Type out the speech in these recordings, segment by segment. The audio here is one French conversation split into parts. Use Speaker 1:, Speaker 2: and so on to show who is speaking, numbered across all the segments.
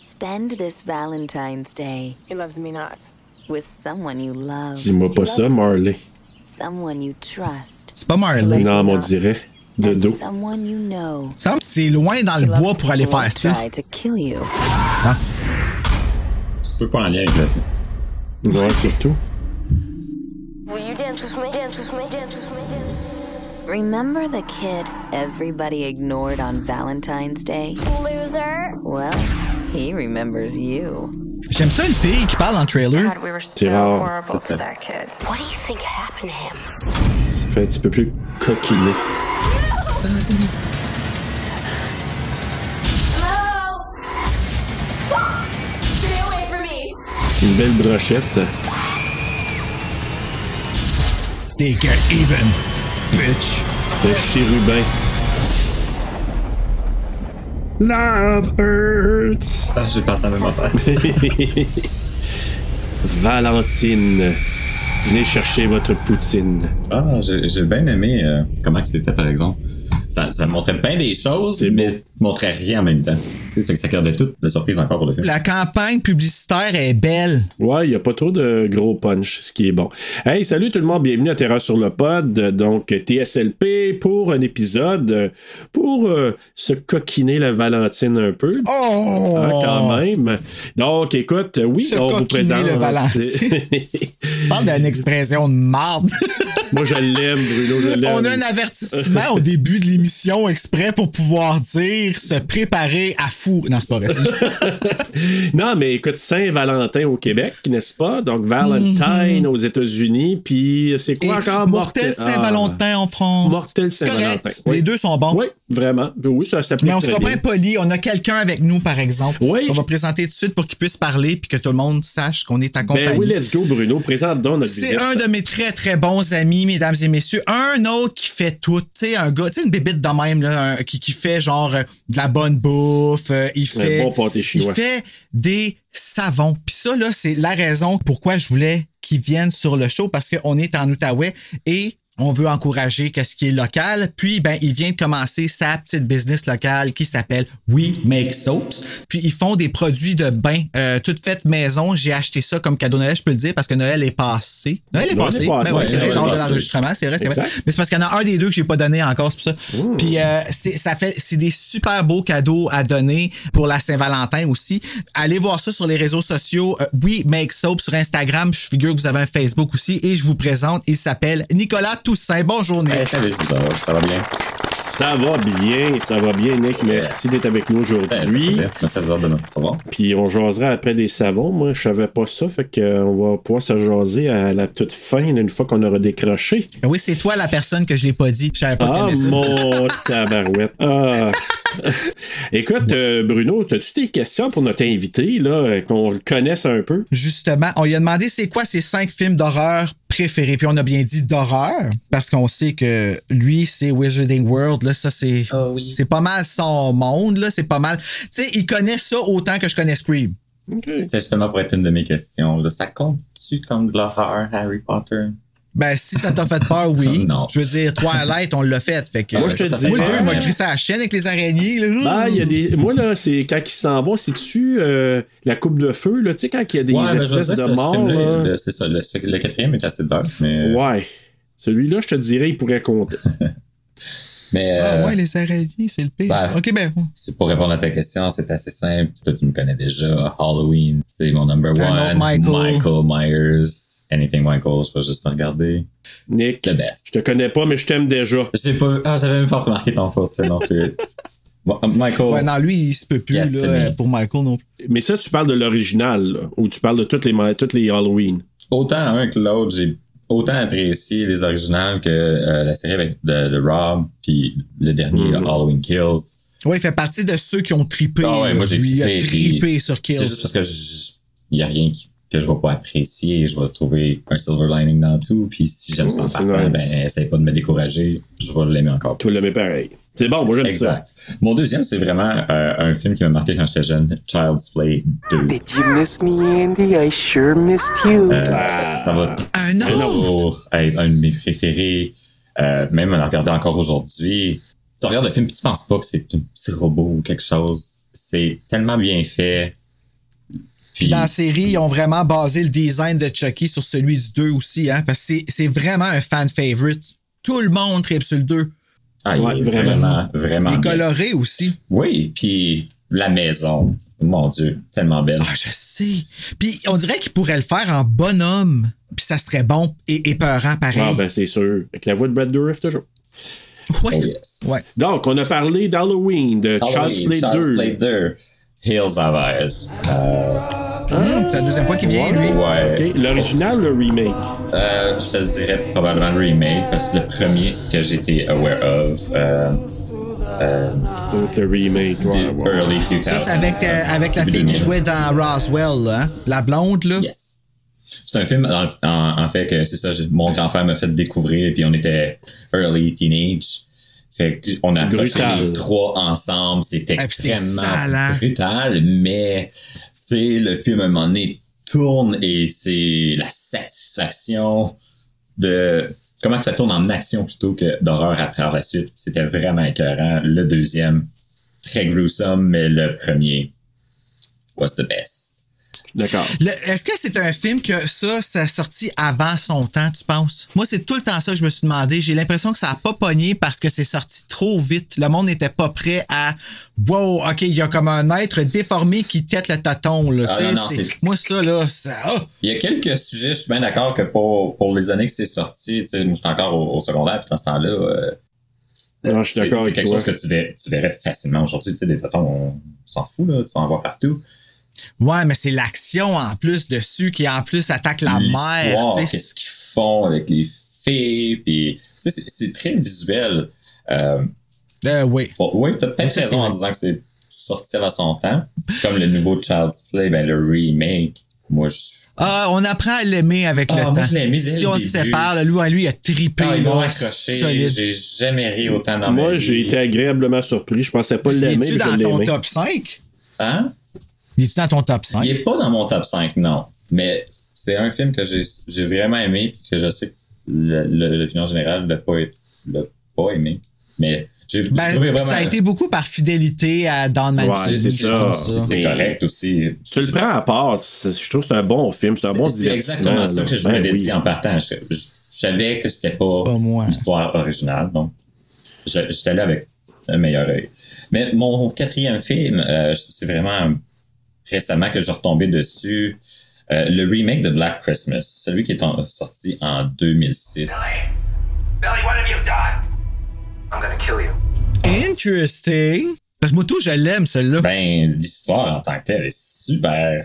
Speaker 1: Spend this Valentine's Day
Speaker 2: He loves me not.
Speaker 1: with someone you love,
Speaker 3: Dis-moi pas ça, Marley.
Speaker 1: someone you trust,
Speaker 4: C'est pas Marley.
Speaker 3: Non, mais on dirait. De
Speaker 1: and
Speaker 3: dos.
Speaker 1: someone you know.
Speaker 4: Ça me semble que c'est loin dans le bois pour aller
Speaker 1: Won't
Speaker 4: faire ça.
Speaker 1: try to kill you.
Speaker 5: Tu peux pas en lien avec la-
Speaker 3: Ouais, surtout.
Speaker 6: Will you dance with me? Dance with me? Dance with me? Dance with
Speaker 1: Remember the kid everybody ignored on Valentine's Day?
Speaker 6: me? Loser.
Speaker 1: Well, he remembers you.
Speaker 4: J'aime ça une fille qui parle en trailer.
Speaker 7: God, we were
Speaker 3: C'est
Speaker 7: so
Speaker 3: rare.
Speaker 7: horrible to that kid.
Speaker 6: What do you think happened to him?
Speaker 3: Ça fait un petit peu plus coquiné.
Speaker 6: Hello. Stay away from me.
Speaker 3: Une belle brochette.
Speaker 4: Take her even, bitch.
Speaker 3: Le chérubin. Love hurts.
Speaker 5: Ah, j'ai pensé à la même affaire.
Speaker 3: Valentine. Venez chercher votre poutine.
Speaker 5: Ah, j'ai j'ai bien aimé euh, comment que c'était, par exemple. Ça, ça montrait bien des choses,
Speaker 3: C'est
Speaker 5: mais montrait rien en même temps. Tu sais, fait que ça gardait toute la surprise encore pour le film.
Speaker 4: La campagne publicitaire est belle.
Speaker 3: Ouais, il n'y a pas trop de gros punch, ce qui est bon. Hey, salut tout le monde, bienvenue à Terreur sur le pod, donc TSLP pour un épisode euh, pour euh, se coquiner la Valentine un peu.
Speaker 4: Oh!
Speaker 3: Ah, quand même. Donc, écoute, euh, oui,
Speaker 4: Se
Speaker 3: on vous
Speaker 4: coquiner
Speaker 3: présente.
Speaker 4: le Valentine. Tu parles d'une expression de marde.
Speaker 3: Moi, je l'aime, Bruno, je l'aime.
Speaker 4: On a un avertissement au début de l'émission exprès pour pouvoir dire se préparer à fou. Non, c'est pas vrai. C'est-
Speaker 3: Non, mais écoute, Saint-Valentin au Québec, n'est-ce pas? Donc, Valentine aux États-Unis, puis c'est
Speaker 4: Mhm. Et
Speaker 3: quoi encore?
Speaker 4: mortel Saint-Valentin en
Speaker 3: Ah,
Speaker 4: France.
Speaker 3: mortel
Speaker 4: C'est correct.
Speaker 3: Saint-Valentin.
Speaker 4: Les
Speaker 3: oui.
Speaker 4: deux sont bons.
Speaker 3: Oui, vraiment. Oui, ça s'applique
Speaker 4: Mais on
Speaker 3: très
Speaker 4: sera pas
Speaker 3: bien.
Speaker 4: impoli. On a quelqu'un avec nous, par exemple.
Speaker 3: Oui.
Speaker 4: On va présenter tout de suite pour qu'il puisse parler puis que tout le monde sache qu'on est accompagné.
Speaker 3: Ben oui, let's go, Bruno. Présente donc notre
Speaker 4: C'est
Speaker 3: visite.
Speaker 4: un de mes très très bons amis, mesdames et messieurs. Un autre qui fait tout. Tu sais, un gars, tu sais, une bébite de même, là, un- qui, qui fait genre euh, de la bonne bouffe. euh, il fait.
Speaker 3: bon pâté chinois.
Speaker 4: Il fait des savons. Puis ça, là, c'est la raison pourquoi je voulais qu'il vienne sur le show parce qu'on est en Outaouais et. On veut encourager qu'est-ce qui est local. Puis, ben, il vient de commencer sa petite business locale qui s'appelle We Make Soaps. Puis, ils font des produits de bain, euh, toutes faites maison. J'ai acheté ça comme cadeau de Noël, je peux le dire, parce que Noël est passé. Noël est
Speaker 3: Noël
Speaker 4: passé.
Speaker 3: est passé,
Speaker 4: Ben ouais,
Speaker 3: ouais,
Speaker 4: c'est vrai,
Speaker 3: Noël est
Speaker 4: lors de
Speaker 3: passé.
Speaker 4: l'enregistrement, c'est vrai, c'est vrai.
Speaker 3: Exact.
Speaker 4: Mais c'est parce qu'il y en a un des deux que j'ai pas donné encore, c'est pour ça. Puis euh, c'est- ça fait c'est des super beaux cadeaux à donner pour la Saint-Valentin aussi. Allez voir ça sur les réseaux sociaux. Euh, oui, Make Soap sur Instagram. Je figure que vous avez un Facebook aussi et je vous présente. Il s'appelle Nicolas Toussaint. Bonjour Nick.
Speaker 5: Hey, salut, Eh, ça va, ça va bien.
Speaker 3: Ça va bien, ça va bien, Nick. Merci d'être avec nous
Speaker 5: Ça fait
Speaker 3: aujourd'hui.
Speaker 5: plaisir. Merci à vous demain. Ça va?
Speaker 3: Puis on jasera après des savons. Moi, je savais pas ça, fait qu'on va pouvoir se jaser à la toute fin, là, une fois qu'on aura décroché.
Speaker 4: Oui, c'est toi la personne que je l'ai pas dit. Je savais pas que
Speaker 3: Ah,
Speaker 4: t'aimais ça.
Speaker 3: mon tabarouette. Ah. Écoute, euh, Bruno, as-tu des questions pour notre invité, là, euh, qu'on le connaisse un peu?
Speaker 4: Justement, on lui a demandé c'est quoi ses cinq films d'horreur préférés. Puis on a bien dit d'horreur parce qu'on sait que lui, c'est Wizarding World. Là, ça, c'est c'est pas mal son monde. Là, c'est pas mal. Tu sais, il connaît ça autant que je connais Scream.
Speaker 5: C'était justement pour être une de mes questions. là. Ça compte-tu comme de l'horreur, Harry Potter?
Speaker 4: Ben, si ça t'a fait peur, oui.
Speaker 5: Non. Ah
Speaker 4: Je veux dire, Twilight, on l'a fait. fait que,
Speaker 3: Moi, je te
Speaker 4: Moi,
Speaker 3: dirais-
Speaker 4: le deux, il m'a crié sa chaîne avec les araignées. là.
Speaker 3: Ben, il y a des... Moi, là, c'est quand il s'en va, c'est-tu euh, la coupe de feu, là? Tu sais, quand il y a des
Speaker 5: ben, je veux
Speaker 3: espèces
Speaker 5: dire, ce
Speaker 3: de morts,
Speaker 5: film-là,
Speaker 3: là.
Speaker 5: le- C'est ça, le, le quatrième est assez dark, mais...
Speaker 3: Ouais. Celui-là, je te dirais, il pourrait compter.
Speaker 5: mais
Speaker 4: Ah
Speaker 5: euh,
Speaker 4: ouais, les araignées, c'est le pire.
Speaker 5: Ben.
Speaker 4: ok, ben.
Speaker 5: c'est- Pour répondre à ta question, c'est assez simple. Toi, tu me connais déjà. Halloween, c'est mon number
Speaker 4: Un
Speaker 5: one.
Speaker 4: autre Michael.
Speaker 5: Michael Myers. Anything Michael, je vais juste en regarder.
Speaker 3: Nick,
Speaker 5: Le
Speaker 3: je
Speaker 5: best.
Speaker 3: te connais pas, mais je t'aime déjà.
Speaker 5: J'ai pas... Ah, j'avais même pas remarqué ton poster non plus. Bon, euh, Michael.
Speaker 4: Ouais, non, lui, il se peut plus
Speaker 5: Yes,
Speaker 4: là,
Speaker 5: c'est
Speaker 4: euh,
Speaker 5: me.
Speaker 4: pour Michael non plus.
Speaker 3: Mais ça, tu parles de l'original, là, ou tu parles de toutes les, toutes les Halloween.
Speaker 5: Autant un que l'autre, j'ai autant apprécié les originales que euh, la série avec de, de Rob, puis le dernier
Speaker 4: Mm.
Speaker 5: là, Halloween Kills.
Speaker 4: Ouais, il fait partie de ceux qui ont tripé.
Speaker 5: Ah ouais, moi, j'ai
Speaker 4: Lui, il a
Speaker 5: trippé.
Speaker 4: tripé sur
Speaker 5: C'est
Speaker 4: Kills.
Speaker 5: juste parce que je- il y a rien qui- que je vais pas apprécier. Je vais trouver un silver lining dans tout. Puis si j'aime ça en
Speaker 3: C'est
Speaker 5: partant,
Speaker 3: nice.
Speaker 5: ben essaye pas de me décourager. Je vais l'aimer encore
Speaker 3: Tu
Speaker 5: plus.
Speaker 3: vas l'aimer pareil. C'est bon, moi j'aime ça.
Speaker 5: Exact. Mon deuxième, c'est vraiment euh, un film qui m'a marqué quand j'étais jeune, Child's Play 2.
Speaker 2: Did you miss me, Andy? I sure missed you.
Speaker 5: Euh, Ça va
Speaker 4: Un autre!
Speaker 5: toujours être un de mes préférés, euh, même en le regardant encore aujourd'hui. Tu regardes le film puis tu penses pas que c'est un petit robot ou quelque chose. C'est tellement bien fait. Puis,
Speaker 4: Dans la série, ils ont vraiment basé le design de Chucky sur celui du 2 aussi, hein, parce que c'est- c'est vraiment un fan favorite. Tout le monde tripe sur le 2.
Speaker 5: ah, il
Speaker 3: Ouais,
Speaker 5: est
Speaker 3: vraiment.
Speaker 5: vraiment, vraiment.
Speaker 4: Il est
Speaker 5: bien.
Speaker 4: coloré aussi.
Speaker 5: Oui, puis la maison. Mon Dieu, tellement belle.
Speaker 4: Ah, je sais. Puis on dirait qu'il pourrait le faire en bonhomme. Puis ça serait bon et épeurant pareil.
Speaker 3: Ah ben c'est sûr. Avec la voix de Brad Dourif toujours.
Speaker 4: ouais.
Speaker 5: Oh, yes. Ah
Speaker 4: Ouais.
Speaker 3: Donc, on a parlé d'Halloween, de Child's Play 2.
Speaker 5: Play 2. Hills of Eyes. Euh,
Speaker 4: Hum, C'est la deuxième fois qu'il vient, lui.
Speaker 5: ouais.
Speaker 3: Ok, L'original, le remake.
Speaker 5: Euh, je te le dirais probablement le remake parce que le premier que j'étais aware of, euh,
Speaker 3: Donc, le remake.
Speaker 5: the
Speaker 3: ouais, ouais.
Speaker 5: early 2000s.
Speaker 4: Ça, c'est avec, euh, avec la fille qui jouait dans Roswell, là, hein? la blonde, là.
Speaker 5: Yes. C'est un film, dans le- en, en fait, que c'est ça, j'ai- mon grand frère m'a fait découvrir, puis on était early teenage. Fait qu'on a accroché
Speaker 3: Brutal.
Speaker 5: les trois ensemble, c'est
Speaker 4: Ah, puis c'est
Speaker 5: extrêmement
Speaker 4: sale, hein?
Speaker 5: brutal, mais, tu sais, le film, à un moment donné, tourne et c'est la satisfaction de comment que ça tourne en action plutôt que d'horreur après par la suite. C'était vraiment écœurant. Le deuxième, très gruesome, mais le premier was the best.
Speaker 3: D'accord.
Speaker 4: Le- Est-ce que c'est un film que ça, ça a sorti avant son temps, tu penses? Moi, c'est tout le temps ça que je me suis demandé. J'ai l'impression que ça a pas pogné parce que c'est sorti trop vite. Le monde n'était pas prêt à Wow, OK, il y a comme un être déformé qui tête le tâton. Là,
Speaker 5: Ah,
Speaker 4: Tu sais,
Speaker 5: non, non,
Speaker 4: c'est-
Speaker 5: c'est-
Speaker 4: Moi, ça, là, ça. ah!
Speaker 5: Il y a quelques sujets, je suis bien d'accord que pour, pour les années que c'est sorti, tu sais, moi, j'étais encore au, au secondaire, puis dans ce temps-là, euh,
Speaker 3: Non, je suis
Speaker 5: c'est
Speaker 3: d'accord
Speaker 5: c'est
Speaker 3: avec
Speaker 5: quelque
Speaker 3: toi.
Speaker 5: chose que tu verrais, tu verrais facilement aujourd'hui. Tu sais, des tatons, on s'en fout, là, tu en vois partout.
Speaker 4: Ouais, mais c'est l'action en plus dessus qui en plus attaque la mère.
Speaker 5: L'histoire,
Speaker 4: tu sais.
Speaker 5: qu'est-ce qu'ils font avec les filles, puis tu sais, c'est- c'est très visuel. Euh,
Speaker 4: Euh, oui.
Speaker 5: bon, oui, t'as peut-être
Speaker 4: Ça, c'est
Speaker 5: raison en
Speaker 4: vrai.
Speaker 5: disant que c'est sorti avant son temps. C'est comme le nouveau Child's Play, ben, le remake. Moi, je
Speaker 4: Ah, on apprend à l'aimer avec le
Speaker 5: Ah,
Speaker 4: temps.
Speaker 5: moi, je l'ai aimé dès
Speaker 4: si
Speaker 5: le
Speaker 4: on se
Speaker 5: début.
Speaker 4: sépare, là, lui, lui, il a tripé.
Speaker 5: Ah, ils
Speaker 4: là,
Speaker 5: m'ont accroché.
Speaker 4: solide.
Speaker 5: J'ai jamais ri autant dans ma
Speaker 3: Moi,
Speaker 5: vie.
Speaker 3: j'ai été agréablement surpris. Je pensais pas
Speaker 4: Il
Speaker 3: l'aimer, mais
Speaker 4: est-tu
Speaker 3: je
Speaker 4: dans ton
Speaker 3: l'aimais.
Speaker 4: top 5?
Speaker 5: Hein?
Speaker 4: Il est-tu dans ton top 5?
Speaker 5: Il est pas dans mon top 5, non. Mais c'est un film que j'ai j'ai vraiment aimé puis que je sais que le- le- l'opinion générale l'a pas, l'a pas aimé. Mais j'ai j'ai
Speaker 4: Ben,
Speaker 5: trouvé vraiment...
Speaker 4: ça a été beaucoup par fidélité à Don Mancini.
Speaker 3: Ouais, c'est
Speaker 4: je
Speaker 3: ça.
Speaker 4: trouve
Speaker 5: C'est
Speaker 3: Mais-
Speaker 5: correct aussi.
Speaker 3: Tu le prends à part. c'est- Je trouve que c'est un bon film. C'est un bon
Speaker 5: C'est
Speaker 3: divertissement.
Speaker 5: exactement ça
Speaker 3: là.
Speaker 5: que je
Speaker 3: Ben
Speaker 5: m'avais
Speaker 3: oui.
Speaker 5: dit en partant. Je, je- je savais que c'était pas,
Speaker 4: Pas moi.
Speaker 5: l'histoire originale, donc je- j'étais là avec un meilleur œil. Mais mon quatrième film, euh, c'est vraiment récemment que je suis retombé dessus. Euh, le remake de Black Christmas, celui qui est en- sorti en 2006.
Speaker 2: Billy, what have you done? I'm gonna kill you.
Speaker 4: Interesting. Parce que moi, tout, je l'aime, celle-là.
Speaker 5: Ben, l'histoire en tant que telle est super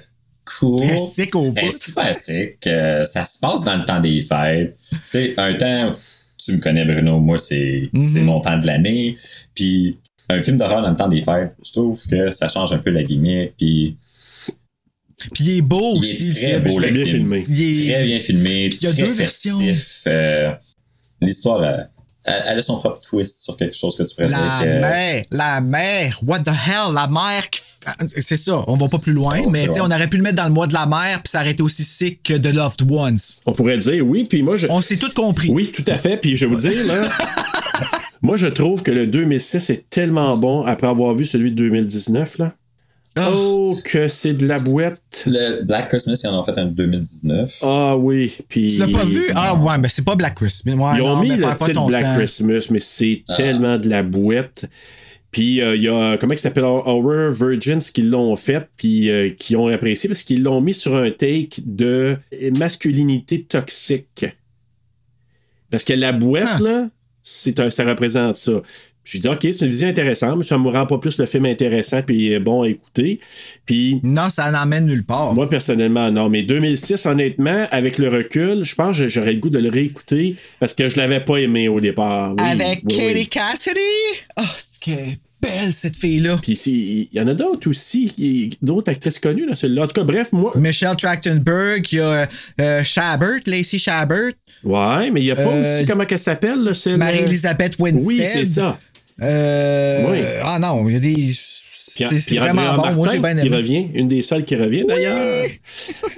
Speaker 5: cool.
Speaker 4: Elle est sick au bout.
Speaker 5: Elle est super sick. Euh, ça se passe dans le temps des fêtes. Tu sais, un temps, tu me connais, Bruno, moi, c'est c'est
Speaker 4: Mhm.
Speaker 5: mon temps de l'année. Puis, un film d'horreur dans le temps des fêtes, je trouve que ça change un peu la gimmick. Puis,
Speaker 4: Puis il est beau
Speaker 5: il
Speaker 4: aussi.
Speaker 5: est très
Speaker 4: le film.
Speaker 5: beau, le
Speaker 3: l'ai bien
Speaker 5: film.
Speaker 3: filmé.
Speaker 4: Il est-
Speaker 5: Très bien filmé.
Speaker 4: il y a
Speaker 5: très
Speaker 4: deux
Speaker 5: festif.
Speaker 4: versions.
Speaker 5: Euh, l'histoire, elle, elle- elle a son propre twist sur quelque chose que tu pourrais
Speaker 4: La
Speaker 5: dire que-
Speaker 4: mère, la mère, what the hell, la mère qui... ah, C'est ça, on va pas plus loin,
Speaker 5: On va
Speaker 4: mais
Speaker 5: plus
Speaker 4: tu sais,
Speaker 5: loin.
Speaker 4: on aurait pu le mettre dans le mois de la mère puis ça aurait été aussi sick que The Loved Ones.
Speaker 3: On pourrait dire oui, puis moi, je...
Speaker 4: On s'est tout compris.
Speaker 3: Oui, tout à fait. Puis je vais vous dire, là, moi, je trouve que le 2006 est tellement bon après avoir vu celui de 2019. Là.
Speaker 4: Oh,
Speaker 3: Oh, que c'est de la boîte.
Speaker 5: Le Black Christmas, ils en ont fait un 2019.
Speaker 3: Ah oui. Puis,
Speaker 4: tu l'as pas vu? Ah ouais, mais c'est pas Black Christmas. Ouais,
Speaker 3: Ils ont
Speaker 4: non,
Speaker 3: mis
Speaker 4: mais
Speaker 3: le
Speaker 4: perds pas
Speaker 3: titre
Speaker 4: ton
Speaker 3: Black
Speaker 4: temps.
Speaker 3: Christmas, mais c'est tellement de la boîte. Puis euh, il y a, comment il s'appelle, Horror Virgins qui l'ont fait, puis euh, qui ont apprécié parce qu'ils l'ont mis sur un take de masculinité toxique. Parce que la boîte,
Speaker 4: Ah.
Speaker 3: là, c'est un- ça représente ça. J'ai dit, OK, c'est une vision intéressante, mais ça me rend pas plus le film intéressant puis euh, bon à écouter. Puis
Speaker 4: Non, ça n'emmène nulle part.
Speaker 3: moi, personnellement, non. Mais 2006, honnêtement, avec le recul, je pense que j'aurais le goût de le réécouter parce que je l'avais pas aimé au départ. Oui,
Speaker 4: Avec
Speaker 3: oui, oui.
Speaker 4: Katie Cassidy. Oh, ce qu'elle est belle, cette fille-là.
Speaker 3: Puis c'est- il y en a d'autres aussi, qui- d'autres actrices connues dans celui-là. En tout cas, bref, moi.
Speaker 4: Michelle Trachtenberg, il y a euh, euh, Chabert, Lacey Chabert,
Speaker 3: Ouais, mais il y a pas
Speaker 4: Euh,
Speaker 3: aussi comment qu'elle s'appelle, là, celle- euh,
Speaker 4: Marie-Elisabeth Winstead.
Speaker 3: Oui, c'est ça.
Speaker 4: Euh,
Speaker 3: Oui.
Speaker 4: Ah non, il y a des.
Speaker 3: Puis,
Speaker 4: C'est
Speaker 3: puis
Speaker 4: c'est
Speaker 3: Andrea
Speaker 4: vraiment bon. Moi,
Speaker 3: Martin
Speaker 4: j'ai bien
Speaker 3: qui
Speaker 4: aimé.
Speaker 3: revient, une des seules qui revient d'ailleurs.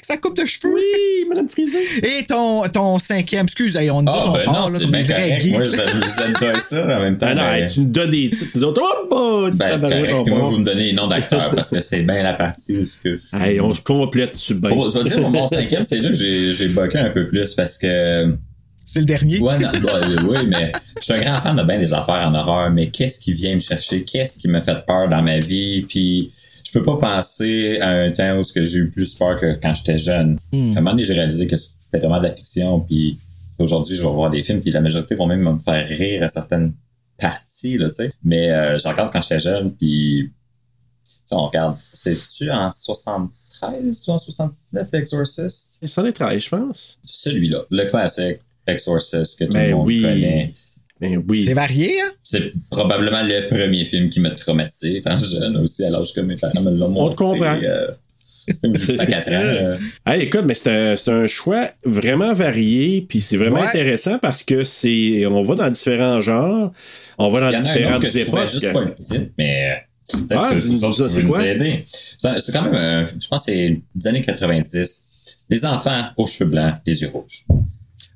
Speaker 4: Sa coupe de cheveux.
Speaker 3: Oui, Madame Frisé.
Speaker 4: Et ton, ton cinquième, excuse, hey, on dit
Speaker 5: Ah,
Speaker 4: on
Speaker 5: ben non,
Speaker 4: parle là,
Speaker 5: c'est
Speaker 4: comme des
Speaker 5: bien
Speaker 4: vrais
Speaker 5: correct.
Speaker 4: geeks.
Speaker 5: Moi, je- j'adore ça en même temps.
Speaker 3: Ah non,
Speaker 5: ben,
Speaker 3: hey, tu nous donnes des titres, nous autres. Oh, bah, dis
Speaker 5: ben, c'est
Speaker 3: tabarouette,
Speaker 5: correct.
Speaker 3: on
Speaker 5: Moi,
Speaker 3: va.
Speaker 5: vous me donnez les noms d'acteurs parce que c'est bien la partie où ce que je.
Speaker 3: Hey, on se complète, tu bien.
Speaker 5: Bon, je vais dire, pour mon cinquième, c'est là que j'ai j'ai boqué un peu plus parce que.
Speaker 4: C'est le dernier.
Speaker 5: Ouais, non, bah, euh, oui, mais je suis un grand fan de bien des affaires en horreur, mais qu'est-ce qui vient me chercher? Qu'est-ce qui me fait peur dans ma vie? Puis je peux pas penser à un temps où ce que j'ai eu plus peur que quand j'étais jeune. À un moment donné, j'ai réalisé que c'était vraiment de la fiction, puis aujourd'hui, je vais voir des films, puis la majorité vont même me faire rire à certaines parties, là, tu sais. Mais euh, je regarde quand j'étais jeune, puis tu sais, on regarde, c'est-tu en 73 ou en 79, l'Exorcist?
Speaker 3: C'en est 13, je pense.
Speaker 5: celui-là, le classique Exorcist que tout
Speaker 3: Ben
Speaker 5: le monde
Speaker 3: oui.
Speaker 5: connaît.
Speaker 3: Ben oui.
Speaker 4: C'est varié, hein?
Speaker 5: C'est probablement le premier film qui m'a traumatisé étant jeune aussi, à l'âge que mes parents me l'ont montré.
Speaker 3: te comprend.
Speaker 5: euh, comme je dis, à 4 ans. euh,
Speaker 3: Hey, écoute, mais c'est un, c'est un choix vraiment varié, puis c'est vraiment
Speaker 4: Ouais.
Speaker 3: intéressant parce que c'est. On va dans différents genres, on va
Speaker 5: Il y
Speaker 3: dans
Speaker 5: en a un autre
Speaker 3: différentes
Speaker 5: que je trouvais juste pas
Speaker 3: époques.
Speaker 5: le titre, mais euh, peut-être
Speaker 3: Ah,
Speaker 5: que
Speaker 3: dis-nous
Speaker 5: vous autres,
Speaker 3: ça,
Speaker 5: vous
Speaker 3: c'est
Speaker 5: pouvez nous
Speaker 3: quoi?
Speaker 5: aider. C'est un- c'est quand même, un- je pense que c'est des années 90. Les enfants aux cheveux blancs, les yeux rouges.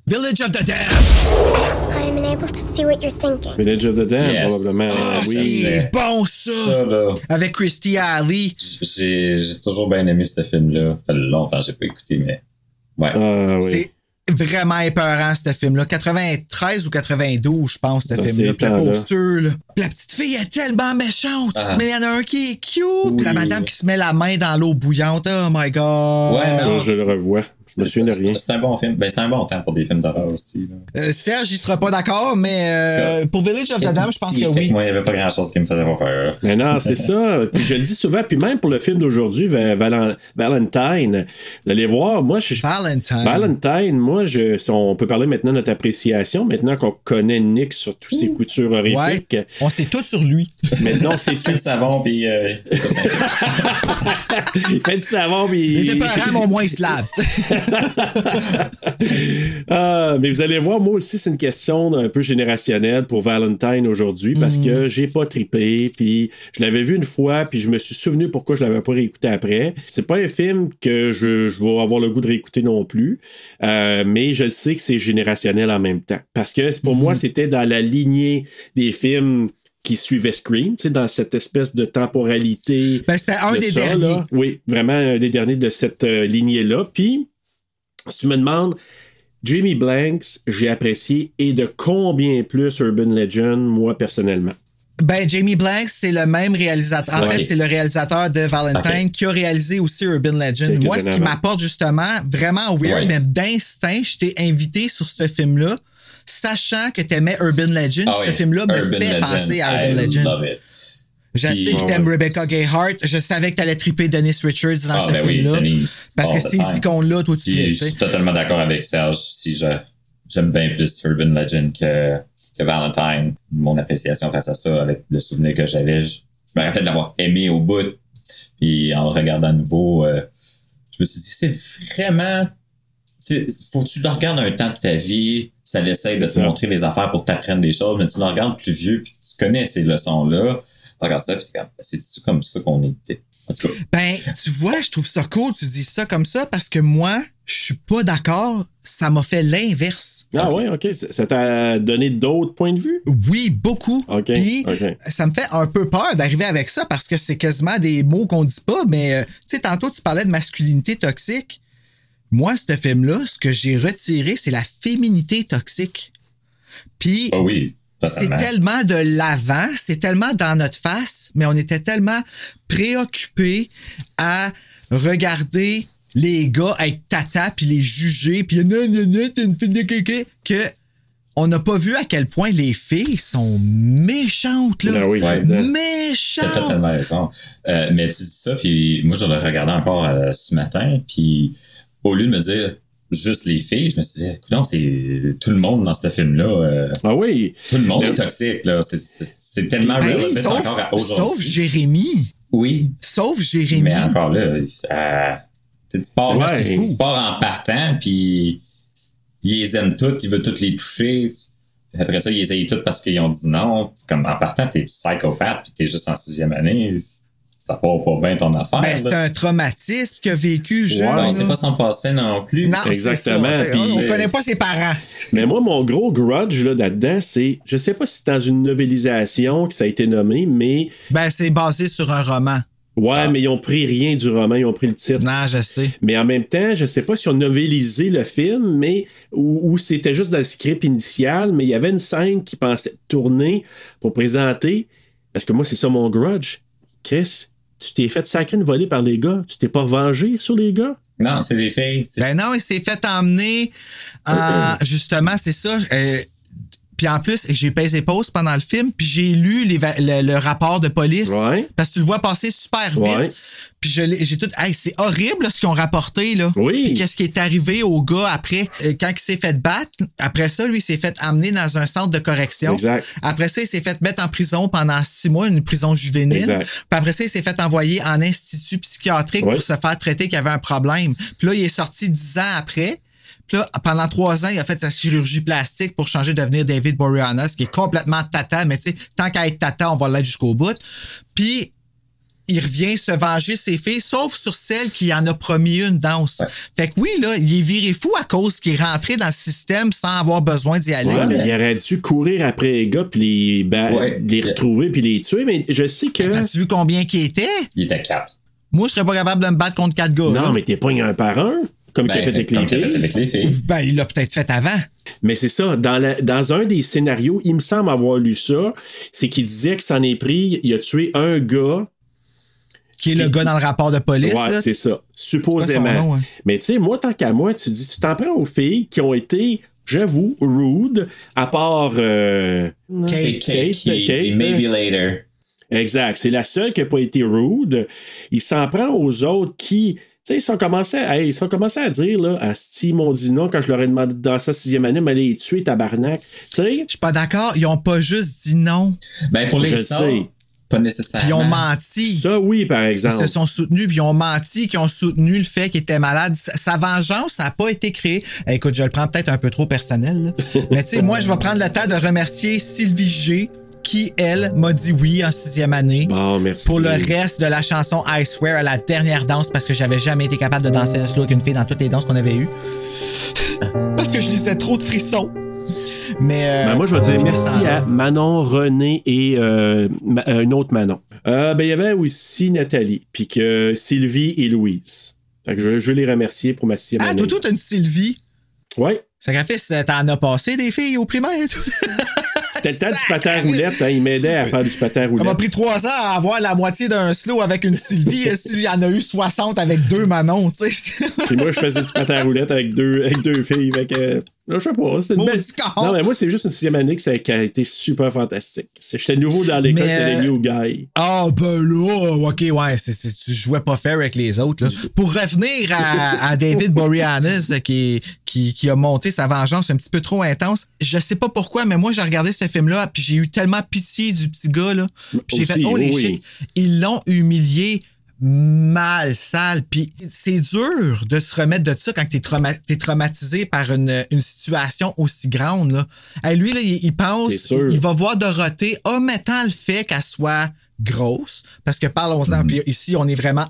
Speaker 4: Village of the Dead.
Speaker 7: I'm unable to see what you're thinking.
Speaker 3: Village of the Dam,
Speaker 5: Yes.
Speaker 3: probablement.
Speaker 5: Ah,
Speaker 3: oui.
Speaker 4: C'est bon, ça.
Speaker 3: Ah.
Speaker 5: Ça, là,
Speaker 4: Avec Christy Alley.
Speaker 5: j'ai j'ai toujours bien aimé ce film-là. Ça fait longtemps que j'ai pas écouté, mais ouais.
Speaker 3: Ah, oui.
Speaker 4: C'est vraiment épeurant, ce film-là. 93 ou 92, je pense, ce
Speaker 3: Ben,
Speaker 4: film-là.
Speaker 3: c'est
Speaker 4: Puis Le
Speaker 3: étant, là.
Speaker 4: posture, là. Puis La petite fille est tellement méchante.
Speaker 5: Ah.
Speaker 4: Mais il y en a un qui est cute. Puis la
Speaker 5: Oui.
Speaker 4: madame qui se met la main dans l'eau bouillante. Oh my God.
Speaker 5: Ouais,
Speaker 3: Ah,
Speaker 5: non,
Speaker 3: je le
Speaker 5: c'est-
Speaker 3: revois. Je me souviens de rien.
Speaker 5: C'est c'est un bon film. Ben, c'est un bon temps pour des films d'horreur aussi. là.
Speaker 4: Euh, Serge, il sera pas d'accord, mais euh,
Speaker 5: En tout cas,
Speaker 4: pour Village of the Dam, je pense
Speaker 5: Petit,
Speaker 4: que
Speaker 5: fait
Speaker 4: oui.
Speaker 5: Moi, il n'y avait pas grand chose qui me faisait pas peur.
Speaker 3: Mais non, c'est ça. Puis je le dis souvent, puis même pour le film d'aujourd'hui, Va- Valen- Valentine, d'aller voir, moi, je,
Speaker 4: Valentine.
Speaker 3: Valentine, moi, je, si on peut parler maintenant de notre appréciation, maintenant qu'on connaît Nick sur tous ses coutures
Speaker 4: Ouais.
Speaker 3: horrifiques.
Speaker 4: On sait tout sur lui.
Speaker 3: Maintenant, c'est
Speaker 5: Fait de savon, puis. euh,
Speaker 3: il fait du savon, mais
Speaker 4: Il était peurant, mais au moins il se lave. tu sais.
Speaker 3: Ah, mais vous allez voir, moi aussi, c'est une question un peu générationnelle pour Valentine aujourd'hui parce que j'ai pas tripé, puis je l'avais vu une fois, puis je me suis souvenu pourquoi je l'avais pas réécouté après. C'est pas un film que je, je vais avoir le goût de réécouter non plus, euh, mais je le sais que c'est générationnel en même temps parce que pour moi, c'était dans la lignée des films qui suivaient Scream, tu sais, dans cette espèce de temporalité
Speaker 4: Ben, c'était un
Speaker 3: de
Speaker 4: des
Speaker 3: ça,
Speaker 4: derniers.
Speaker 3: là. Oui, vraiment un des derniers de cette euh, lignée-là. Puis, si tu me demandes, Jamie Blanks, j'ai apprécié et de combien plus Urban Legend, moi personnellement.
Speaker 4: Ben, Jamie Blanks, c'est le même réalisateur. En
Speaker 5: Ouais.
Speaker 4: fait, c'est le réalisateur de Valentine
Speaker 5: Parfait.
Speaker 4: qui a réalisé aussi Urban Legend.
Speaker 3: Quelques
Speaker 4: Moi, ce qui
Speaker 3: années avant.
Speaker 4: m'apporte justement vraiment weird,
Speaker 5: Ouais.
Speaker 4: mais d'instinct, je t'ai invité sur ce film-là, sachant que t'aimais Urban Legend.
Speaker 5: ah
Speaker 4: puis ce
Speaker 5: oui,
Speaker 4: film-là me
Speaker 5: Urban
Speaker 4: fait
Speaker 5: Legend,
Speaker 4: penser à
Speaker 5: I
Speaker 4: Urban Legend.
Speaker 5: Love it.
Speaker 4: Je
Speaker 5: Puis-
Speaker 4: sais que
Speaker 5: Ah
Speaker 4: t'aimes
Speaker 5: ouais.
Speaker 4: Rebecca Gayheart. Je savais que t'allais triper Dennis Richards dans
Speaker 5: Ah,
Speaker 4: ce
Speaker 5: ben oui,
Speaker 4: film-là.
Speaker 5: Denise.
Speaker 4: parce
Speaker 5: all
Speaker 4: que
Speaker 5: the
Speaker 4: ces
Speaker 5: time.
Speaker 4: icônes-là, toi, tu
Speaker 5: Puis,
Speaker 4: les
Speaker 5: je
Speaker 4: tu sais.
Speaker 5: suis totalement d'accord avec Serge. Si je, j'aime bien plus Urban Legend que, que Valentine, mon appréciation face à ça, avec le souvenir que j'avais, je, je me rappelle d'avoir aimé au bout. Puis en le regardant à nouveau, euh, je me suis dit, c'est vraiment. c'est- Faut que tu le regardes un temps de ta vie, ça l'essaie de te
Speaker 3: ça.
Speaker 5: montrer les affaires pour que t'apprennes des choses, mais tu le regardes plus vieux, puis tu connais ces leçons-là. Tu regardes ça, puis t'es comme, c'est-tu comme ça qu'on était? En tout cas,
Speaker 4: Ben, tu vois, je trouve ça cool, tu dis ça comme ça, parce que moi, je suis pas d'accord. Ça m'a fait l'inverse.
Speaker 3: Ah ouais, ok. Ça ça t'a donné d'autres points de vue?
Speaker 4: Oui, beaucoup.
Speaker 3: Ok,
Speaker 4: Puis,
Speaker 3: ok.
Speaker 4: ça me fait un peu peur d'arriver avec ça parce que c'est quasiment des mots qu'on dit pas, mais euh, tu sais, tantôt, tu parlais de masculinité toxique. Moi, ce film-là, ce que j'ai retiré, c'est la féminité toxique. Puis,
Speaker 5: ah oui, totalement.
Speaker 4: c'est tellement de l'avant, c'est tellement dans notre face, mais on était tellement préoccupés à regarder les gars être tata puis les juger puis non non non t'es une fille de kéké que on n'a pas vu à quel point les filles sont méchantes, là.
Speaker 3: Ah oui,
Speaker 5: Ouais.
Speaker 3: là-dedans.
Speaker 5: T'as
Speaker 4: Méchantes!
Speaker 5: totalement raison. Euh, mais tu dis ça, puis moi, je le regardais encore euh, ce matin, puis au lieu de me dire juste les filles, je me suis dit, écoute, c'est tout le monde dans ce film-là. euh,
Speaker 3: Ah oui.
Speaker 5: tout le monde
Speaker 3: Le-
Speaker 5: est toxique, là. C'est- C'est c'est tellement
Speaker 4: Hey,
Speaker 5: relevant encore à
Speaker 4: sauf, sauf
Speaker 5: aujourd'hui.
Speaker 4: Jérémy.
Speaker 5: Oui,
Speaker 4: Sauf Jérémy.
Speaker 5: mais encore là, ça- tu sais, tu pars,
Speaker 3: Ouais.
Speaker 5: tu pars en partant, puis il les aime toutes, il veut toutes les toucher. Après ça, il les aiment toutes parce qu'ils ont dit non. Comme en partant, t'es psychopathe, puis t'es juste en sixième année. Ça part pas bien ton affaire.
Speaker 4: Ben, c'est
Speaker 5: là.
Speaker 4: un traumatisme qu'il a vécu jeune.
Speaker 5: Ouais,
Speaker 4: là.
Speaker 5: on sait pas s'en passer non plus.
Speaker 4: Non, c'est
Speaker 3: Exactement,
Speaker 4: ça, tu sais,
Speaker 3: puis-
Speaker 5: euh,
Speaker 4: on, on connaît pas ses parents.
Speaker 3: Mais moi, mon gros grudge là, là-dedans, c'est. Je sais pas si c'est dans une novelisation que ça a été nommé, mais.
Speaker 4: Ben, c'est basé sur un roman.
Speaker 3: Ouais,
Speaker 4: Ah.
Speaker 3: mais ils ont pris rien du roman, ils ont pris le titre.
Speaker 4: Non, je sais.
Speaker 3: Mais en même temps, je sais pas si on novelisé le film, mais ou, ou c'était juste dans le script initial, mais il y avait une scène qui pensait tourner pour présenter. Parce que moi, c'est ça mon grudge. Chris, tu t'es fait sacrer une volée par les gars. Tu t'es pas revengé sur les gars?
Speaker 5: Non, c'est les filles. c'est-
Speaker 4: Ben non, il s'est fait emmener. euh, justement, c'est ça. euh, puis en plus, j'ai pesé pause pendant le film, puis j'ai lu les va- le, le rapport de police.
Speaker 3: Ouais.
Speaker 4: Parce que tu le vois passer super vite.
Speaker 3: Ouais.
Speaker 4: Puis je l'ai- j'ai tout. Hey, c'est horrible là, ce qu'ils ont rapporté. Là.
Speaker 3: Oui.
Speaker 4: Puis qu'est-ce qui est arrivé au gars après? Euh, Quand il s'est fait battre, après ça, lui, il s'est fait amener dans un centre de correction.
Speaker 3: Exact.
Speaker 4: Après ça, il s'est fait mettre en prison pendant six mois, une prison juvénile.
Speaker 3: Exact.
Speaker 4: Puis après ça, il s'est fait envoyer en institut psychiatrique
Speaker 3: Ouais.
Speaker 4: pour se faire traiter qu'il y avait un problème. Puis là, il est sorti dix ans après. Puis là, pendant trois ans, il a fait sa chirurgie plastique pour changer, devenir David Boreanaz, qui est complètement tata, mais tu sais, tant qu'à être tata, on va l'être jusqu'au bout. Puis il revient se venger ses filles, sauf sur celle qui en a promis une danse. Fait que oui, là, il est viré fou à cause qu'il est rentré dans le système sans avoir besoin d'y aller.
Speaker 3: Ouais,
Speaker 4: là.
Speaker 3: mais il aurait dû courir après les gars, puis les, ba-
Speaker 5: Ouais.
Speaker 3: les retrouver, puis les tuer. Mais je sais que.
Speaker 4: T'as-tu vu combien qu'il était?
Speaker 5: Il était quatre.
Speaker 4: Moi, je serais pas capable de me battre contre quatre gars. là.
Speaker 3: Non, mais t'es pas un par un, comme
Speaker 5: Ben,
Speaker 3: qu'il a fait avec
Speaker 5: comme
Speaker 3: les
Speaker 5: qu'il a fait
Speaker 3: filles.
Speaker 5: avec les filles.
Speaker 4: Ben, il l'a peut-être fait avant.
Speaker 3: Mais c'est ça, dans, la- dans un des scénarios, il me semble avoir lu ça, c'est qu'il disait que s'en est pris, il a tué un gars.
Speaker 4: Qui est le gars dans le rapport de police.
Speaker 3: Ouais,
Speaker 4: là.
Speaker 3: c'est ça,
Speaker 4: C'est pas son
Speaker 3: supposément.
Speaker 4: nom, hein.
Speaker 3: Mais tu sais, moi, tant qu'à moi, tu dis, tu t'en prends aux filles qui ont été, j'avoue, rude, à part. euh,
Speaker 5: C'est
Speaker 4: Kate. hein.
Speaker 5: Kate qui
Speaker 3: Kate,
Speaker 5: dit
Speaker 3: Kate,
Speaker 5: maybe later.
Speaker 3: Exact. C'est la seule qui n'a pas été rude. Il s'en prend aux autres qui. Tu sais, ils sont commencés à, hey, ils sont commencés à dire, là, Asti, ils m'ont dit non quand je leur ai demandé dans sa sixième année, mais les tuer, tabarnak. Tu sais,
Speaker 4: Je suis pas d'accord. Ils ont pas juste dit non.
Speaker 5: Ben pour
Speaker 3: Je
Speaker 5: les
Speaker 3: le
Speaker 5: sorts,
Speaker 3: sais. Ah,
Speaker 4: Puis ils
Speaker 5: pas nécessairement.
Speaker 4: ont menti.
Speaker 3: ça, oui, par
Speaker 4: Ils se
Speaker 3: exemple.
Speaker 4: sont soutenus, puis ils ont menti, qu'ils ont soutenu le fait qu'il était malade. Sa sa vengeance n'a pas été créée. Eh, écoute, je le prends peut-être un peu trop personnel. là. Mais tu sais, moi, je vais prendre le temps de remercier Sylvie G, qui, elle, m'a dit oui en sixième année.
Speaker 3: Bon, merci.
Speaker 4: pour le reste de la chanson I Swear à la dernière danse parce que j'avais jamais été capable de danser un slow avec une fille dans toutes les danses qu'on avait eues. Parce que je lisais trop de frissons. Mais. euh,
Speaker 3: Ben, moi, je vais dire
Speaker 4: on
Speaker 3: merci
Speaker 4: finit ça.
Speaker 3: à Manon, René et euh, ma- euh, une autre Manon. Euh, ben, il y avait aussi Nathalie, puis que Sylvie et Louise. Fait que je, je veux les remercier pour ma sixième
Speaker 4: Ah,
Speaker 3: année.
Speaker 4: toi, toi, t'as une Sylvie.
Speaker 3: Ouais.
Speaker 4: Sacrifice, euh, t'en as passé des filles au primaire. toi?
Speaker 3: C'était le temps du patin à roulette, hein. Il m'aidait à faire du patin à
Speaker 4: Ça m'a
Speaker 3: roulette.
Speaker 4: pris trois ans à avoir la moitié d'un slow avec une Sylvie. et Sylvie en a eu 60 avec deux Manon, tu sais.
Speaker 3: Puis moi, je faisais du patin à roulette avec deux, avec deux filles. Fait que, là, je sais pas, c'était une
Speaker 4: Maudit
Speaker 3: belle...
Speaker 4: con.
Speaker 3: Non, mais moi, c'est juste une sixième année que ça- qui a été super fantastique. C'est- J'étais nouveau dans l'école,
Speaker 4: Mais,
Speaker 3: j'étais
Speaker 4: euh,
Speaker 3: le new guy.
Speaker 4: Ah, ben là, ok, ouais, c'est, c'est- tu jouais pas fair avec les autres. Là. Pour revenir à, à David Boreanaz euh, qui, qui, qui a monté sa vengeance un petit peu trop intense, je sais pas pourquoi, mais moi j'ai regardé ce film-là, puis j'ai eu tellement pitié du petit gars. Là. Puis j'ai
Speaker 3: Aussi,
Speaker 4: fait, oh les
Speaker 3: oui.
Speaker 4: shit, ils l'ont humilié mal, sale. Puis c'est dur de se remettre de ça quand t'es, trauma- t'es traumatisé par une, une situation aussi grande. Là. Hey, lui, là, il, il pense,
Speaker 3: C'est sûr.
Speaker 4: il va voir Dorothée omettant le fait qu'elle soit grosse, parce que
Speaker 3: Mhm.
Speaker 4: parlons-en, puis ici, on est vraiment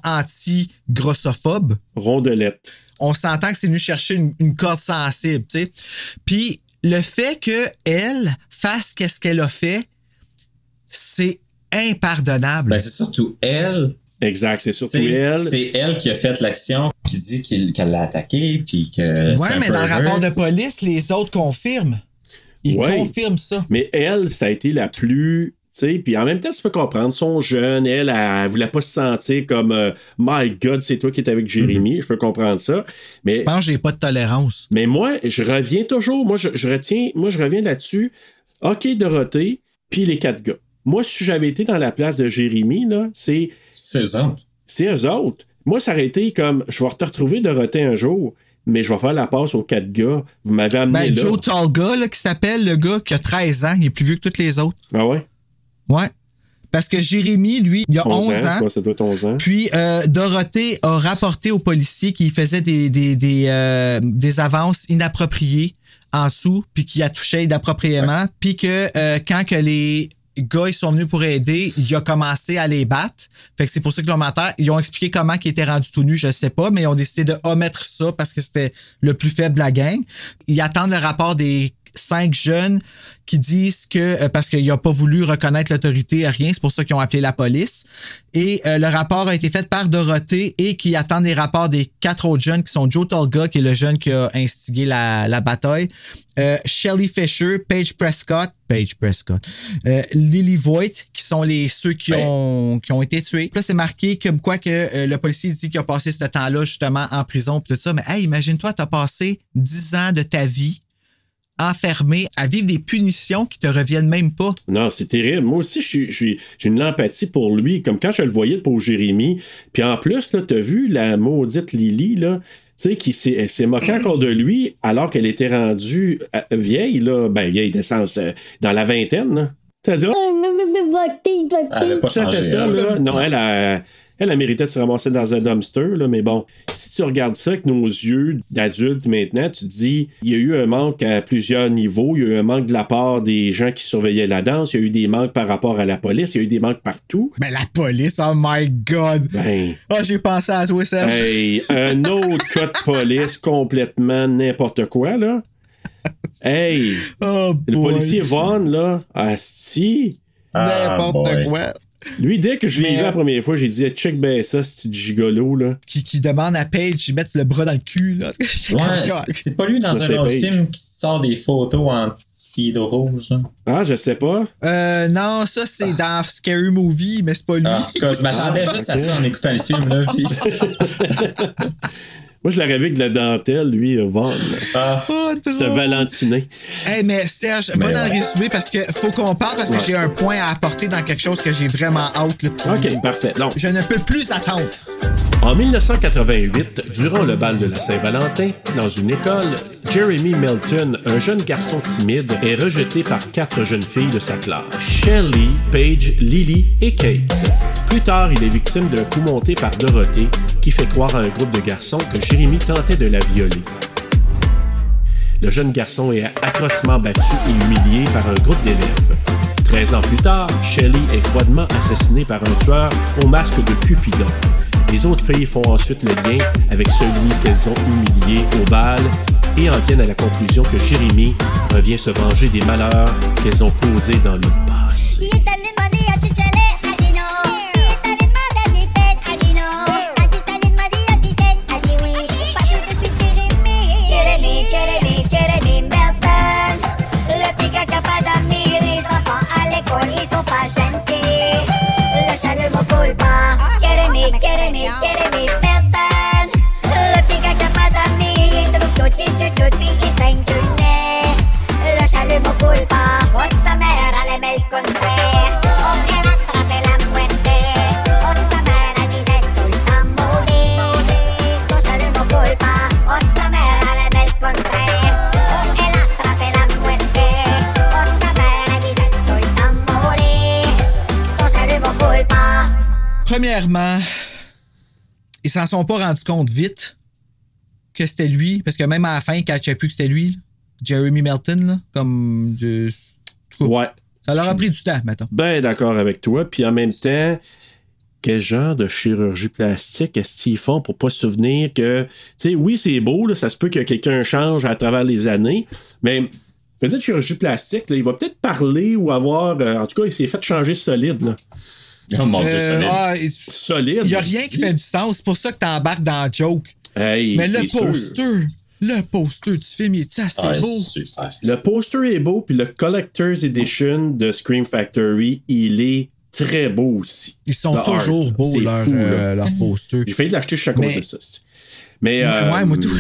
Speaker 4: anti-grossophobe
Speaker 3: Rondelette.
Speaker 4: on s'entend que c'est venu chercher une, une corde sensible, tu sais. Puis le fait que elle fasse qu'est-ce qu'elle a fait, c'est impardonnable.
Speaker 5: Ben, c'est surtout elle.
Speaker 3: Exact, c'est surtout
Speaker 5: C'est
Speaker 3: elle.
Speaker 5: c'est elle qui a fait l'action, qui dit qu'il- qu'elle l'a attaqué, puis que. Euh, c'est
Speaker 4: ouais,
Speaker 5: un
Speaker 4: mais dans le
Speaker 5: pervers.
Speaker 4: rapport de police, les autres confirment. Ils
Speaker 3: Ouais.
Speaker 4: confirment ça.
Speaker 3: Mais elle, ça a été la plus sais, Puis en même temps, tu peux comprendre, son jeune, elle, elle, elle voulait pas se sentir comme euh, My God, c'est toi qui es avec Jérémy. Je peux comprendre ça.
Speaker 4: Mhm. Je
Speaker 3: Mais,
Speaker 4: pense que j'ai pas de tolérance.
Speaker 3: mais moi, je reviens toujours. Moi, je, je retiens. Moi, je reviens là-dessus. OK, Dorothée, puis les quatre gars. Moi, si j'avais été dans la place de Jérémy, là, c'est
Speaker 5: C'est eux autres.
Speaker 3: c'est eux autres. Moi, ça aurait été comme je vais te retrouver Dorothée un jour, mais je vais faire la passe aux quatre gars. Vous m'avez amené
Speaker 4: Ben,
Speaker 3: là.
Speaker 4: Joe Talga, là, qui s'appelle le gars qui a 13 ans, il est plus vieux que tous les autres.
Speaker 3: Ah ouais?
Speaker 4: Ouais. Parce que Jérémy, lui, il a 11, ans.
Speaker 3: toi, ça doit être 11 ans.
Speaker 4: Puis euh, Dorothée a rapporté aux policiers qu'il faisait des, des, des, euh, des avances inappropriées en dessous, puis qu'il a touché inappropriément, puis que euh, quand que les gars ils sont venus pour aider, il a commencé à les battre. Fait que c'est pour ça que l'on m'entend. Ils ont expliqué comment qu'il était rendu tout nu, je sais pas, mais ils ont décidé de omettre ça parce que c'était le plus faible de la gang. Ils attendent le rapport des cinq jeunes qui disent que euh, parce qu'il n'a pas voulu reconnaître l'autorité, rien, c'est pour ça qu'ils ont appelé la police. Et euh, le rapport a été fait par Dorothée et qui attend des rapports des quatre autres jeunes qui sont Joe Tolga, qui est le jeune qui a instigé la, la bataille, euh, Shelly Fisher, Paige Prescott, Paige Prescott, euh, Lily Voigt, qui sont les ceux qui
Speaker 5: Ouais.
Speaker 4: ont qui ont été tués. Puis là, c'est marqué comme quoi que euh, le policier dit qu'il a passé ce temps-là justement en prison puis tout ça. Mais hey, imagine-toi, t'as passé 10 ans de ta vie enfermé à vivre des punitions qui te reviennent même pas.
Speaker 3: Non, c'est terrible. Moi aussi, je suis- je suis- j'ai une empathie pour lui. Comme quand je le voyais, le pauvre Jérémy. Puis en plus, là, t'as vu la maudite Lily, là, tu sais, qui s'est elle s'est moquée encore de lui alors qu'elle était rendue euh, vieille, là. Ben, vieille d'essence, euh, dans la vingtaine, là. T'as dit, oh,
Speaker 5: Elle avait pas
Speaker 3: ça fait
Speaker 5: changé.
Speaker 3: ça,
Speaker 5: elle.
Speaker 3: là. Non, elle a. Elle a mérité de se ramasser dans un dumpster, là, mais bon, si tu regardes ça avec nos yeux d'adultes maintenant, tu te dis, il y a eu un manque à plusieurs niveaux. Il y a eu un manque de la part des gens qui surveillaient la danse. Il y a eu des manques par rapport à la police. Il y a eu des manques partout.
Speaker 4: Ben, la police, oh my god!
Speaker 3: Ben,
Speaker 4: Ah, j'ai pensé à toi, Serge.
Speaker 3: hey, un autre cas de police complètement n'importe quoi, là. Hey,
Speaker 4: Oh,
Speaker 3: le
Speaker 4: boy.
Speaker 3: policier Vaughn, là, asti,
Speaker 4: N'importe
Speaker 5: Ah, boy.
Speaker 4: quoi.
Speaker 3: lui, dès que je l'ai
Speaker 4: Mais,
Speaker 3: vu
Speaker 4: euh,
Speaker 3: la première fois, j'ai dit, check ben ça, ce petit gigolo, là.
Speaker 4: Qui, qui demande à Paige de mettre le bras dans le cul, là.
Speaker 5: Ouais,
Speaker 4: God.
Speaker 5: c'est- c'est pas lui dans
Speaker 3: Ça,
Speaker 5: un
Speaker 3: c'est
Speaker 5: autre
Speaker 3: Paige.
Speaker 5: film qui sort des photos en petit dos rouge. hein.
Speaker 3: Ah, je sais pas.
Speaker 4: Euh, non, ça, c'est dans Scary Movie, mais c'est pas lui.
Speaker 5: Ah, En tout cas, je m'attendais juste à ça en écoutant le film. Là, puis...
Speaker 3: Moi, je l'aurais vu avec de la dentelle, lui, euh, Vaughn. là.
Speaker 5: Ah,
Speaker 4: Oh,
Speaker 3: Ce
Speaker 4: drôle.
Speaker 3: Valentinet.
Speaker 4: Hey, mais Serge, va
Speaker 5: Mais
Speaker 4: dans le
Speaker 5: ouais.
Speaker 4: résumé parce que faut qu'on parle parce que j'ai un point à apporter dans quelque chose que j'ai vraiment hâte. là.
Speaker 3: OK, parfait. Donc,
Speaker 4: Je ne peux plus attendre.
Speaker 8: En 1988, durant le bal de la Saint-Valentin, dans une école, Jeremy Melton, un jeune garçon timide, est rejeté par quatre jeunes filles de sa classe. Shelley, Paige, Lily et Kate. Plus tard, il est victime d'un coup monté par Dorothée, qui fait croire à un groupe de garçons que Jeremy tentait de la violer. Le jeune garçon est atrocement battu et humilié par un groupe d'élèves. 13 ans plus tard, Shelley est froidement assassinée par un tueur au masque de Cupidon. Les autres filles font ensuite le lien avec celui qu'elles ont humilié au bal et en viennent à la conclusion que Jérémy revient se venger des malheurs qu'elles ont causés dans le passé.
Speaker 4: Premièrement, ils s'en sont pas rendus compte vite que c'était lui, parce que même à la fin, ils catchaient plus que c'était lui, là. Jeremy Melton, là, comme du-
Speaker 3: Ouais,
Speaker 4: Ça leur a pris du temps, mettons.
Speaker 3: ben d'accord avec toi. Puis en même temps, quel genre de chirurgie plastique est-ce qu'ils font pour pas se souvenir que, tu sais, oui, c'est beau, là, ça se peut que quelqu'un change à travers les années, mais faisait de chirurgie plastique, là, il va peut-être parler ou avoir, euh, en tout cas, il s'est fait changer solide. Là.
Speaker 5: oh mon dieu,
Speaker 4: Euh,
Speaker 5: solide.
Speaker 4: ah, il-
Speaker 3: Solide.
Speaker 4: Il y a rien qui fait du sens. C'est pour ça que t'embarques dans la joke.
Speaker 3: Hey,
Speaker 4: Mais
Speaker 3: c'est
Speaker 4: le
Speaker 3: sûr.
Speaker 4: poster, Le poster du film il est assez
Speaker 5: Ah,
Speaker 4: beau.
Speaker 5: super.
Speaker 3: Le poster est beau, puis le Collector's Edition de Scream Factory, il est très beau aussi.
Speaker 4: Ils sont
Speaker 3: Le
Speaker 4: toujours
Speaker 3: art,
Speaker 4: beaux,
Speaker 3: c'est
Speaker 4: leurs
Speaker 3: fou, là.
Speaker 4: euh, leurs posters.
Speaker 3: J'ai failli l'acheter chaque cause
Speaker 4: Mais-
Speaker 3: de ça. c'est- Mais,
Speaker 4: Ouais,
Speaker 3: euh,
Speaker 4: ouais, moi tout.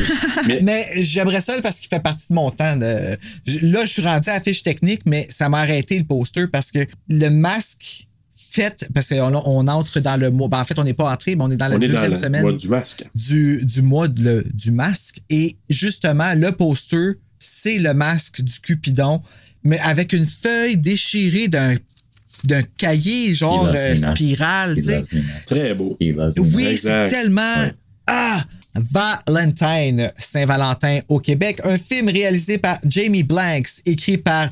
Speaker 3: mais-
Speaker 4: mais j'aimerais ça parce qu'il fait partie de mon temps. de- je- Là, je suis rendu à la fiche technique, mais ça m'a arrêté le poster parce que le masque fait, parce qu'on on entre dans le mois. ben, en fait, on n'est pas entré, mais on est dans la
Speaker 3: on est dans
Speaker 4: deuxième
Speaker 3: le
Speaker 4: semaine
Speaker 3: mois du masque.
Speaker 4: du, du mois de le- du masque. Et justement, le poster, c'est le masque du Cupidon, mais avec une feuille déchirée d'un d'un cahier genre
Speaker 5: Il va
Speaker 4: euh,
Speaker 5: se ménager.
Speaker 4: spirale, tu
Speaker 5: Il
Speaker 4: sais.
Speaker 5: loves me, man.
Speaker 3: Très beau.
Speaker 5: He loves me, man.
Speaker 4: Oui, c'est
Speaker 3: Exact.
Speaker 4: tellement. Ah! Valentine, Saint-Valentin au Québec, un film réalisé par Jamie Blanks, écrit par.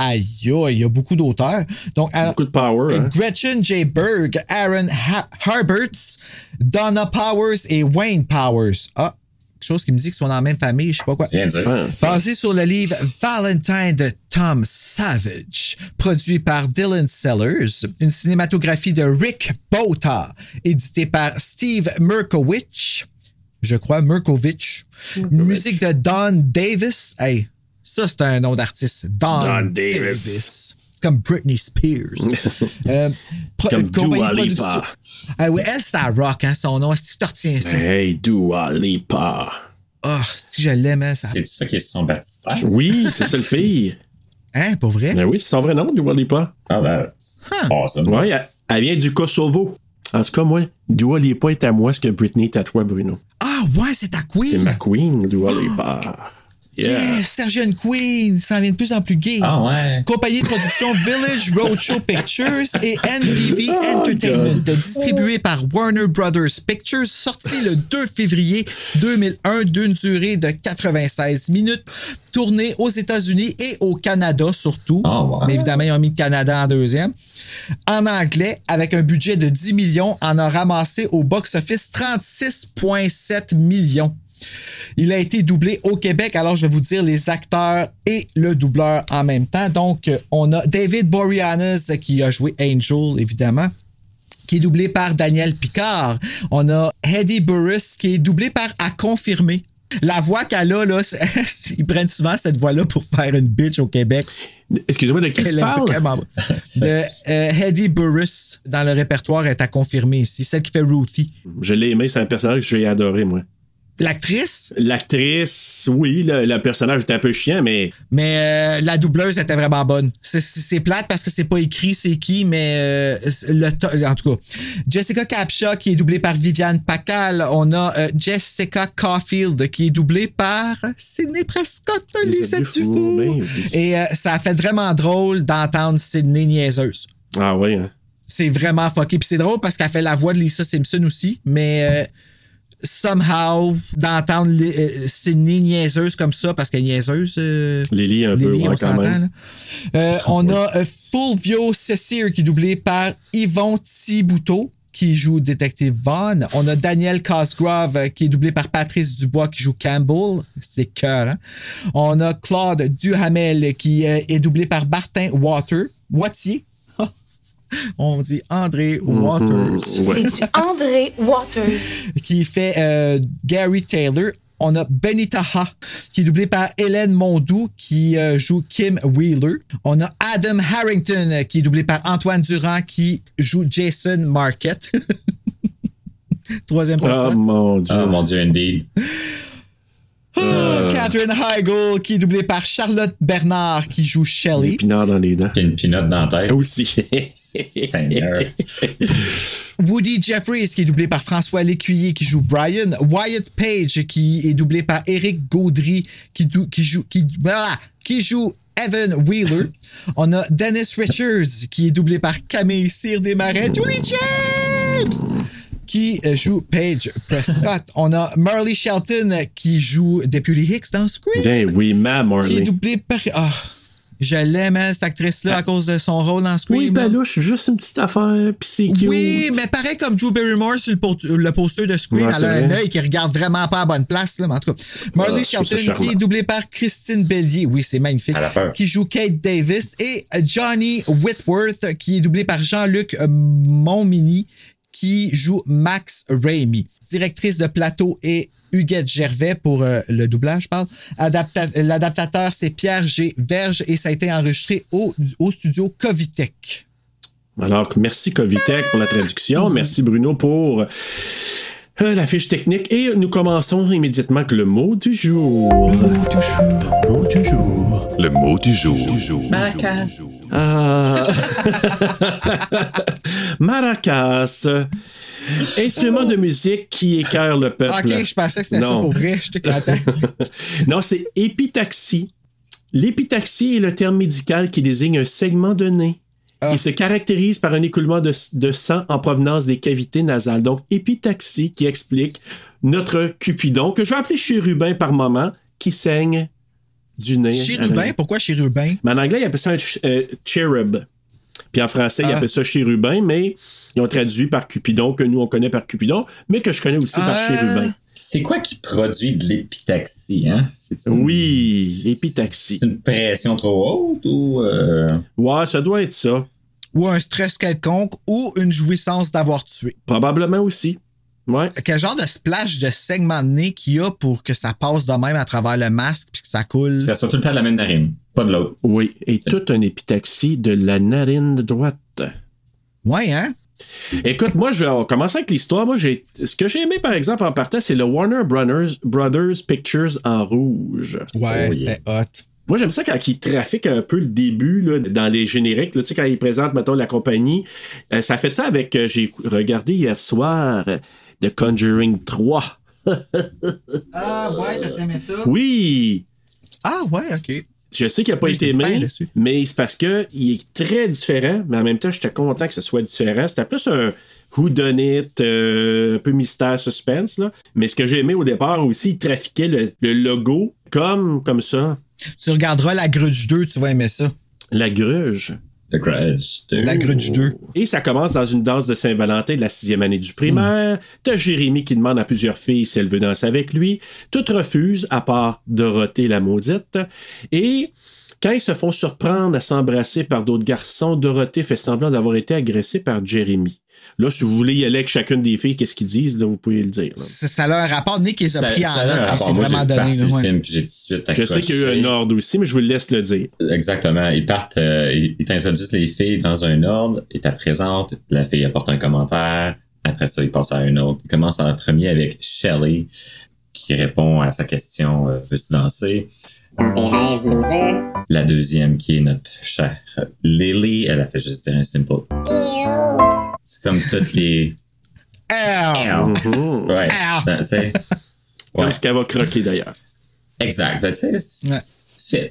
Speaker 4: Aïe, aïe, il y a beaucoup d'auteurs. Donc, alors,
Speaker 3: Beaucoup de power. hein.
Speaker 4: Gretchen J. Berg, Aaron Ha- Harberts, Donna Powers et Wayne Powers. Ah, quelque chose qui me dit qu'ils sont dans la même famille, je sais pas quoi.
Speaker 5: Rien dire.
Speaker 3: Pense.
Speaker 4: Basé sur le livre Valentine de Tom Savage, produit par Dylan Sellers, une cinématographie de Rick Bota, édité par Steve Merkowitz, je crois, Merkowitz, musique de Don Davis. Hey, ça, c'est un nom d'artiste. Don,
Speaker 3: Don
Speaker 4: Davis.
Speaker 3: Davis.
Speaker 4: Comme Britney Spears. Euh, pro-
Speaker 3: Comme
Speaker 4: compagnie
Speaker 3: Dua
Speaker 4: de
Speaker 3: Lipa.
Speaker 4: production- Ah oui, elle, ça rock, hein, son nom. Si tu te retiens ça.
Speaker 3: Hey, Dua Lipa.
Speaker 4: Ah, si je l'aime, elle, ça.
Speaker 5: C'est ça qui est son baptistère.
Speaker 3: Oui, c'est ça le fille.
Speaker 4: Hein, pour vrai?
Speaker 3: Ben oui, c'est son vrai nom, Dua Lipa.
Speaker 5: Ah, ben, c'est
Speaker 4: Huh.
Speaker 5: awesome.
Speaker 3: Oui, elle, elle vient du Kosovo. En tout cas, moi, Dua Lipa est à moi ce que Britney est à toi, Bruno.
Speaker 4: Ah ouais, c'est ta queen.
Speaker 3: C'est ma queen, Dua Lipa. Yeah.
Speaker 4: Yes, Sergio and Queen, ça en vient de plus en plus gay.
Speaker 5: Ah, ouais.
Speaker 4: Compagnie de production Village Roadshow Pictures et NBV
Speaker 5: Oh,
Speaker 4: Entertainment, distribué par Warner Brothers Pictures, sorti le 2 février 2001 d'une durée de 96 minutes, tournée aux États-Unis et au Canada surtout.
Speaker 5: Ah, ouais.
Speaker 4: Mais évidemment, ils ont mis le Canada en deuxième. En anglais, avec un budget de 10 millions, en a ramassé au box-office 36,7 millions. Il a été doublé au Québec, alors je vais vous dire les acteurs et le doubleur en même temps. Donc, euh, on a David Boreanaz euh, qui a joué Angel, évidemment, qui est doublé par Daniel Picard. On a Hedy Burris qui est doublé par à confirmer. La voix qu'elle a, là, c'est- ils prennent souvent cette voix-là pour faire une bitch au Québec.
Speaker 3: Excusez-moi, de qui tu
Speaker 4: Elle est
Speaker 3: parles?
Speaker 4: vraiment- De euh, Hedy Burris, dans le répertoire, est à confirmer ici. Celle qui fait Ruthie.
Speaker 3: Je l'ai aimé, c'est un personnage que j'ai adoré, moi.
Speaker 4: L'actrice,
Speaker 3: L'actrice, oui, le, le personnage était un peu chiant, mais
Speaker 4: mais euh, la doubleuse était vraiment bonne. C'est- C'est c'est plate parce que c'est pas écrit c'est qui, mais euh, c'est le to- en tout cas. Jessica Capshaw qui est doublée par Viviane Pacal. On a euh, Jessica Caulfield qui est doublée par Sidney Prescott, Lisette
Speaker 3: Dufour,
Speaker 4: Dufour.
Speaker 3: ben oui.
Speaker 4: Et euh, ça a fait vraiment drôle d'entendre Sidney niaiseuse.
Speaker 3: ah oui, hein.
Speaker 4: c'est vraiment fucké. Puis c'est drôle parce qu'elle fait la voix de Lisa Simpson aussi, mais euh, somehow, d'entendre Li- euh, Sydney niaiseuse comme ça, parce qu'elle est niaiseuse, euh,
Speaker 3: Lily un peu,
Speaker 4: Lily,
Speaker 3: ouais,
Speaker 4: on
Speaker 3: quand
Speaker 4: s'entend.
Speaker 3: même.
Speaker 4: là. Euh, on a euh, Fulvio Cecir qui est doublé par Yvon Thibouteau qui joue Détective Vaughn. On a Daniel Cosgrove euh, qui est doublé par Patrice Dubois qui joue Campbell. C'est cœur. hein. On a Claude Duhamel qui euh, est doublé par Martin Water. Wattier. on dit André
Speaker 3: Mhm.
Speaker 4: Waters
Speaker 3: Ouais.
Speaker 9: C'est du André Waters.
Speaker 4: qui fait euh, Gary Taylor. On a Benita Ha, qui est doublée par Hélène Mondou, qui euh, joue Kim Wheeler. On a Adam Harrington, euh, qui est doublé par Antoine Durand, qui joue Jason Marquette. Troisième
Speaker 3: Ah
Speaker 4: personne.
Speaker 3: mon dieu.
Speaker 5: Ah, mon Dieu, indeed.
Speaker 4: Ah, Catherine Heigl, qui est doublée par Charlotte Bernard, qui joue
Speaker 3: Des
Speaker 4: Shelley.
Speaker 3: pinards dans les dents.
Speaker 5: Puis une pinotte dans la tête.
Speaker 3: Aussi.
Speaker 5: Seigneur.
Speaker 4: Woody Jeffries, qui est doublé par François Lécuyer, qui joue Brian. Wyatt Page, qui est doublé par Eric Gaudry, qui, dou- qui joue, qui, ah, qui joue Evan Wheeler. On a Dennis Richards, qui est doublé par Camille Cyr Desmarais. Julie James! Qui euh, joue Paige Prescott. On a Marley Shelton, qui joue Deputy Hicks dans Scream.
Speaker 3: Ben oui, ma
Speaker 4: Qui est
Speaker 3: Marley.
Speaker 4: doublé par. Ah, je l'aime, hein, cette actrice-là, à cause de son rôle dans Scream.
Speaker 3: Oui, ben
Speaker 4: là.
Speaker 3: Balouche, juste une petite affaire, pis c'est cute.
Speaker 4: Oui, mais pareil comme Drew Barrymore sur le, pot- le poster de Scream,
Speaker 3: Ouais,
Speaker 4: elle
Speaker 3: c'est
Speaker 4: a un
Speaker 3: vrai.
Speaker 4: œil qui regarde vraiment pas à bonne place, là, mais en tout cas. Marley
Speaker 3: Ouais, je trouve ça
Speaker 4: Shelton, qui
Speaker 3: charmant.
Speaker 4: est doublée par Christine Bellier, oui, c'est magnifique,
Speaker 5: Elle a peur.
Speaker 4: qui joue Kate Davis, et Johnny Whitworth, qui est doublé par Jean-Luc euh, Montmini, qui joue Max Raimi. Directrice de plateau et Huguette Gervais pour euh, le doublage, je parle. Adapta- L'adaptateur, c'est Pierre G. Verge et ça a été enregistré au, au studio Covitech.
Speaker 3: Alors, merci Covitech pour la
Speaker 4: Mm.
Speaker 3: traduction. Merci Bruno pour euh, la fiche technique. Et nous commençons immédiatement avec le mot du jour. Le mot du jour.
Speaker 10: Le mot du jour.
Speaker 9: Maracas.
Speaker 3: Ah. Maracas. Instrument de musique qui écœure le peuple.
Speaker 4: Ah, Ok, je pensais que c'était ça
Speaker 3: Non.
Speaker 4: pour vrai. J'étais content.
Speaker 3: non, c'est épitaxie. L'épitaxie est le terme médical qui désigne un segment de nez.
Speaker 4: Ah.
Speaker 3: Il se caractérise par un écoulement de, de sang en provenance des cavités nasales. Donc, épitaxie qui explique notre cupidon, que je vais appeler chérubin par moment, qui saigne du nez.
Speaker 4: Chérubin, pourquoi chérubin?
Speaker 3: Mais en anglais, ils appellent ça un ch- euh, cherub. Puis en français, ils
Speaker 4: Ah.
Speaker 3: appellent ça chérubin, mais ils ont traduit par cupidon, que nous, on connaît par cupidon, mais que je connais aussi par
Speaker 4: Ah.
Speaker 3: chérubin.
Speaker 5: C'est quoi qui produit de l'épitaxie, hein? C'est une-
Speaker 3: Oui, épitaxie.
Speaker 5: C'est une pression trop haute ou. euh,
Speaker 3: Ouais, ça doit être ça.
Speaker 4: Ou un stress quelconque ou une jouissance d'avoir tué?
Speaker 3: Probablement aussi. Ouais.
Speaker 4: Quel genre de splash de segment de nez qu'il y a pour que ça passe de même à travers le masque puis que ça coule?
Speaker 5: Ça sort tout le temps de la même narine, pas de l'autre.
Speaker 3: Oui. Et tout un épitaxie de la narine droite.
Speaker 4: Ouais, hein?
Speaker 3: Écoute, moi, je vais commencer avec l'histoire. Moi, j'ai. Ce que j'ai aimé, par exemple, en partant, c'est le Warner Brothers, Brothers Pictures en rouge.
Speaker 4: Ouais,
Speaker 5: Oh,
Speaker 4: c'était hot.
Speaker 3: Moi, j'aime ça quand ils trafiquent un peu le début là, dans les génériques. Là, tu sais, quand ils présentent, mettons, la compagnie. Euh, ça fait ça avec. euh, j'ai regardé hier soir euh, The Conjuring 3.
Speaker 4: Ah ouais, t'as aimé ça?
Speaker 3: Oui!
Speaker 4: Ah ouais, ok.
Speaker 3: Je sais qu'il n'a pas
Speaker 4: Moi,
Speaker 3: été
Speaker 4: j'étais bien
Speaker 3: aimé,
Speaker 4: déçu.
Speaker 3: mais c'est parce que il est très différent, mais en même temps, j'étais content que ce soit différent. C'était plus un whodunit, euh, un peu mystère, suspense. Là. Mais ce que j'ai aimé au départ aussi, il trafiquait le, le logo comme, comme ça,
Speaker 4: Tu regarderas la Grudge 2, tu vas aimer ça.
Speaker 3: la gruge.
Speaker 5: The Grudge. de-
Speaker 4: La Grudge 2.
Speaker 3: Et ça commence dans une danse de Saint-Valentin de la sixième année du primaire. T'as Jérémy qui demande à plusieurs filles si elles veulent danser avec lui. Toutes refusent, à part Dorothée la maudite. Et quand ils se font surprendre à s'embrasser par d'autres garçons, Dorothée fait semblant d'avoir été agressée par Jérémy. Là, si vous voulez y aller avec chacune des filles, qu'est-ce qu'ils disent, là, vous pouvez le dire. là.
Speaker 4: Ça, ça a un rapport. Nick les a
Speaker 5: Ça-
Speaker 4: pris
Speaker 5: ça
Speaker 4: en
Speaker 5: a un
Speaker 4: note. puis
Speaker 5: rapport.
Speaker 4: C'est
Speaker 5: Moi, j'ai
Speaker 4: vraiment donné.
Speaker 5: parti
Speaker 4: là,
Speaker 5: le
Speaker 4: ouais.
Speaker 5: film, puis j'ai tout de suite
Speaker 3: Je sais qu'il y a eu
Speaker 5: accroché.
Speaker 3: un ordre aussi, mais je vous le laisse le dire.
Speaker 5: Exactement. Ils partent, euh, ils ils t'introduisent les filles dans un ordre, ils te présentent, la fille apporte un commentaire, après ça, ils passent à un autre. Ils commencent en premier avec Shelley, qui répond à sa question euh, « Veux-tu danser? »
Speaker 7: Dans tes rêves, loser.
Speaker 5: La deuxième, qui est notre chère Lily, elle a fait juste dire un simple
Speaker 7: Ew.
Speaker 5: « C'est comme toutes les...
Speaker 4: Ah,
Speaker 3: Mhm.
Speaker 5: Ouais.
Speaker 4: Ah.
Speaker 5: Tu sais,
Speaker 3: Comme
Speaker 5: Ouais.
Speaker 3: ce qu'elle va croquer d'ailleurs.
Speaker 5: Exact. Tu sais, c'est-
Speaker 4: Ouais.
Speaker 5: fit.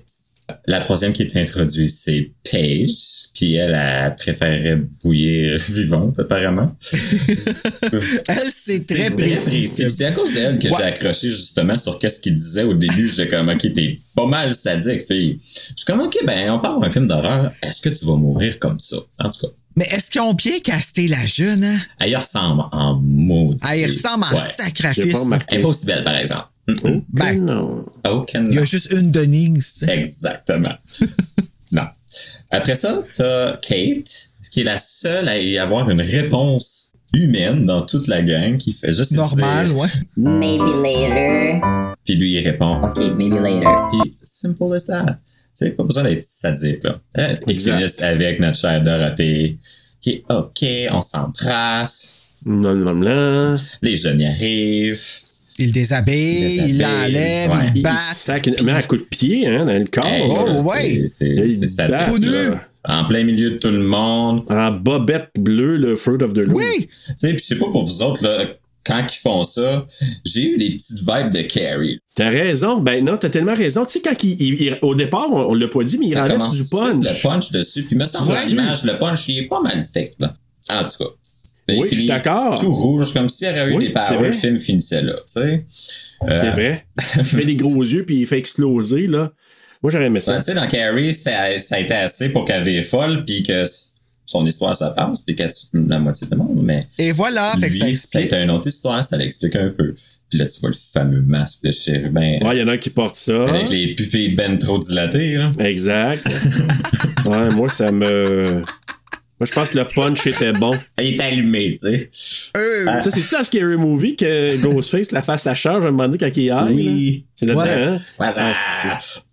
Speaker 5: La troisième qui est introduite, c'est Paige, puis elle, elle préférait bouillir vivante, apparemment.
Speaker 4: Elle, c'est très
Speaker 5: précis.
Speaker 4: précis.
Speaker 5: Puis C'est à cause d'elle que
Speaker 4: Ouais.
Speaker 5: j'ai accroché justement sur qu'est-ce qu'il disait au début. J'ai comme, OK, t'es pas mal sadique, fille. Je suis comme, OK, ben, on parle d'un film d'horreur. Est-ce que tu vas mourir comme ça? En tout cas,
Speaker 4: Mais est-ce qu'ils ont bien casté la jeune? Hein?
Speaker 5: elle y ressemble en maudit.
Speaker 4: Ah, il ressemble en
Speaker 5: Ouais.
Speaker 3: J'ai
Speaker 4: sacrifice.
Speaker 3: pas
Speaker 5: Elle est
Speaker 3: remarqué.
Speaker 5: pas aussi belle, par exemple. Mm-mm.
Speaker 4: Ben.
Speaker 3: Non.
Speaker 5: Aucun
Speaker 4: Il y a juste une de Nings. tu sais.
Speaker 5: Exactement. non. Après ça, t'as Kate, qui est la seule à y avoir une réponse humaine dans toute la gang, qui fait juste
Speaker 4: Normal,
Speaker 5: dire-
Speaker 4: ouais.
Speaker 11: Maybe later.
Speaker 5: Puis lui, il répond. Euh,
Speaker 11: Okay, maybe later.
Speaker 5: Puis simple as that. Tu sais, pas besoin d'être sadique, là. Euh, Ils
Speaker 3: Exact.
Speaker 5: finissent avec notre chère Dorothée, qui est OK, on s'embrasse,
Speaker 3: Non, non, non.
Speaker 5: les jeunes y arrivent.
Speaker 4: Il le
Speaker 5: Il
Speaker 4: déshabille,
Speaker 5: les
Speaker 4: il
Speaker 5: habille,
Speaker 4: l'enlève,
Speaker 5: ouais.
Speaker 4: il
Speaker 3: Il
Speaker 4: bat.
Speaker 3: sac une- met un coup de pied hein, dans le corps.
Speaker 5: Hey,
Speaker 4: oh,
Speaker 5: là,
Speaker 4: ouais.
Speaker 5: C'est
Speaker 3: Là,
Speaker 5: c'est-
Speaker 3: il
Speaker 5: c'est
Speaker 3: bat,
Speaker 5: sadique,
Speaker 4: là.
Speaker 5: là. En plein milieu de tout le monde.
Speaker 3: En bobette bleue, le Fruit of the Loom.
Speaker 4: Oui!
Speaker 5: Tu sais, puis je sais pas pour vous autres, là, quand ils font ça, j'ai eu les petites vibes de Carrie.
Speaker 3: T'as raison. Ben non, t'as tellement raison. Tu sais, quand il, il- il- au départ, on, on l'a pas dit, mais il
Speaker 5: Ça
Speaker 3: enlève
Speaker 5: commence
Speaker 3: du
Speaker 5: tout de suite,
Speaker 3: punch.
Speaker 5: Le punch dessus, puis me semble
Speaker 3: Ouais.
Speaker 5: l'image, le punch, il est pas mal fait, là. En tout cas. Il
Speaker 3: Oui, je suis
Speaker 5: finit
Speaker 3: d'accord.
Speaker 5: Tout rouge, comme s'il y avait eu
Speaker 3: Oui,
Speaker 5: des
Speaker 3: c'est
Speaker 5: paroles,
Speaker 3: vrai.
Speaker 5: le film finissait là, tu sais. Euh,
Speaker 3: C'est vrai. il fait des gros yeux puis il fait exploser, là. Moi, j'aurais aimé
Speaker 5: Ben,
Speaker 3: ça.
Speaker 5: tu sais, dans Carrie, ça, ça a été assez pour qu'elle est folle, puis que s- son histoire, ça passe, puis qu'elle tue la moitié du monde, mais
Speaker 4: Et voilà, Ah, fait que ça
Speaker 5: lui, ça a
Speaker 4: explique.
Speaker 5: été une autre histoire, ça l'explique un peu. Puis là, tu vois le fameux masque de chérubin
Speaker 3: Ouais, il y en a un qui porte ça.
Speaker 5: avec les pupilles ben trop dilatées, là.
Speaker 3: Exact. ouais, moi, ça me. Moi, je pense que le punch était bon.
Speaker 5: Il est allumé, tu sais.
Speaker 4: ah,
Speaker 3: Ça, c'est ça, Scary Movie, que Ghostface, la face à charge, je me demandais quand il aille.
Speaker 5: Oui.
Speaker 3: C'est là-dedans,
Speaker 4: Ouais.
Speaker 3: hein?
Speaker 5: Waza.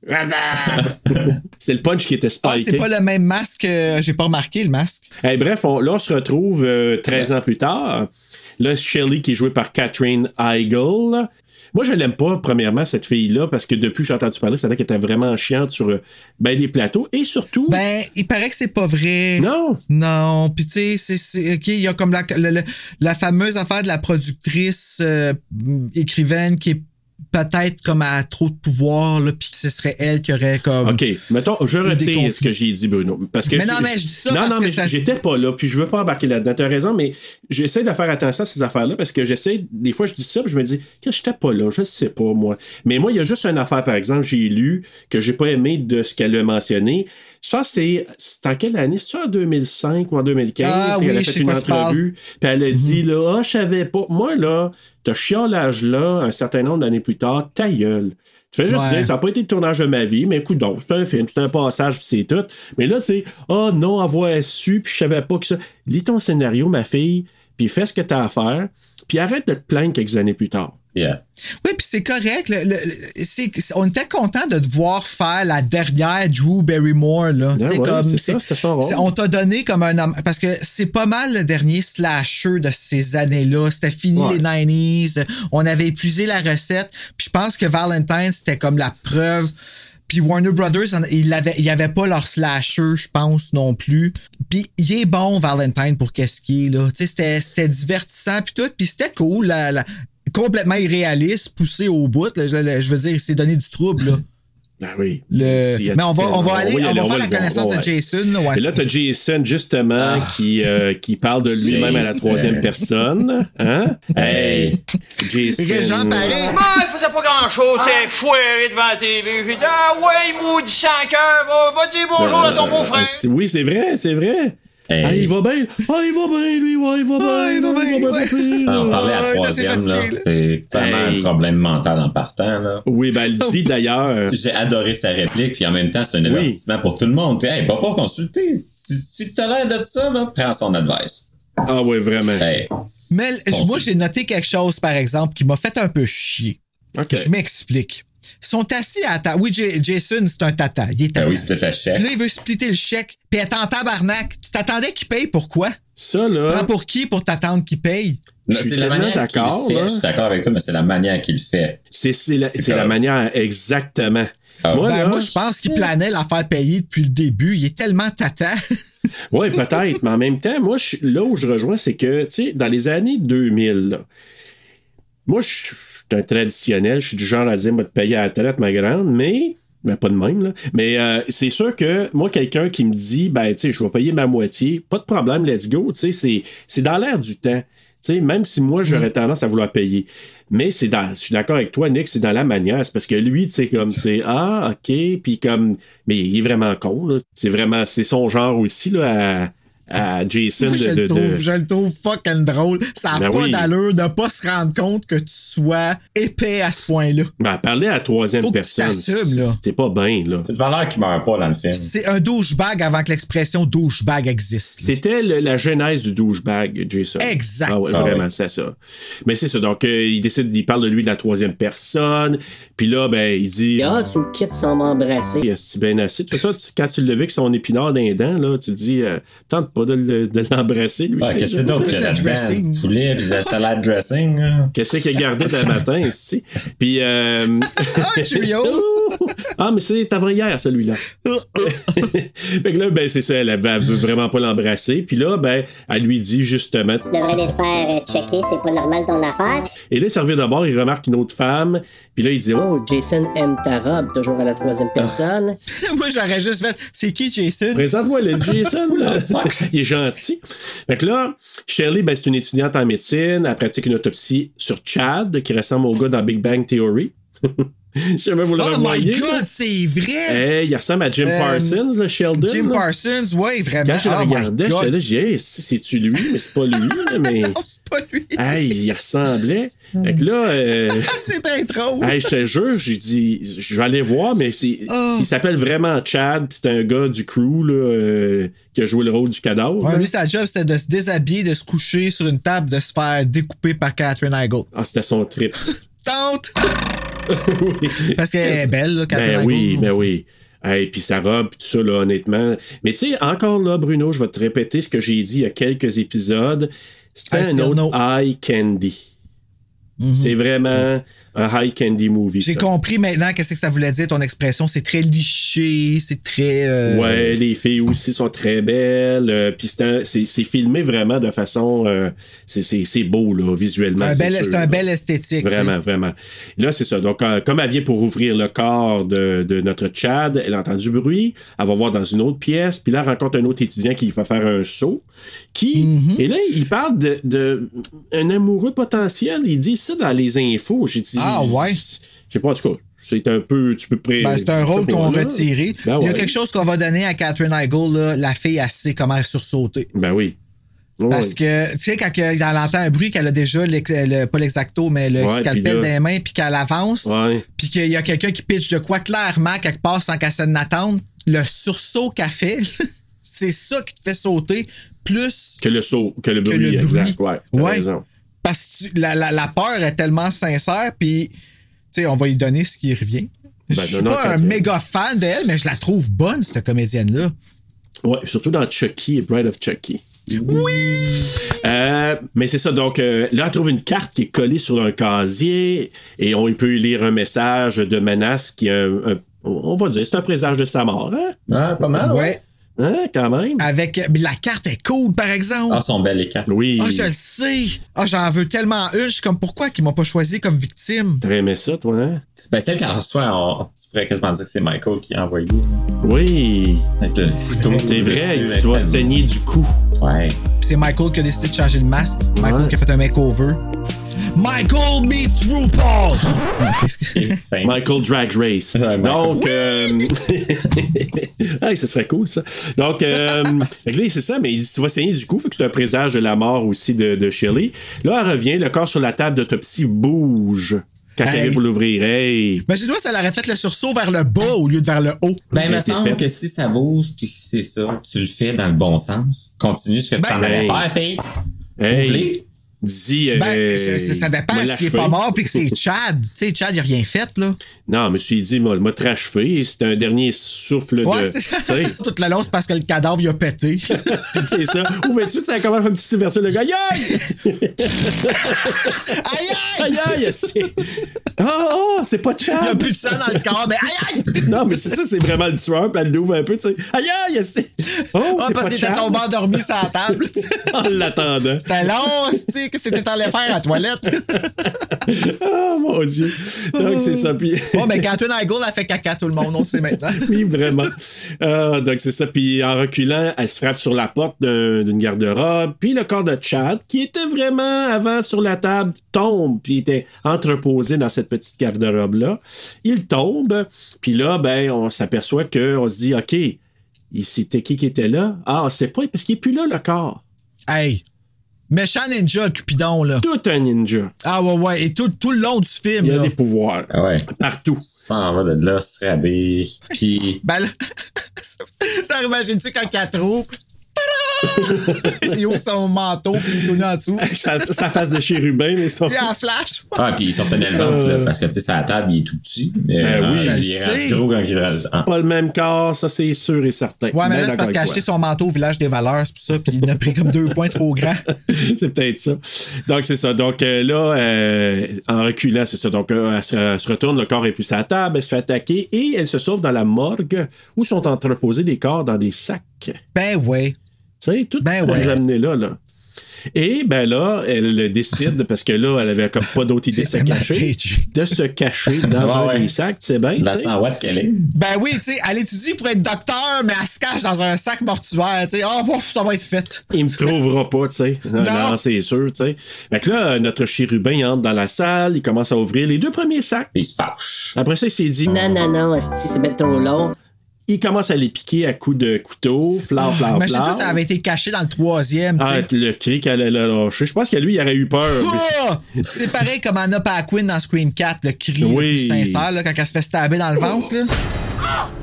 Speaker 5: Waza.
Speaker 3: C'est le punch qui était
Speaker 4: Ah,
Speaker 3: spiké.
Speaker 4: c'est pas le même masque. euh, J'ai pas remarqué le masque.
Speaker 3: Hey, bref, on, là, on se retrouve euh, 13 ans plus tard. Là, Shelley, qui est jouée par Catherine Heigl. Moi, je l'aime pas, premièrement, cette fille-là, parce que depuis que j'ai entendu parler, ça savais qu'elle était vraiment chiante sur euh, ben, des plateaux. Et surtout,
Speaker 4: Ben, il paraît que c'est pas vrai.
Speaker 3: non,
Speaker 4: Non, puis tu sais, c'est- c'est ok, il y a comme la, le- le- la fameuse affaire de la productrice euh, écrivaine qui est peut-être comme à trop de pouvoir là, puis que ce serait elle qui aurait comme.
Speaker 3: OK. Mettons, je
Speaker 4: Des
Speaker 3: retire
Speaker 4: conflits.
Speaker 3: ce que j'ai dit, Bruno. Parce que
Speaker 4: Mais non,
Speaker 3: j'ai-
Speaker 4: mais je dis ça
Speaker 3: Non,
Speaker 4: parce
Speaker 3: non,
Speaker 4: que
Speaker 3: mais
Speaker 4: ça-
Speaker 3: j'étais pas là, puis je veux pas embarquer là-dedans. T'as raison, mais j'essaie de faire attention à ces affaires-là parce que j'essaie. Des fois, je dis ça, puis je me dis, que j'étais pas là, je sais pas, moi. Mais moi, il y a juste une affaire, par exemple, j'ai lu que j'ai pas aimé de ce qu'elle a mentionné. Ça, c'est. C'est en quelle année? C'est en 2005 ou en 2015?
Speaker 4: Ah
Speaker 3: elle
Speaker 4: oui,
Speaker 3: a
Speaker 4: je
Speaker 3: fait
Speaker 4: sais
Speaker 3: une
Speaker 4: quoi tu parles.
Speaker 3: entrevue, puis elle a
Speaker 4: Mhm.
Speaker 3: dit, là, ah, je savais pas. Moi, là, t'as chiolage-là, un certain nombre d'années plus tard, ta gueule. Tu fais juste
Speaker 4: Ouais.
Speaker 3: dire, ça n'a pas été le tournage de ma vie, mais écoute donc, c'est un film, c'est un passage, puis c'est tout. Mais là, tu sais, ah non, avoir su, puis je savais pas que ça. Lis ton scénario, ma fille, puis fais ce que t'as à faire, puis arrête de te plaindre quelques années plus tard.
Speaker 5: Yeah.
Speaker 4: Oui, puis c'est correct. le- le- le- c'est- on était content de te voir faire la dernière Drew Barrymore là.
Speaker 3: Ben
Speaker 4: Tu sais,
Speaker 3: ouais,
Speaker 4: comme,
Speaker 3: c'est
Speaker 4: c'est-
Speaker 3: ça, c'était son rôle.
Speaker 4: c'est- On t'a donné comme un homme parce que c'est pas mal le dernier slasher de ces années-là. C'était fini
Speaker 3: Ouais.
Speaker 4: les 90s. On avait épuisé la recette. Puis je pense que Valentine c'était comme la preuve. Puis Warner Brothers, en- ils l'avaient- ils avaient pas leur slasher, je pense non plus. Puis il est bon Valentine pour qu'est-ce qu'il est là. Tu sais, c'était c'était divertissant puis tout. Puis c'était cool. la- la- complètement irréaliste, poussé au bout. là. je, le- je veux dire, c'est donné du trouble. Là.
Speaker 3: Ah oui.
Speaker 4: Le-
Speaker 3: S'il y a
Speaker 4: Mais on va,
Speaker 3: tellement-
Speaker 4: on va aller,
Speaker 3: y aller,
Speaker 4: on va faire
Speaker 3: le
Speaker 4: la
Speaker 3: voir,
Speaker 4: connaissance
Speaker 3: ouais.
Speaker 4: de Jason. Ah. là, ouais,
Speaker 3: Et là,
Speaker 4: c'est-
Speaker 3: t'as Jason, justement, qui, euh, qui parle de lui-même à la
Speaker 5: Jason.
Speaker 3: troisième personne. Hein?
Speaker 5: Hey.
Speaker 3: Jason.
Speaker 4: Fait que Jean Paris.
Speaker 2: Ah, il faisait pas grand-chose,
Speaker 7: Ah.
Speaker 2: c'est fouéré devant la TV. J'ai dit, ah ouais, maudit sans cœur, va, va dire bonjour à ton beau-frère.
Speaker 3: Euh, C'est- Oui, c'est vrai, c'est vrai.
Speaker 5: Hey.
Speaker 3: Ah, il va bien. Ah, il va bien, lui. Ouais, il va bien.
Speaker 4: Ah, il va bien, ouais.
Speaker 3: bien.
Speaker 5: Ah, on parlait à
Speaker 4: Ouais, t'es
Speaker 5: troisième,
Speaker 4: assez
Speaker 5: là.
Speaker 4: fatigué, là.
Speaker 5: C'est tellement
Speaker 3: Hey.
Speaker 5: un problème mental en partant, là.
Speaker 3: Oui, ben, elle dit d'ailleurs.
Speaker 5: J'ai adoré sa réplique, puis en même temps, c'est un
Speaker 3: Oui.
Speaker 5: avertissement pour tout le monde. Hey, va pas consulter. Si, si tu as l'air de ça, là, prends son advice.
Speaker 3: Ah, oui, vraiment.
Speaker 5: Hey.
Speaker 4: Mais l-
Speaker 5: Bon,
Speaker 4: moi,
Speaker 5: c'est-
Speaker 4: j'ai noté quelque chose, par exemple, qui m'a fait un peu chier.
Speaker 3: OK.
Speaker 4: Je m'explique. Ils sont assis à table. Oui, J- Jason, c'est un tata.
Speaker 3: Ben
Speaker 4: Il est
Speaker 5: Ah
Speaker 4: tata.
Speaker 5: oui, c'était la
Speaker 4: Puis
Speaker 5: chèque.
Speaker 4: là, il veut splitter le chèque. Puis attends, tabarnak. Tu t'attendais qu'il paye pour quoi?
Speaker 3: Ça,
Speaker 4: Prends
Speaker 3: là.
Speaker 4: pour qui pour t'attendre qu'il paye?
Speaker 3: je
Speaker 5: Non,
Speaker 3: suis
Speaker 5: C'est la
Speaker 3: tellement
Speaker 5: manière qu'il
Speaker 3: d'accord,
Speaker 5: le fait.
Speaker 3: là.
Speaker 5: Je suis d'accord avec toi, mais c'est la manière qu'il le fait.
Speaker 3: C'est c'est la, c'est
Speaker 5: correct.
Speaker 3: la manière exactement.
Speaker 5: Ah,
Speaker 3: Moi,
Speaker 4: Ben,
Speaker 3: là,
Speaker 4: moi, je pense qu'il planait la faire payer depuis le début. Il est tellement tata.
Speaker 3: Oui, peut-être, mais en même temps, moi, je- là où je rejoins, c'est que, tu sais, dans les années 2000, là, moi, je suis un traditionnel, je suis du genre à dire, moi, te payer à la traite, ma grande, mais. Ben, pas de même, là. Mais euh, c'est sûr que, moi, quelqu'un qui me dit, ben, tu sais, je vais payer ma moitié, pas de problème, let's go, tu sais, c'est- c'est dans l'air du temps. Tu sais, même si moi,
Speaker 4: Mm.
Speaker 3: j'aurais tendance à vouloir payer. Mais c'est dans, je suis d'accord avec toi, Nick, c'est dans la manière. C'est parce que lui, tu sais, comme, c'est, ah, OK, puis comme, mais il est vraiment con, là. C'est vraiment, c'est son genre aussi, là, à, à Jason
Speaker 4: Moi, je,
Speaker 3: de-
Speaker 4: le
Speaker 3: de-
Speaker 4: trouve,
Speaker 3: de,
Speaker 4: je le trouve fucking drôle. Ça n'a
Speaker 3: Ben
Speaker 4: pas
Speaker 3: oui.
Speaker 4: d'allure de pas se rendre compte que tu sois épais à ce point-là.
Speaker 3: Ben, parler à la troisième
Speaker 4: Faut que tu
Speaker 3: personne.
Speaker 4: t'assumes, là.
Speaker 3: C'était pas bien, là.
Speaker 5: C'est de valeur qui meurt pas dans le film.
Speaker 4: C'est un douchebag avant que l'expression douchebag existe. là.
Speaker 3: C'était le- la genèse du douchebag, Jason.
Speaker 4: Exact.
Speaker 3: Ah ouais,
Speaker 5: Ah
Speaker 3: vraiment,
Speaker 5: ouais.
Speaker 3: c'est ça. Mais c'est ça. Donc, euh, il décide, il parle de lui de la troisième personne. Puis là, ben, il dit.
Speaker 11: Ah, tu me quittes sans m'embrasser.
Speaker 3: C'est bien assez. C'est ça, tu- quand tu le vis avec son épinard d'un dent, là, tu dis, euh, tente pas de, le- de l'embrasser, lui.
Speaker 5: Ah,
Speaker 3: tu sais,
Speaker 5: qu'est-ce que
Speaker 3: là.
Speaker 5: c'est d'autre que
Speaker 4: C'est le dressing.
Speaker 5: là-dedans? Du poulet, puis de la salade dressing, là.
Speaker 3: Qu'est-ce qu'il a gardé de la matin, ici? Puis. euh,
Speaker 4: Ah, Cheerios!
Speaker 3: Ouh! Ah, mais c'est avant-hier, celui-là. fait que là, ben, c'est ça, elle, elle veut vraiment pas l'embrasser. Puis là, ben, elle lui dit justement.
Speaker 7: Tu devrais aller te faire euh, checker, c'est pas normal ton affaire.
Speaker 3: Et là, il s'en revient d'abord, il remarque une autre femme. Puis là, il dit Oh,
Speaker 11: Oh, Jason aime ta robe, toujours à la troisième
Speaker 3: Ah,
Speaker 11: personne.
Speaker 4: Moi, j'aurais juste fait, c'est qui Jason?
Speaker 3: présente-moi le Jason, là. il est gentil. Fait que là, Shirley, ben, c'est une étudiante en médecine. Elle pratique une autopsie sur Chad, qui ressemble au gars dans Big Bang Theory. J'aimerais vous le
Speaker 4: Oh my
Speaker 3: revoyer.
Speaker 4: god, c'est vrai!
Speaker 3: Hey, il ressemble à Jim
Speaker 4: Euh,
Speaker 3: Parsons, le Sheldon.
Speaker 4: Jim
Speaker 3: là.
Speaker 4: Parsons, ouais, vraiment.
Speaker 3: Quand je le
Speaker 4: Oh my
Speaker 3: regardais,
Speaker 4: God.
Speaker 3: j'étais là, j'ai dit, Hey, c'est- c'est-tu lui? Mais c'est pas lui, là, mais.
Speaker 4: Non, c'est pas lui. Ah,
Speaker 3: Hey, il ressemblait. Fait que là, euh,
Speaker 4: c'est bien drôle.
Speaker 3: hey, je te jure, j'ai dit, je vais aller voir, mais c'est,
Speaker 4: Oh.
Speaker 3: il s'appelle vraiment Chad, puis c'est un gars du crew là, euh, qui a joué le rôle du cadavre.
Speaker 4: Ouais, lui, sa job, c'était de se déshabiller, de se coucher sur une table, de se faire découper par Catherine Heigl.
Speaker 3: Ah, c'était son trip.
Speaker 4: Tente!
Speaker 3: Oui.
Speaker 4: Parce qu'elle est belle, là, Catherine
Speaker 3: Ben
Speaker 4: Heigl.
Speaker 3: oui, ben oui. Et puis sa robe, tout ça, là, honnêtement. Mais tu sais, encore là, Bruno, je vais te répéter ce que j'ai dit il y a quelques épisodes. C'était
Speaker 4: I
Speaker 3: un
Speaker 4: still
Speaker 3: autre
Speaker 4: know.
Speaker 3: eye candy. C'est vraiment un high candy movie.
Speaker 4: Mm-hmm. J'ai
Speaker 3: ça.
Speaker 4: compris maintenant qu'est-ce que ça voulait dire, ton expression. C'est très liché, c'est très. euh,
Speaker 3: Ouais, les filles aussi sont très belles. euh, puis c'est un- c'est c'est filmé vraiment de façon. euh, c'est- c'est c'est beau, là, visuellement. ben,
Speaker 4: un
Speaker 3: c'est
Speaker 4: bel-
Speaker 3: sûr,
Speaker 4: C'est un
Speaker 3: là.
Speaker 4: bel esthétique.
Speaker 3: Vraiment, vraiment. Là, c'est ça. Donc, euh, comme elle vient pour ouvrir le corps de, de notre Chad, elle entend du bruit. Elle va voir dans une autre pièce. Puis là, elle rencontre un autre étudiant qui va faire un saut. Qui,
Speaker 4: Mm-hmm.
Speaker 3: Et là, il parle de, de un amoureux potentiel. Il dit ça dans les infos. J'ai dit.
Speaker 4: Ah, ouais?
Speaker 3: Je sais pas, en tout cas, c'est un peu. Tu peux pré-
Speaker 4: Ben, c'est un rôle
Speaker 3: je sais
Speaker 4: qu'on
Speaker 3: pas, là.
Speaker 4: a retiré.
Speaker 3: Ben
Speaker 4: Il y a
Speaker 3: ouais.
Speaker 4: quelque chose qu'on va donner à Catherine Heigl, là, la fille, elle sait comment sursauter.
Speaker 3: Ben oui. Ouais.
Speaker 4: Parce que, tu sais, quand elle elle entend un bruit, qu'elle a déjà, l'ex- le, pas l'exacto, mais le
Speaker 3: Ouais, puis
Speaker 4: scalpel
Speaker 3: là-
Speaker 4: dans les mains, puis qu'elle avance,
Speaker 3: Ouais.
Speaker 4: puis qu'il y a quelqu'un qui pitche de quoi clairement quelque part sans qu'elle s'en attende, le sursaut qu'elle fait, c'est ça qui te fait sauter, plus
Speaker 3: Que le saut, que le
Speaker 4: que
Speaker 3: bruit,
Speaker 4: le bruit.
Speaker 3: exact. Ouais. t'as raison.
Speaker 4: Parce que tu- la, la- la peur est tellement sincère, puis, tu sais, on va lui donner ce qui revient.
Speaker 3: Ben,
Speaker 4: je suis
Speaker 3: non, non,
Speaker 4: pas un
Speaker 3: Catherine.
Speaker 4: méga fan d'elle, mais je la trouve bonne, cette comédienne-là.
Speaker 3: Ouais, surtout dans Chucky et Bride of Chucky. Oui! mais c'est ça, donc euh, là, on trouve une carte qui est collée sur un casier et on peut y lire un message de menace qui est un- un- on va dire, c'est un présage de sa mort, hein?
Speaker 5: Ah, pas mal, ouais.
Speaker 4: Ouais.
Speaker 3: Hein, quand même?
Speaker 4: Avec. mais La carte est cool, par exemple.
Speaker 5: Ah, son bel écart.
Speaker 3: Oui.
Speaker 4: Ah, je le sais! Ah, j'en veux tellement une. Je suis comme, pourquoi qu'ils m'ont pas choisi comme victime?
Speaker 3: T'aurais aimé ça, toi, hein?
Speaker 5: Ben, celle qu'elle reçoit, on- tu pourrais quasiment dire que c'est Michael qui a envoyé.
Speaker 3: Oui!
Speaker 5: Avec le petit couteau
Speaker 3: C'est
Speaker 5: dessus,
Speaker 3: vrai,
Speaker 5: avec
Speaker 3: tu vas
Speaker 5: la-
Speaker 3: saigner du cou.
Speaker 5: Ouais.
Speaker 4: Puis c'est Michael qui a décidé de changer le masque. Michael
Speaker 3: Ouais.
Speaker 4: qui a fait un makeover. Michael meets RuPaul! Qu'est-ce que-
Speaker 5: Et cinq.
Speaker 3: Michael Drag Race.
Speaker 5: Ouais, Michael.
Speaker 3: Donc, euh, hey, ce serait cool ça. Donc, euh, fait que là, c'est ça, mais il dit, tu vas saigner du coup, fait que c'est un présage de la mort aussi de, de Shirley. Là, elle revient, le corps sur la table d'autopsie bouge. Quand elle
Speaker 4: Hey.
Speaker 3: arrive pour l'ouvrir, hey.
Speaker 4: Imagine-toi si elle aurait fait le sursaut vers le bas au lieu de vers le haut.
Speaker 5: Ben, il me
Speaker 3: été
Speaker 5: semble
Speaker 3: fait.
Speaker 5: que si ça bouge, puis si c'est ça, tu le fais dans le bon sens. Continue ce que tu
Speaker 4: Ben,
Speaker 5: t'en allais
Speaker 3: hey.
Speaker 5: faire, fille.
Speaker 3: Hey.
Speaker 5: Ouvre-les.
Speaker 3: Dis. euh,
Speaker 4: Ben, c'est- c'est- ça dépend
Speaker 3: m'a
Speaker 4: s'il est
Speaker 3: l'achevé.
Speaker 4: pas mort puis que c'est Chad. Tu sais, Chad, il a rien fait, là.
Speaker 3: Non, mais tu lui dis, moi, m'a trachevé. C'est un dernier souffle
Speaker 4: Ouais,
Speaker 3: de.
Speaker 4: c'est
Speaker 3: Tu sais,
Speaker 4: Tout le long, c'est parce que le cadavre, il a pété.
Speaker 3: c'est ça. Ouvre-tu, tu sais, comment faire une petite ouverture, le gars. Aïe, aïe!
Speaker 4: aïe, aïe!
Speaker 3: Aïe, aïe! c'est- Ah, ah, c'est pas Chad!
Speaker 4: Il y a plus de sang dans le corps, mais aïe, aïe!
Speaker 3: Non, mais c'est ça, c'est vraiment le tueur, puis elle l'ouvre un peu, tu sais. Aïe, aïe, c'est- Oh,
Speaker 4: Ah,
Speaker 3: c'est
Speaker 4: parce
Speaker 3: pas
Speaker 4: qu'il était
Speaker 3: Chad.
Speaker 4: tombé endormi sur la table.
Speaker 3: En l'attendant.
Speaker 4: C'était long, tu sais, qu'est-ce que t'étais allé faire à la toilette?
Speaker 3: Oh, mon Dieu. Donc, c'est ça, puis...
Speaker 4: Bon, ben, Catherine Heigl a fait caca tout le monde, on sait maintenant.
Speaker 3: Oui, vraiment. Ah, donc, c'est ça. Puis, en reculant, elle se frappe sur la porte d'un- d'une garde-robe. Puis, le corps de Chad, qui était vraiment avant sur la table, tombe. Puis, il était entreposé dans cette petite garde-robe-là. Il tombe. Puis là, ben, on s'aperçoit que on se dit, OK, c'était qui qui était là? Ah, on sait pas, parce qu'il est plus là, le corps.
Speaker 4: Hey! Méchant ninja, Cupidon, là.
Speaker 3: Tout un ninja.
Speaker 4: Ah, ouais, ouais. Et tout, tout le long du film,
Speaker 3: Il a
Speaker 4: là.
Speaker 3: des pouvoirs.
Speaker 5: Ah ouais.
Speaker 3: Partout.
Speaker 5: Ça en va de là, se rabais. Puis,
Speaker 4: Ben, là, ça imagine-tu quand il trouve? il ouvre son manteau, puis il est tout nu en dessous. Puis
Speaker 3: Sa, sa face de chérubin, mais son.
Speaker 4: en flash.
Speaker 5: ah, puis il sortait le ventre, là, parce que, tu sais, sa table, il est tout petit. Mais,
Speaker 3: Euh. Ben
Speaker 5: euh,
Speaker 3: oui, je
Speaker 5: il
Speaker 4: le
Speaker 5: est rendu
Speaker 4: sais.
Speaker 5: gros quand il est dans
Speaker 3: Pas le même corps, ça c'est sûr et certain.
Speaker 4: Ouais, mais là, c'est
Speaker 3: d'accord
Speaker 4: parce qu'il a
Speaker 3: avec
Speaker 4: acheté
Speaker 3: toi.
Speaker 4: son manteau au village des valeurs, c'est pour ça, puis il en a pris comme deux points trop grands.
Speaker 3: c'est peut-être ça. Donc, c'est ça. Donc, euh, là, euh, en reculant, c'est ça. Donc, euh, elle se, elle se retourne, le corps est plus à la table, elle se fait attaquer et elle se sauve dans la morgue où sont entreposés des corps dans des sacs. Tu
Speaker 4: Ben ouais.
Speaker 3: sais, tout
Speaker 4: Ben
Speaker 3: les
Speaker 4: ouais.
Speaker 3: amener là, là. Et ben là, elle décide, parce que là, elle avait comme pas d'autre idée de se
Speaker 4: C'était ma
Speaker 3: cacher,
Speaker 4: page.
Speaker 3: de se cacher dans
Speaker 5: Ouais,
Speaker 3: un
Speaker 5: ouais.
Speaker 3: des sacs, tu sais bien.
Speaker 5: La
Speaker 3: tu sais.
Speaker 5: 100 watts qu'elle est.
Speaker 4: Ben oui, tu sais, elle étudie pour être docteur, mais elle se cache dans un sac mortuaire, tu sais. Ah, bon, ça va être fait.
Speaker 3: Il me trouvera pas, tu sais. Non,
Speaker 4: Non.
Speaker 3: non, c'est sûr, tu sais. Fait que là, notre chérubin il entre dans la salle, il commence à ouvrir les deux premiers sacs.
Speaker 5: Et il se fâche.
Speaker 3: Après ça, il s'est dit,
Speaker 11: Non, non, non, esti, c'est bien trop long.
Speaker 3: il commence à les piquer à coups de couteau, flan, flan,
Speaker 4: Ah, Imagine-toi,
Speaker 3: flan.
Speaker 4: ça avait été caché dans le troisième, tu
Speaker 3: Ah,
Speaker 4: sais.
Speaker 3: le cri qu'elle allait lâcher. Je pense que lui, il aurait eu peur.
Speaker 4: Ah! C'est pareil comme Anna Paquin dans Scream 4, le cri là,
Speaker 3: Oui. Oh!
Speaker 4: plus sincère là, quand elle se fait stabber dans le ventre. là.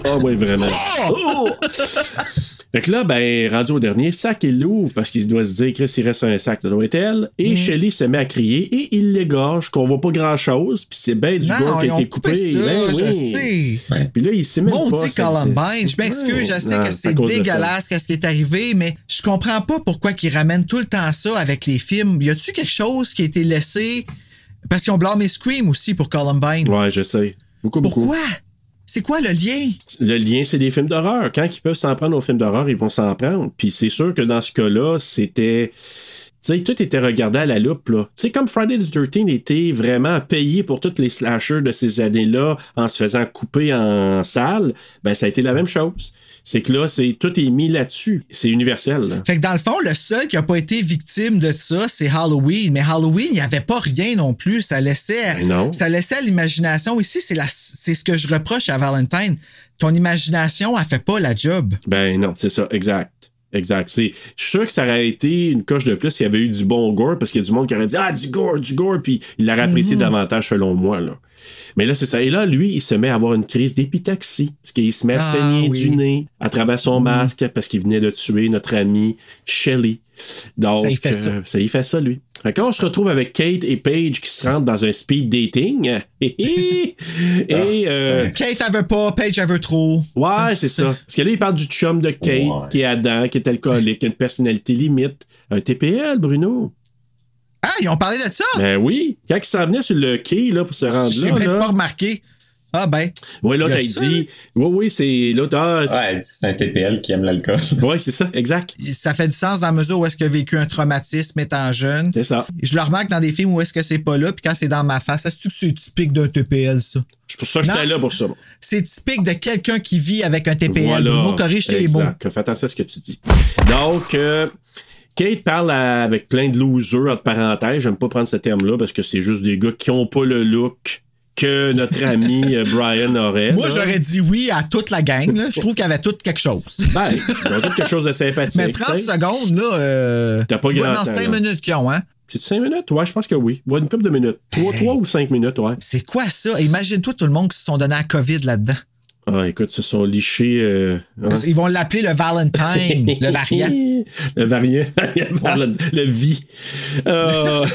Speaker 3: Ah oui, vraiment. Oh! Fait que là, ben, rendu au dernier sac, il l'ouvre parce qu'il doit se dire, Chris, il reste un sac, ça doit être elle.
Speaker 4: Mm.
Speaker 3: Et Shelley se met à crier et il l'égorge, qu'on voit pas grand-chose, puis c'est ben du
Speaker 4: Non,
Speaker 3: bois qui
Speaker 4: ils
Speaker 3: a
Speaker 4: ont
Speaker 3: été
Speaker 4: coupé,
Speaker 3: coupé.
Speaker 4: ça,
Speaker 3: Ben
Speaker 4: je
Speaker 3: oui.
Speaker 4: sais.
Speaker 3: Puis là, il s'est même pas...
Speaker 4: Maudit
Speaker 3: ça-
Speaker 4: Columbine, je
Speaker 3: c'est-
Speaker 4: m'excuse, je sais
Speaker 3: Non,
Speaker 4: que
Speaker 3: à
Speaker 4: c'est
Speaker 3: cause de ça.
Speaker 4: dégueulasse qu'est-ce qui est arrivé, mais je comprends pas pourquoi qu'ils ramènent tout le temps ça avec les films. Y a-tu quelque chose qui a été laissé parce qu'ils ont blâmé Scream aussi pour Columbine?
Speaker 3: Ouais, je sais. Beaucoup, beaucoup.
Speaker 4: Pourquoi? C'est quoi le lien?
Speaker 3: Le lien, c'est des films d'horreur. Quand ils peuvent s'en prendre aux films d'horreur, ils vont s'en prendre. Puis c'est sûr que dans ce cas-là, c'était... Tu sais, tout était regardé à la loupe, là. Tu sais, comme Friday the 13 était vraiment payé pour tous les slashers de ces années-là en se faisant couper en salle, ben ça a été la même chose. C'est que là, c'est tout est mis là-dessus. C'est universel, là.
Speaker 4: Fait que dans le fond, le seul qui a pas été victime de ça, c'est Halloween. Mais Halloween, il n'y avait pas rien non plus. Ça laissait,
Speaker 3: Ben non.
Speaker 4: ça laissait à l'imagination. Ici, c'est la, c'est ce que je reproche à Valentine. Ton imagination, elle fait pas la job.
Speaker 3: Ben non, c'est ça, exact. Exact. C'est- Je suis sûr que ça aurait été une coche de plus s'il y avait eu du bon gore, parce qu'il y a du monde qui aurait dit Ah, du gore, du gore, puis il l'aurait apprécié
Speaker 4: Mhm.
Speaker 3: davantage selon moi. Là. Mais là, c'est ça. Et là, lui, il se met à avoir une crise d'épitaxie, parce qu'il se met à
Speaker 4: Ah,
Speaker 3: saigner
Speaker 4: oui. Mhm.
Speaker 3: du nez à travers son masque, parce qu'il venait de tuer notre ami Shelly. Donc,
Speaker 4: Ça y fait ça.
Speaker 3: euh, ça y fait ça, lui. Fait que là, on se retrouve avec Kate et Paige qui se rentrent dans un speed dating. et
Speaker 4: Ah,
Speaker 3: euh,
Speaker 4: Kate, elle veut pas. Paige, elle veut trop.
Speaker 3: Ouais, c'est ça. Parce que là, il parle du chum de Kate,
Speaker 5: Ouais.
Speaker 3: qui est Adam, qui est alcoolique, qui a une personnalité limite. Un TPL, Bruno.
Speaker 4: Ah, ils ont parlé de ça?
Speaker 3: Ben oui. Quand il s'en venait sur le quai, là, pour se rendre
Speaker 4: J'ai
Speaker 3: là,
Speaker 4: même pas
Speaker 3: là.
Speaker 4: remarqué. Ah ben.
Speaker 3: Ouais, l'autre,
Speaker 4: Il y a
Speaker 3: elle
Speaker 4: ça.
Speaker 3: dit. Oui, oui, c'est l'autre. Ah, t-
Speaker 5: Ouais, elle dit que c'est un TPL qui aime l'alcool.
Speaker 3: ouais, c'est ça, exact.
Speaker 4: Ça fait du sens dans la mesure où est-ce qu'il a vécu un traumatisme étant jeune.
Speaker 3: C'est ça.
Speaker 4: Je le remarque dans des films où est-ce que c'est pas là, puis quand c'est dans ma face, est-ce que c'est typique d'un TPL, ça?
Speaker 3: C'est pour ça que j'étais
Speaker 4: Non.
Speaker 3: là pour ça.
Speaker 4: C'est typique de quelqu'un qui vit avec un TPL.
Speaker 3: Voilà.
Speaker 4: Bruno, corrige tes mots.
Speaker 3: Exact. Fais attention à ce que tu dis. Donc, euh, Kate parle à- avec plein de losers, entre parenthèses. J'aime pas prendre ce terme-là parce que c'est juste des gars qui ont pas le look que notre ami euh, Brian aurait.
Speaker 4: Moi,
Speaker 3: là.
Speaker 4: j'aurais dit oui à toute la gang. là. Je trouve qu'il y avait tout quelque chose.
Speaker 3: Ben, ils ont tout quelque chose de sympathique.
Speaker 4: Mais 30
Speaker 3: tu sais.
Speaker 4: secondes, là. euh,
Speaker 3: T'as pas
Speaker 4: tu
Speaker 3: grand
Speaker 4: vois, dans
Speaker 3: temps,
Speaker 4: 5
Speaker 3: là.
Speaker 4: minutes qu'ils ont, hein?
Speaker 3: C'est-tu 5 minutes? Ouais, je pense que oui. Ouais, une couple de minutes. 3, ou 5 minutes, ouais.
Speaker 4: C'est quoi ça? Imagine-toi tout le monde qui se sont donné à COVID là-dedans.
Speaker 3: Ah, écoute, ils se sont lichés. euh, hein.
Speaker 4: Ils vont l'appeler le Valentine, le variant.
Speaker 3: le variant. le, le vie. Euh,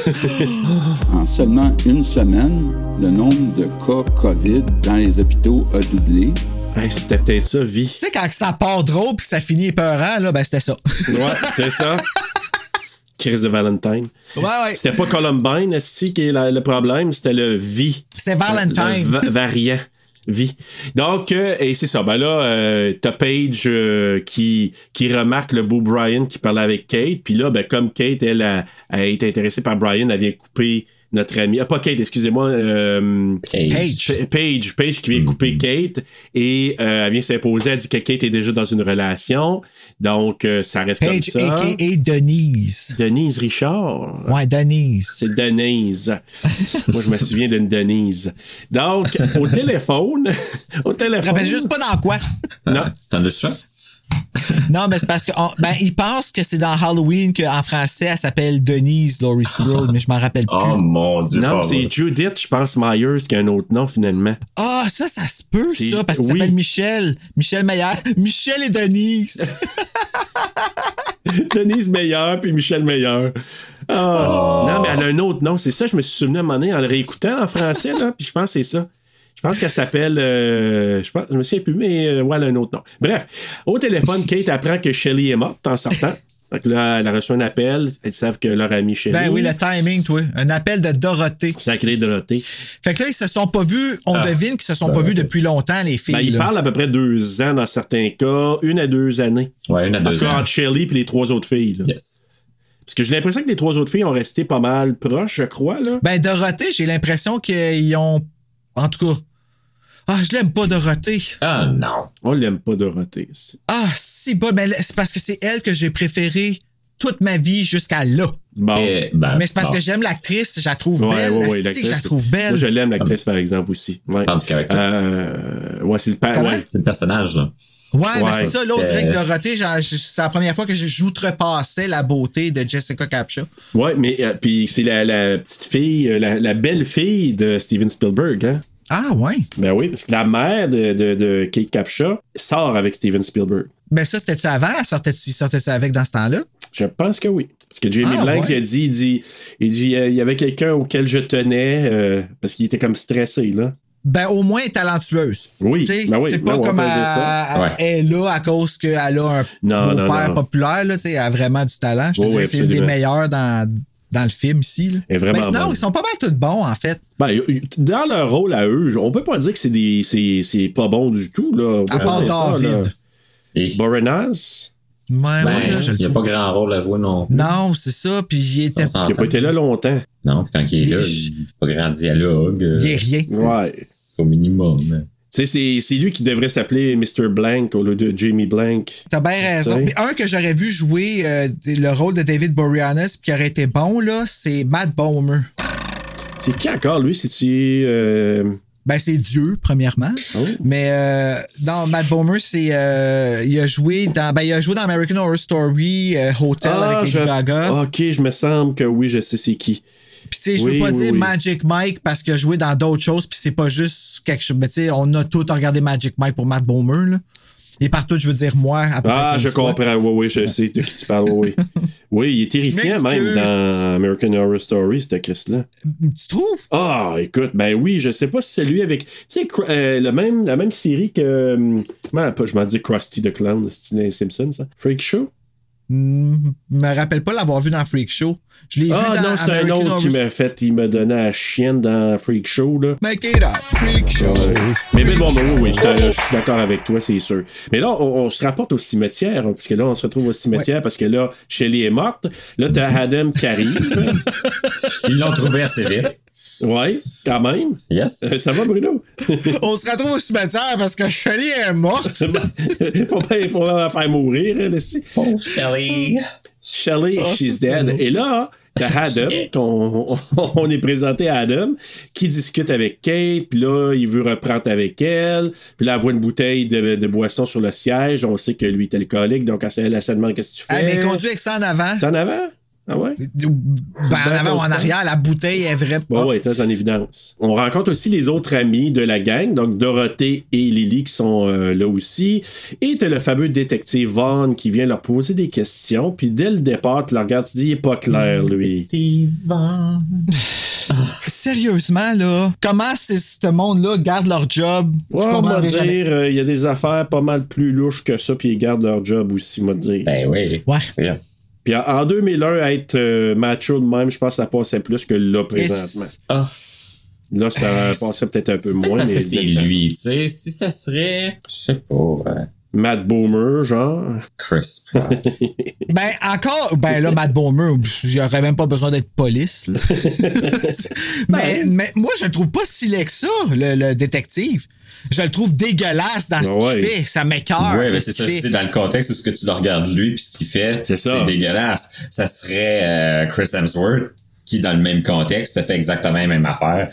Speaker 10: En seulement une semaine, le nombre de cas COVID dans les hôpitaux a doublé.
Speaker 3: hey, C'était peut-être ça, vie.
Speaker 4: Tu sais, quand ça part drôle puis que ça finit épeurant, là, ben c'était ça.
Speaker 3: Ouais, c'est ça. Crise de Valentine.
Speaker 4: Ouais, ouais.
Speaker 3: C'était pas Columbine, esti, qui est la- le problème, c'était le vie.
Speaker 4: C'était Valentine.
Speaker 3: Le va- variant. Vie. Donc, euh, et c'est ça. Ben là, euh, t'as Paige euh, qui, qui remarque le beau Brian qui parlait avec Kate. Puis là, ben, comme Kate, elle, a, a été intéressée par Brian, elle vient couper notre ami. Ah, pas Kate, excusez-moi. euh,
Speaker 5: Hey,
Speaker 4: Paige.
Speaker 3: P- Paige, Paige
Speaker 4: Mm-hmm.
Speaker 3: qui vient couper Kate et euh, elle vient s'imposer. Elle dit que Kate est déjà dans une relation. Donc, euh, ça reste
Speaker 4: Paige,
Speaker 3: comme ça.
Speaker 4: a.k.a. Denise.
Speaker 3: Denise Richard.
Speaker 4: Ouais, Denise.
Speaker 3: C'est Denise. Moi, je me souviens d'une Denise. Donc, au téléphone, au
Speaker 4: Je
Speaker 3: téléphone.
Speaker 4: rappelle juste pas dans quoi.
Speaker 3: Non.
Speaker 5: T'en as ça?
Speaker 4: Non, mais c'est parce que on- ben, ils pensent que c'est dans Halloween qu'en français, elle s'appelle Denise Laurie Sproul, mais je m'en rappelle
Speaker 3: Ah.
Speaker 4: plus.
Speaker 5: Oh mon dieu.
Speaker 3: Non,
Speaker 5: pas vrai.
Speaker 3: c'est Judith, je pense, Myers, qui a un autre nom, finalement.
Speaker 4: Ah, ça, ça se peut,
Speaker 3: C'est-
Speaker 4: ça, parce qu'il
Speaker 3: oui.
Speaker 4: s'appelle Michel. Michel Meillard. Michel et Denise.
Speaker 3: Denise Meilleur puis Michel Meilleur. Ah.
Speaker 4: Oh.
Speaker 3: Non, mais elle a un autre nom. C'est ça, je me suis souvenu à un moment donné en le réécoutant en français, là, puis je pense que c'est ça. Je pense qu'elle s'appelle. euh, je, pense, je me souviens plus, mais euh, ouais, elle a un autre nom. Bref, au téléphone, Kate apprend que Shelly est morte en sortant. Donc là, elle a reçu un appel. Elles savent que leur amie Shelly.
Speaker 4: ben oui, le timing, toi. Un appel de Dorothée.
Speaker 3: Sacré Dorothée.
Speaker 4: Fait que là, ils se sont pas vus. On devine qu'ils se sont pas vus depuis longtemps, les filles.
Speaker 3: Ah. Ben, il
Speaker 4: là.
Speaker 3: parle à peu près deux ans dans certains cas, une à deux années.
Speaker 5: Ouais, une à
Speaker 3: En tout
Speaker 5: deux
Speaker 3: cas,
Speaker 5: ans.
Speaker 3: entre Shelley et les trois autres filles. là.
Speaker 5: Yes.
Speaker 3: Parce que j'ai l'impression que les trois autres filles ont resté pas mal proches, je crois. Là.
Speaker 4: Ben, Dorothée, j'ai l'impression qu'ils ont. En tout cas. Ah, je l'aime pas, Dorothée.
Speaker 5: Ah, non.
Speaker 3: On l'aime pas, Dorothée.
Speaker 4: Ah, si, bon, mais c'est parce que c'est elle que j'ai préférée toute ma vie jusqu'à là.
Speaker 3: Ah, Bon.
Speaker 5: Eh, ben,
Speaker 4: mais c'est parce
Speaker 5: bon.
Speaker 4: que j'aime l'actrice, je la trouve
Speaker 3: Ouais,
Speaker 4: belle.
Speaker 3: ouais, ouais,
Speaker 4: asti
Speaker 3: l'actrice,
Speaker 4: que je la trouve belle.
Speaker 3: Moi, je l'aime, l'actrice, par exemple, aussi. Ouais.
Speaker 5: Tandis qu'avec toi,
Speaker 3: Euh, ouais, c'est le père.
Speaker 4: Comment?
Speaker 3: Ouais.
Speaker 5: Ah, c'est le personnage, là.
Speaker 4: Ouais, mais
Speaker 3: Ouais,
Speaker 4: c'est ça, l'autre direct
Speaker 5: euh,
Speaker 4: Dorothée, j'en- je- c'est la première fois que je- j'outrepassais la beauté de Jessica Capshaw.
Speaker 3: Ouais, mais euh, puis c'est la, la petite fille, euh, la, la belle fille de Steven Spielberg. Hein?
Speaker 4: Ah ouais.
Speaker 3: Ben oui, parce que la mère de, de, de Kate Capshaw sort avec Steven Spielberg.
Speaker 4: Ben ça, c'était-tu avant? Elle Sortait-tu sortait avec dans ce temps-là?
Speaker 3: Je pense que oui. Parce que Jamie
Speaker 4: Ah,
Speaker 3: Blanks,
Speaker 4: ouais.
Speaker 3: il a dit, il dit, il dit, euh, il y avait quelqu'un auquel je tenais euh, parce qu'il était comme stressé, là.
Speaker 4: Ben au moins elle est talentueuse.
Speaker 3: Oui,
Speaker 4: Tu sais,
Speaker 3: ben oui,
Speaker 4: c'est
Speaker 3: ben
Speaker 4: pas
Speaker 3: oui, on
Speaker 4: comme
Speaker 3: peut
Speaker 4: elle,
Speaker 3: dire ça.
Speaker 4: elle-
Speaker 5: Ouais.
Speaker 4: elle est là à cause qu'elle a un
Speaker 3: Non, non,
Speaker 4: beau-père
Speaker 3: non.
Speaker 4: populaire, là, tu sais, elle a vraiment du talent. Je te
Speaker 3: Oui,
Speaker 4: dirais
Speaker 3: oui,
Speaker 4: que c'est une des
Speaker 3: absolument.
Speaker 4: meilleures dans, dans le film ici. là.
Speaker 3: Elle est vraiment
Speaker 4: Mais sinon,
Speaker 3: bonne.
Speaker 4: ils sont pas mal tous bons en fait.
Speaker 3: Ben, y- y- dans leur rôle à eux, on peut pas dire que c'est des, c'est, c'est pas bon du tout, là. On peut
Speaker 4: À
Speaker 3: pas
Speaker 4: part
Speaker 3: dire ça, là.
Speaker 4: David.
Speaker 5: Et,
Speaker 3: Boreanaz,
Speaker 4: Ouais,
Speaker 5: ben,
Speaker 4: ouais, là, je le
Speaker 5: il n'y a
Speaker 4: trouve.
Speaker 5: pas grand rôle à jouer non plus.
Speaker 4: Non, c'est ça. Puis il était.
Speaker 5: On s'entend.
Speaker 3: qui a pas été là longtemps.
Speaker 5: Non, puis quand il est là, il n'y a pas grand dialogue. euh,
Speaker 4: Il est rien.
Speaker 3: Ouais.
Speaker 5: C'est au minimum.
Speaker 3: Tu sais, c'est, c'est lui qui devrait s'appeler Mr. Blank au lieu de Jamie Blank.
Speaker 4: T'as bien raison.
Speaker 3: sais.
Speaker 4: Mais un que j'aurais vu jouer euh, le rôle de David Boreanaz puis qui aurait été bon, là, c'est Matt Bomer.
Speaker 3: C'est qui encore, lui, si tu. euh,
Speaker 4: Ben, c'est Dieu, premièrement.
Speaker 3: oh.
Speaker 4: Mais euh, non, Matt Bomer, c'est. euh, il a joué dans. Ben, il a joué dans American Horror Story euh, Hotel
Speaker 3: Ah,
Speaker 4: avec
Speaker 3: je-
Speaker 4: Lady Gaga.
Speaker 3: Ok, je me semble que oui, je sais c'est qui.
Speaker 4: Puis, tu sais, je
Speaker 3: Oui,
Speaker 4: veux pas
Speaker 3: oui,
Speaker 4: dire
Speaker 3: oui.
Speaker 4: Magic Mike parce qu'il a joué dans d'autres choses, puis c'est pas juste quelque chose. Mais, tu sais, on a tous regardé Magic Mike pour Matt Bomer, là. Et partout, je veux dire moi. à peu près
Speaker 3: Ah,
Speaker 4: comme
Speaker 3: je
Speaker 4: ça.
Speaker 3: comprends. Oui, oui, je sais de qui tu parles. Oui, oui. Oui, il est terrifiant
Speaker 4: M'excuse.
Speaker 3: même dans American Horror Story, ce Chris-là.
Speaker 4: Tu trouves?
Speaker 3: Ah, écoute, ben oui, je sais pas si c'est lui avec. Tu sais, Cro- euh, le même, la même série que. hum, Comment pas- je m'en dis Krusty the Clown, c'est Simpson, ça. Freak Show?
Speaker 4: Hmm, je me rappelle pas l'avoir vu dans Freak Show. Je l'ai
Speaker 3: Ah
Speaker 4: vu dans
Speaker 3: non, c'est un
Speaker 4: American
Speaker 3: autre
Speaker 4: Horror
Speaker 3: qui m'a fait. Il m'a donné à chienne dans Freak Show, là.
Speaker 4: Make it up, freak show.
Speaker 3: Mais Bill Bomber, oui, oui, c'est un- je suis d'accord avec toi, c'est sûr. Mais là, on, on se rapporte au cimetière, hein, parce que là, on se retrouve au cimetière, parce que là, Shelley est morte. Là, t'as Adam qui arrive.
Speaker 5: Ils l'ont trouvé assez vite.
Speaker 3: ouais, quand même.
Speaker 5: Yes.
Speaker 3: Euh, ça va, Bruno?
Speaker 4: On se retrouve au cimetière parce que Shelley est morte.
Speaker 3: faut pas faut pas la faire mourir, elle, ici.
Speaker 5: Oh,
Speaker 4: Eh
Speaker 5: Shelly.
Speaker 3: Shelley, she's dead. Et là, t'as Adam, qu'on- on, on est présenté à Adam, qui discute avec Kate, puis là, il veut reprendre avec elle, puis là, elle voit une bouteille de, de boisson sur le siège, on sait que lui est alcoolique, donc elle, se- elle se demande qu'est-ce que tu fais.
Speaker 4: Elle mais conduit ben, avec ça en avant.
Speaker 3: C'est en avant? Ah ouais?
Speaker 4: Ben, en avant ou en arrière, la bouteille est vraie.
Speaker 3: Bon,
Speaker 5: Ah.
Speaker 3: ouais, t'es en évidence. On rencontre aussi les autres amis de la gang, donc Dorothée et Lily qui sont euh, là aussi. Et t'as le fameux détective Vaughn qui vient leur poser des questions. Puis dès le départ, tu le regardes, tu dis, il est pas clair,
Speaker 5: Mm.
Speaker 3: lui.
Speaker 5: Divan.
Speaker 4: Sérieusement, là, comment c'est- ce monde-là garde leur job? Je
Speaker 3: Ouais, on va
Speaker 4: comprendrai
Speaker 3: Oh, dire,
Speaker 4: jamais.
Speaker 3: euh, il y a des affaires pas mal plus louches que ça, puis ils gardent leur job aussi, moi dire.
Speaker 5: Ben oui.
Speaker 4: Ouais.
Speaker 5: Bien.
Speaker 3: Puis en- en 2001, être euh, macho de même, je pense que ça passait plus que là
Speaker 4: Et
Speaker 3: présentement.
Speaker 4: c'est-
Speaker 5: Ah,
Speaker 3: Là, ça passait peut-être un peu
Speaker 5: peut-être
Speaker 3: moins.
Speaker 5: parce
Speaker 3: mais
Speaker 5: que c'est lui, tu sais. Si ça serait, je sais pas, euh,
Speaker 3: Matt Boomer, genre.
Speaker 5: Chris Pratt.
Speaker 4: Ben, encore, ben là, Matt Bomer, il n'y aurait même pas besoin d'être police. là. mais, mais moi, je le trouve pas si laid que ça, le, le détective. Je le trouve dégueulasse dans ce
Speaker 3: Ouais.
Speaker 4: qu'il fait. Ça m'écœure.
Speaker 5: ouais, mais
Speaker 4: qu'est-ce
Speaker 5: c'est ça,
Speaker 4: qu'il
Speaker 5: c'est
Speaker 4: fait.
Speaker 5: dans le contexte où ce que tu le regardes lui puis ce qu'il fait,
Speaker 3: C'est ça.
Speaker 5: c'est dégueulasse. Ça serait euh, Chris Hemsworth qui, dans le même contexte, te fait exactement la même affaire.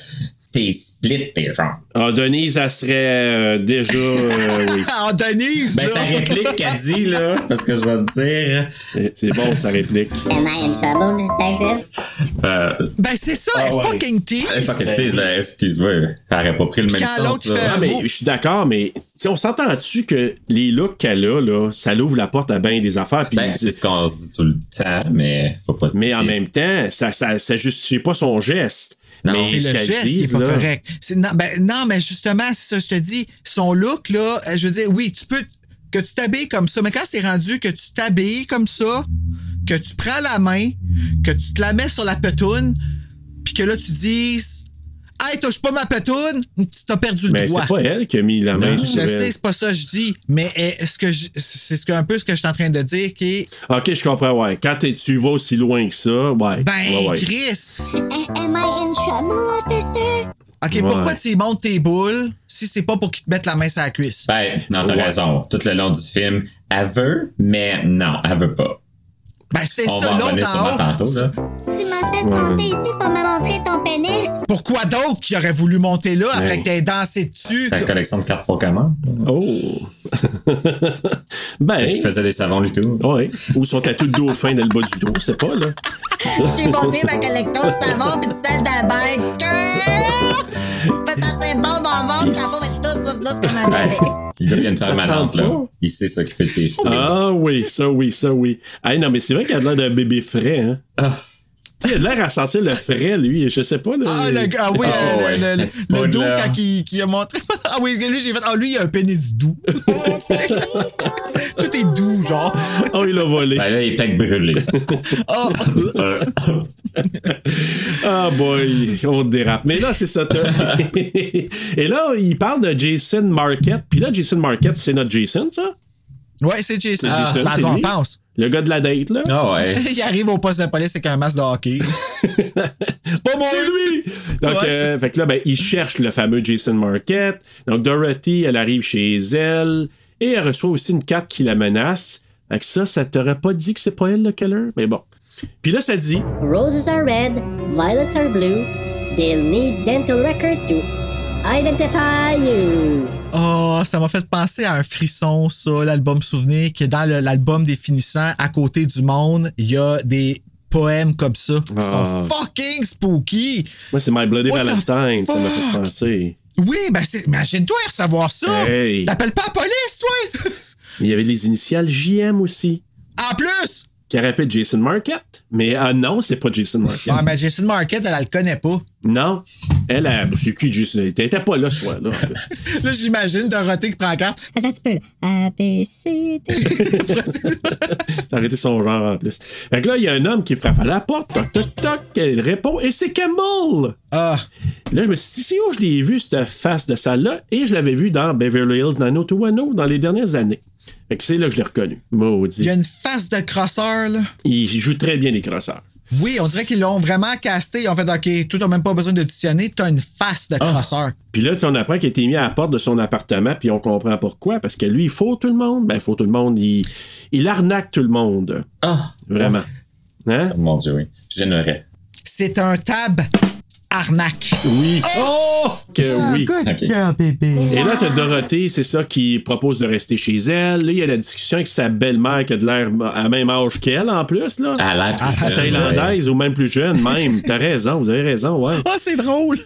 Speaker 5: T'es split tes jambes.
Speaker 3: Ah, Denise, elle serait euh, déjà. euh, oui.
Speaker 4: Ah, Denise,
Speaker 5: Ben,
Speaker 4: là.
Speaker 5: ta réplique qu'elle dit, là, parce que je vais te dire,
Speaker 3: C'est- C'est bon, sa réplique.
Speaker 7: Am I in trouble, detective?
Speaker 5: euh,
Speaker 4: Ben, c'est ça, elle
Speaker 3: ouais.
Speaker 4: fucking tease.
Speaker 5: hey, fuck it, tu sais, ben, excuse-moi, ça aurait pas pris le même
Speaker 4: quand
Speaker 5: sens,
Speaker 4: l'autre
Speaker 5: là.
Speaker 4: fait-
Speaker 3: Ah, mais je suis d'accord, mais tu sais, on s'entend dessus que les looks qu'elle a, là, ça l'ouvre la porte à bien des affaires. puis
Speaker 5: Ben, c'est ce qu'on se dit tout le temps, mais faut pas
Speaker 3: mais en
Speaker 5: dire-
Speaker 3: même temps, ça, ça, ça justifie pas son geste.
Speaker 5: Non,
Speaker 3: mais
Speaker 4: C'est
Speaker 3: ce
Speaker 4: le
Speaker 3: qu'elle
Speaker 4: geste
Speaker 3: dit,
Speaker 4: qui est pas
Speaker 3: là,
Speaker 4: correct. C'est- Non, ben, non, mais justement, c'est ça, je te dis, son look, là, euh, je veux dire, oui, tu peux que tu t'habilles comme ça, mais quand c'est rendu que tu t'habilles comme ça, que tu prends la main, que tu te la mets sur la petoune, puis que là, tu dises Hey, touche pas ma petoune, t'as perdu le
Speaker 3: Mais
Speaker 4: doigt.
Speaker 3: ben, c'est pas elle qui a mis la main
Speaker 4: Je
Speaker 3: sur
Speaker 4: sais,
Speaker 3: elle.
Speaker 4: c'est pas ça que je dis, mais eh, ce que je- c'est ce que, un peu ce que je suis en train de dire qui est
Speaker 3: Ok, je comprends, ouais. Quand t'es- tu vas aussi loin que ça, ouais.
Speaker 4: Ben,
Speaker 3: ouais, ouais.
Speaker 4: Chris!
Speaker 7: Eh, Am I in trouble, officer?
Speaker 4: OK,
Speaker 3: Ouais.
Speaker 4: pourquoi tu y montes tes boules si c'est pas pour qu'ils te mettent la main sur la cuisse?
Speaker 5: Ben, non, t'as
Speaker 3: Ouais.
Speaker 5: raison. Tout le long du film, elle veut, mais non, elle veut pas.
Speaker 4: Ben, c'est
Speaker 5: On va
Speaker 4: ça,
Speaker 5: en revenir
Speaker 4: l'autre
Speaker 5: sûrement
Speaker 4: en haut.
Speaker 5: tantôt, là.
Speaker 7: Tu m'as fait monter ici pour me montrer ton pénis?
Speaker 4: Pourquoi d'autres qui auraient voulu monter là après
Speaker 3: Ouais.
Speaker 4: que t'aies dansé dessus?
Speaker 5: Ta collection de cartes Pokémon. euh,
Speaker 3: Oh! ben. Oh.
Speaker 5: Qui faisait des savons du tout.
Speaker 3: Ouais. Ou son tatou de dauphin dans le bas du dos, c'est pas, là.
Speaker 7: J'ai monté ma collection de savons pis de sel d'Albert. Peut-être c'est bon, bon, bon, le savon est tout, tout, tout comme un
Speaker 12: Ah,
Speaker 7: bébé.
Speaker 5: Il devient une
Speaker 3: Ça
Speaker 5: femme
Speaker 3: tente
Speaker 5: malade,
Speaker 3: pas.
Speaker 5: là. Il sait s'occuper de ses cheveux.
Speaker 3: Ah oui, ça oui, ça oui. Ah non, mais c'est vrai qu'il a l'air d'un bébé frais, hein.
Speaker 5: Ah.
Speaker 3: Tu sais, il a l'air à sentir le frais, lui. Je sais pas, là.
Speaker 4: Ah, le gars, ah oui,
Speaker 5: Ah,
Speaker 4: le- le,
Speaker 5: ouais.
Speaker 4: le, le
Speaker 5: Pas de
Speaker 4: doux
Speaker 5: là.
Speaker 4: quand il, qui a montré. Ah oui, lui, j'ai fait. Ah, lui, il a un pénis doux. Tout est doux, genre.
Speaker 3: Oh, il l'a volé.
Speaker 5: Ben là, il est peut-être brûlé.
Speaker 4: Ah,
Speaker 5: Euh,
Speaker 3: Ah boy, on dérape. Mais là, c'est ça. t'as- Et là, il parle de Jason Marquette. Puis là, Jason Marquette, c'est notre Jason, ça?
Speaker 4: ouais, c'est Jason.
Speaker 3: C'est
Speaker 4: Ah,
Speaker 3: Jason,
Speaker 4: ben,
Speaker 3: c'est
Speaker 4: on
Speaker 3: lui.
Speaker 4: pense.
Speaker 3: Le gars de la date, là?
Speaker 5: Ah ouais.
Speaker 4: Il arrive au poste de police avec un masque de hockey. C'est pas moi!
Speaker 3: C'est lui! Donc,
Speaker 4: Ouais,
Speaker 3: euh,
Speaker 4: c'est-
Speaker 3: fait que là, ben, il cherche le fameux Jason Marquette. Donc, Dorothy, elle arrive chez elle et elle reçoit aussi une carte qui la menace. Fait que ça, ça t'aurait pas dit que c'est pas elle, le Keller? Mais bon. Puis là, ça dit,
Speaker 7: Roses are red, violets are blue. They'll need dental records to identify you.
Speaker 4: Oh, ça m'a fait penser à un frisson, ça, l'album Souvenir, qui est dans le- l'album des finissants, à côté du monde, il y a des poèmes comme ça qui
Speaker 3: Ah.
Speaker 4: sont fucking spooky.
Speaker 3: moi, c'est My Bloody
Speaker 4: What the
Speaker 3: Valentine. Ça m'a fait
Speaker 4: fuck?
Speaker 3: penser.
Speaker 4: Oui, ben c'est- imagine-toi recevoir ça.
Speaker 3: Hey.
Speaker 4: T'appelles pas la police, toi?
Speaker 3: Il y avait les initiales JM aussi,
Speaker 4: en plus!
Speaker 3: qui rappelle Jason Marquette. Mais ah non, c'est pas Jason Marquette.
Speaker 4: Ah, ben Jason Marquette, elle, elle le connaît pas.
Speaker 3: Non. Elle, elle c'est qui Jason? Elle était pas là, ce soir-là. en plus.
Speaker 4: Là, j'imagine Dorothée qui prend la carte.
Speaker 7: Attends un petit peu, là. A, B, C, D.
Speaker 3: Ça aurait été son genre en plus. Fait que là, il y a un homme qui frappe à la porte, toc toc toc, elle répond, et c'est Campbell!
Speaker 4: Ah,
Speaker 3: Là, je me suis dit, c'est où je l'ai vu, cette face de salle-là, et je l'avais vu dans Beverly Hills, oh dans Ottawa, dans les dernières années. Fait que c'est là que je l'ai reconnu.
Speaker 4: il y
Speaker 3: Maudit.
Speaker 4: a une face de crosseur, là.
Speaker 3: Il joue très bien les crosseurs.
Speaker 4: Oui, on dirait qu'ils l'ont vraiment casté. Ils ont fait, OK, toi, t'as même pas besoin d'auditionner, t'as une face
Speaker 3: Ah.
Speaker 4: de crosseur.
Speaker 3: Puis là, tu sais, on apprend qu'il a été mis à la porte de son appartement, puis on comprend pourquoi. Parce que lui, il faut tout le monde. Ben, il faut tout le monde. Il, il arnaque tout le monde.
Speaker 5: Ah.
Speaker 3: Vraiment. Hein?
Speaker 5: Oh, Mon Dieu, oui. J'aimerais.
Speaker 4: C'est un tab arnaque.
Speaker 3: Oui. Oh! Que oui.
Speaker 5: Ok.
Speaker 3: Et là, t'as Dorothée, c'est ça, qui propose de rester chez elle. Là, il y a la discussion avec sa belle-mère qui a de l'air à même âge qu'elle, en plus, Ben, là.
Speaker 5: À l'air plus jeune, Ah, ouais.
Speaker 3: Thaïlandaise ou même plus jeune, même. T'as raison, vous avez raison, ouais.
Speaker 4: Ah, c'est drôle.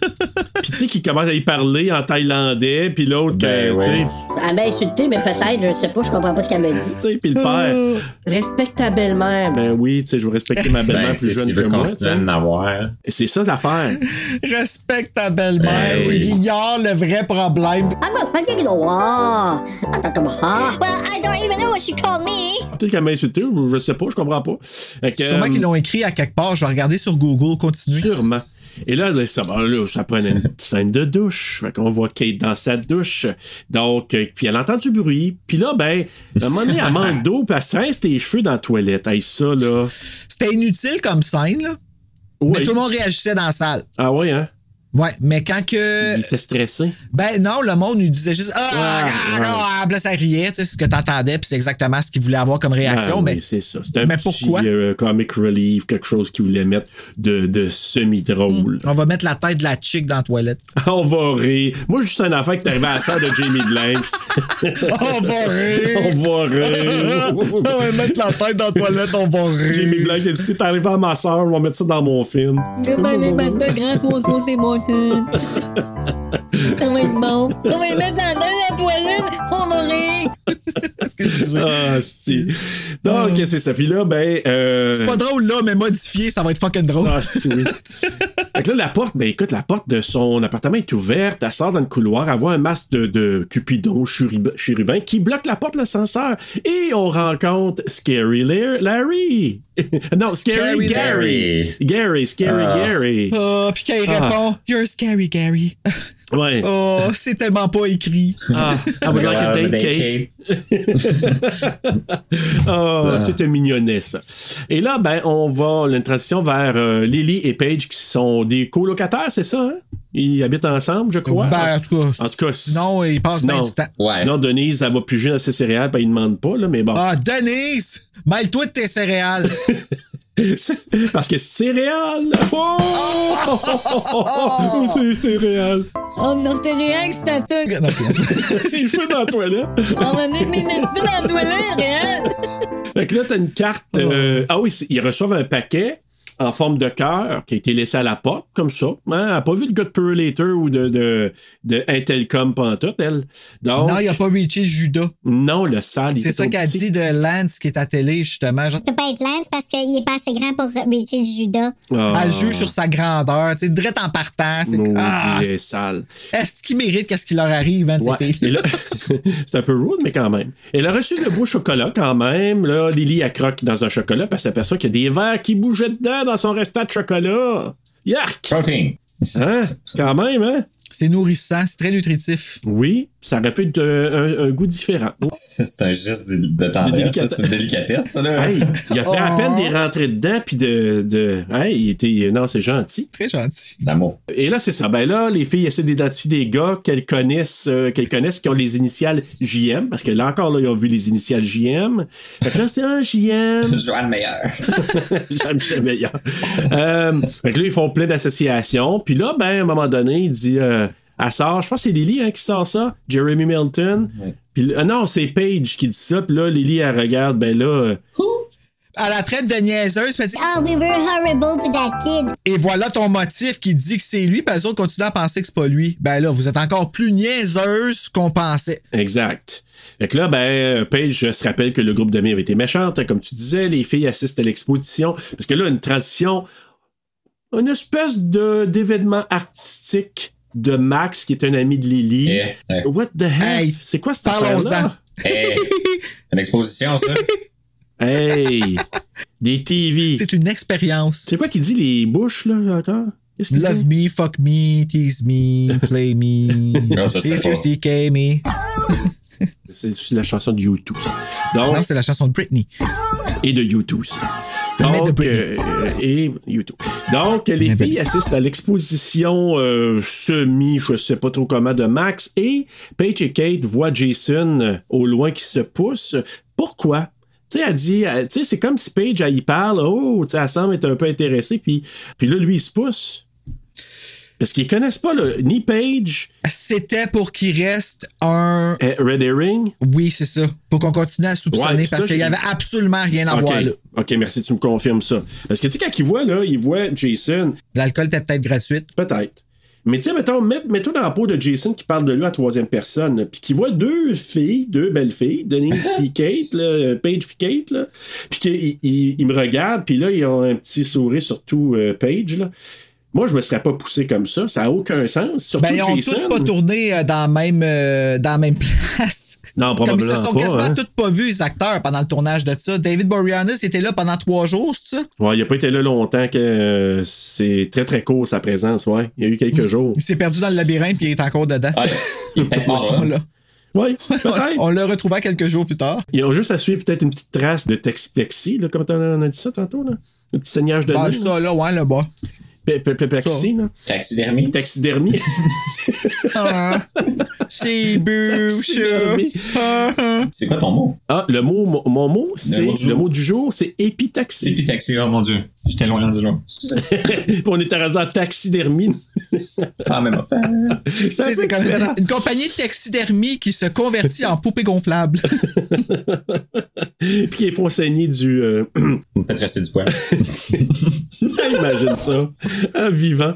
Speaker 3: Puis tu sais qu'il commence à y parler en thaïlandais, puis l'autre,
Speaker 5: Ben
Speaker 3: que, tu sais,
Speaker 5: ouais.
Speaker 7: Elle m'a insulté, mais peut-être, je sais pas, je comprends pas ce qu'elle me dit.
Speaker 3: tu sais, puis le père.
Speaker 11: Respecte ta belle-mère.
Speaker 3: Ben oui, tu sais, je veux respecter ma belle-mère
Speaker 5: Ben,
Speaker 3: plus
Speaker 5: si
Speaker 3: jeune
Speaker 5: tu
Speaker 3: que
Speaker 5: veux
Speaker 3: moi. tu
Speaker 5: continuer
Speaker 3: sais.
Speaker 5: à en avoir.
Speaker 3: Et C'est ça l'affaire.
Speaker 4: Respecte ta belle-mère.
Speaker 5: Ben
Speaker 4: Il
Speaker 5: oui.
Speaker 4: ignore le vrai problème.
Speaker 7: I'm a fucking noir. ah. Attends, ah. comment? Well, I don't even know what she called me.
Speaker 3: Peut-être qu'elle m'a insulté, ou je sais pas, je comprends pas. Fait que,
Speaker 4: Sûrement
Speaker 3: euh,
Speaker 4: qu'ils l'ont écrit à quelque part. Je vais regarder sur Google. Continue.
Speaker 3: Sûrement. Et là, là, ça, ben là, ça prenait une petite scène de douche. Fait qu'on voit Kate dans sa douche. Donc, euh, puis elle entend du bruit. Puis là, ben, à un moment donné, elle manque d'eau, puis elle se rince les cheveux dans la toilette. Hey, ça, là.
Speaker 4: C'était inutile comme scène, là.
Speaker 3: Ouais.
Speaker 4: Mais tout le monde réagissait dans la salle.
Speaker 3: Ah ouais, hein?
Speaker 4: Ouais, mais quand que.
Speaker 3: Il était stressé.
Speaker 4: Ben non, le monde lui disait juste Ah,
Speaker 3: Ouais,
Speaker 4: ah,
Speaker 3: ouais.
Speaker 4: ah, ah, là, ça riait, tu sais, c'est ce que t'entendais, puis c'est exactement ce qu'il voulait avoir comme réaction.
Speaker 3: Ah
Speaker 4: mais
Speaker 3: oui, c'est ça. C'était un
Speaker 4: mais
Speaker 3: petit
Speaker 4: pourquoi?
Speaker 3: euh, comic relief, quelque chose qu'il voulait mettre de, de semi-drôle.
Speaker 4: on va mettre la tête de la chick dans la toilette.
Speaker 3: On va rire. Moi, juste un affaire qui est arrivé à la salle de Jamie Blanks.
Speaker 4: on va
Speaker 3: On
Speaker 4: rire!
Speaker 3: va rire.
Speaker 4: on va Ah mettre la tête dans la toilette, on va rire!
Speaker 3: Jamie Blanks, il dit, si t'es arrivé à ma soeur, on va mettre ça dans mon film. Oh.
Speaker 7: Demain, matin, grâce au son, c'est mon son. Ça va être bon. On va mettre la main dans la toilette, on va rire.
Speaker 3: Ah, c'est Donc, c'est ça. Puis là, ben. euh,
Speaker 4: C'est pas drôle là, mais modifié, ça va être fucking drôle.
Speaker 3: Ah, c'est oui. Fait que là, la porte, ben écoute, la porte de son appartement est ouverte, elle sort dans le couloir, elle voit un masque de, de Cupidon, churib- chérubin, qui bloque la porte de l'ascenseur. Et on rencontre Scary Lar- Larry. non, Scary,
Speaker 5: Scary
Speaker 3: Gary. Gary, Scary
Speaker 5: Ah.
Speaker 3: Gary.
Speaker 4: Ah, puis quand il
Speaker 3: Ah.
Speaker 4: répond, You're scary, Gary.
Speaker 3: Ouais.
Speaker 4: Oh, c'est tellement pas écrit.
Speaker 3: Ah, I would like a date
Speaker 5: ben,
Speaker 3: cake. oh, c'est un mignonnet, ça. Et là, ben, on va, une transition vers euh, Lily et Paige, qui sont des colocataires, c'est ça? hein? Ils habitent ensemble, je crois.
Speaker 4: Ben, en tout cas,
Speaker 3: En tout cas,
Speaker 4: sinon, ils passent bien du temps.
Speaker 5: Ouais.
Speaker 3: Sinon, Denise, elle va piger dans ses céréales, ben, il demande pas, là, mais bon.
Speaker 4: Ah, Denise! Mêle-toi de tes céréales!
Speaker 3: Parce que céréales! Oh!
Speaker 4: Ah!
Speaker 3: C'est céréales!
Speaker 7: Oh non, c'est réel, c'est un truc.
Speaker 3: Il fait dans la toilette!
Speaker 7: On va mettre mes Netflix dans la toilette, hein. réel.
Speaker 3: Fait que là, t'as une carte. euh, ah oui, c'est- ils reçoivent un paquet en forme de cœur qui a été laissé à la porte, comme ça. Hein, elle n'a pas vu le gars de Pearl Later ou de, de, de Intelcom pantoute, elle. Donc,
Speaker 4: Non, il a pas reaché Judas.
Speaker 3: non, le sale, il
Speaker 4: C'est
Speaker 3: est
Speaker 4: ça
Speaker 3: trop
Speaker 4: qu'a
Speaker 3: petit.
Speaker 4: dit de Lance qui est à télé, justement. Genre,
Speaker 7: Je peux pas être lente parce qu'il est pas assez grand pour reacher le Judas.
Speaker 3: Ah,
Speaker 4: elle juge sur sa grandeur, tu sais, direct en partant. C'est
Speaker 3: maudit,
Speaker 4: ah,
Speaker 3: elle est sale.
Speaker 4: est-ce qu'il mérite qu'est-ce qui leur arrive, hein, de
Speaker 3: Ouais.
Speaker 4: ces
Speaker 3: Et
Speaker 4: filles?
Speaker 3: là, c'est un peu rude, mais quand même. Elle a reçu le beau chocolat quand même. Là, Lily, elle croque dans un chocolat, puis elle s'aperçoit qu'il y a des verres qui bougeaient dedans dans son restant de chocolat. Yark!
Speaker 5: Protein.
Speaker 3: Hein? Quand même, hein?
Speaker 4: C'est nourrissant, c'est très nutritif.
Speaker 3: Oui, ça aurait pu être euh, un, un goût différent.
Speaker 5: C'est un geste de, de tendresse.
Speaker 3: délicatesse.
Speaker 5: ça, C'est une délicatesse, ça, là.
Speaker 3: Hey, il a fait à peine des rentrées dedans, puis de, de. Hey, il était. Non, c'est gentil.
Speaker 4: Très gentil.
Speaker 5: D'amour.
Speaker 3: Et là, c'est ça. Ben là, les filles essaient d'identifier des gars qu'elles connaissent, euh, qu'elles connaissent, qui ont les initiales JM, parce que là encore, là, ils ont vu les initiales JM. Fait que là, c'est ah, un JM.
Speaker 5: Joanne Meyer.
Speaker 3: J'aime ça meilleur. Euh, fait que là, ils font plein d'associations. Puis là, ben, à un moment donné, il dit. Euh, elle sort, je pense que c'est Lily hein, qui sort ça, Jeremy Milton. Puis, ah non, c'est Paige qui dit ça. Puis là, Lily, elle regarde, ben là, euh,
Speaker 4: À la traite de niaiseuse, puis elle dit,
Speaker 7: Oh, we were horrible to that kid.
Speaker 4: et voilà ton motif qui dit que c'est lui, puis les autres continuent à penser que c'est pas lui. Ben là, vous êtes encore plus niaiseuse qu'on pensait.
Speaker 3: Exact. Fait que là, ben, euh, Paige se rappelle que le groupe d'amis avait été méchante, hein, comme tu disais, les filles assistent à l'exposition, parce que là, une transition, une espèce de d'événement artistique de Max, qui est un ami de Lily.
Speaker 5: Yeah. Ouais.
Speaker 3: What the heck?
Speaker 4: Hey,
Speaker 3: C'est quoi cette
Speaker 4: parlons-en.
Speaker 3: affaire-là?
Speaker 5: Hey. Une exposition, ça.
Speaker 3: Hey! Des TV.
Speaker 4: C'est une expérience.
Speaker 3: C'est quoi qui dit les bouches, là, encore? Qu'est-ce qu'il
Speaker 4: Love
Speaker 3: dit?
Speaker 4: me, fuck me, tease me, play me.
Speaker 5: Non, ça, c'était
Speaker 4: If you
Speaker 5: pas.
Speaker 4: see me.
Speaker 3: C'est c'est la chanson de YouTube. Donc,
Speaker 4: Non, c'est la chanson de Britney.
Speaker 3: et de YouTube.
Speaker 4: Mais de
Speaker 3: Donc,
Speaker 4: Britney.
Speaker 3: euh, et YouTube. Donc, les
Speaker 4: Mais
Speaker 3: filles assistent à l'exposition euh, semi, je sais pas trop comment, de Max et Paige et Kate voient Jason euh, au loin qui se pousse. Pourquoi? Tu sais, elle dit, elle- tu sais, c'est comme si Paige, elle y parle, oh, tu sais, elle semble être un peu intéressée, puis, puis là, lui, il se pousse. Parce qu'ils connaissent pas, là, ni Paige,
Speaker 4: C'était pour qu'il reste un.
Speaker 3: eh, Red Herring.
Speaker 4: Oui, c'est ça. Pour qu'on continue à soupçonner
Speaker 3: Ouais, ça,
Speaker 4: parce qu'il y
Speaker 3: j'ai-
Speaker 4: avait absolument rien à
Speaker 3: Ok.
Speaker 4: voir là.
Speaker 3: OK, merci, tu me confirmes ça. Parce que, tu sais, quand il voit, là, il voit Jason,
Speaker 4: L'alcool était peut-être gratuite.
Speaker 3: Peut-être. Mais tu sais, mettons, mets- mets-toi dans la peau de Jason qui parle de lui à troisième personne, là, puis qui voit deux filles, deux belles filles, Denise puis Kate, là, euh, Paige puis Kate, là, puis qu'il il- il me regarde, puis là, ils ont un petit sourire, surtout euh, Paige, là. Moi, je me serais pas poussé comme ça, ça a aucun sens, surtout
Speaker 4: Ben, ils ont
Speaker 3: Jason.
Speaker 4: tous pas tourné euh, dans la même, euh, dans la même place.
Speaker 3: Non,
Speaker 4: Comme ils se
Speaker 3: probablement
Speaker 4: sont
Speaker 3: pas,
Speaker 4: quasiment
Speaker 3: hein.
Speaker 4: tous pas vus, les acteurs, pendant le tournage de ça. David Boreanaz était là pendant trois jours, c'est ça?
Speaker 3: Ouais, il a pas été là longtemps, que euh, c'est très très court sa présence, ouais. Il y a eu quelques jours.
Speaker 4: Il s'est perdu dans le labyrinthe puis il est encore dedans.
Speaker 5: Ah, il est peut-être mort,
Speaker 4: On
Speaker 5: là.
Speaker 4: l'a-
Speaker 3: Ouais, peut-être.
Speaker 4: on l'a retrouvé quelques jours plus tard.
Speaker 3: Ils ont juste à suivre peut-être une petite trace de texplexi, là, comme t'en- on a dit ça tantôt, là. Un petit saignage de
Speaker 4: Ben,
Speaker 3: nez, là.
Speaker 4: ça, là, ouais, le bas.
Speaker 3: Pe- pe- pe- Plexi, là.
Speaker 5: Taxidermie.
Speaker 3: Taxidermie.
Speaker 4: C'est bûche.
Speaker 3: Ah. Taxidermie.
Speaker 5: C'est quoi ton mot?
Speaker 3: Ah, le mot, mon, mon mot, c'est
Speaker 5: mot du
Speaker 3: le
Speaker 5: jour.
Speaker 3: mot du jour, c'est
Speaker 5: C'est
Speaker 3: épitaxie.
Speaker 5: plus taxi, oh mon dieu. J'étais loin rendu loin.
Speaker 3: on est arrasé en taxidermie.
Speaker 5: Ah, même affaire.
Speaker 3: Ah, C'est un
Speaker 4: Tu sais,
Speaker 3: peu
Speaker 4: C'est comme
Speaker 3: différent.
Speaker 4: une compagnie de taxidermie qui se convertit en poupée gonflable.
Speaker 3: Puis ils font saigner du. euh,
Speaker 5: Peut-être rester du poil.
Speaker 3: Imagine ça. en vivant.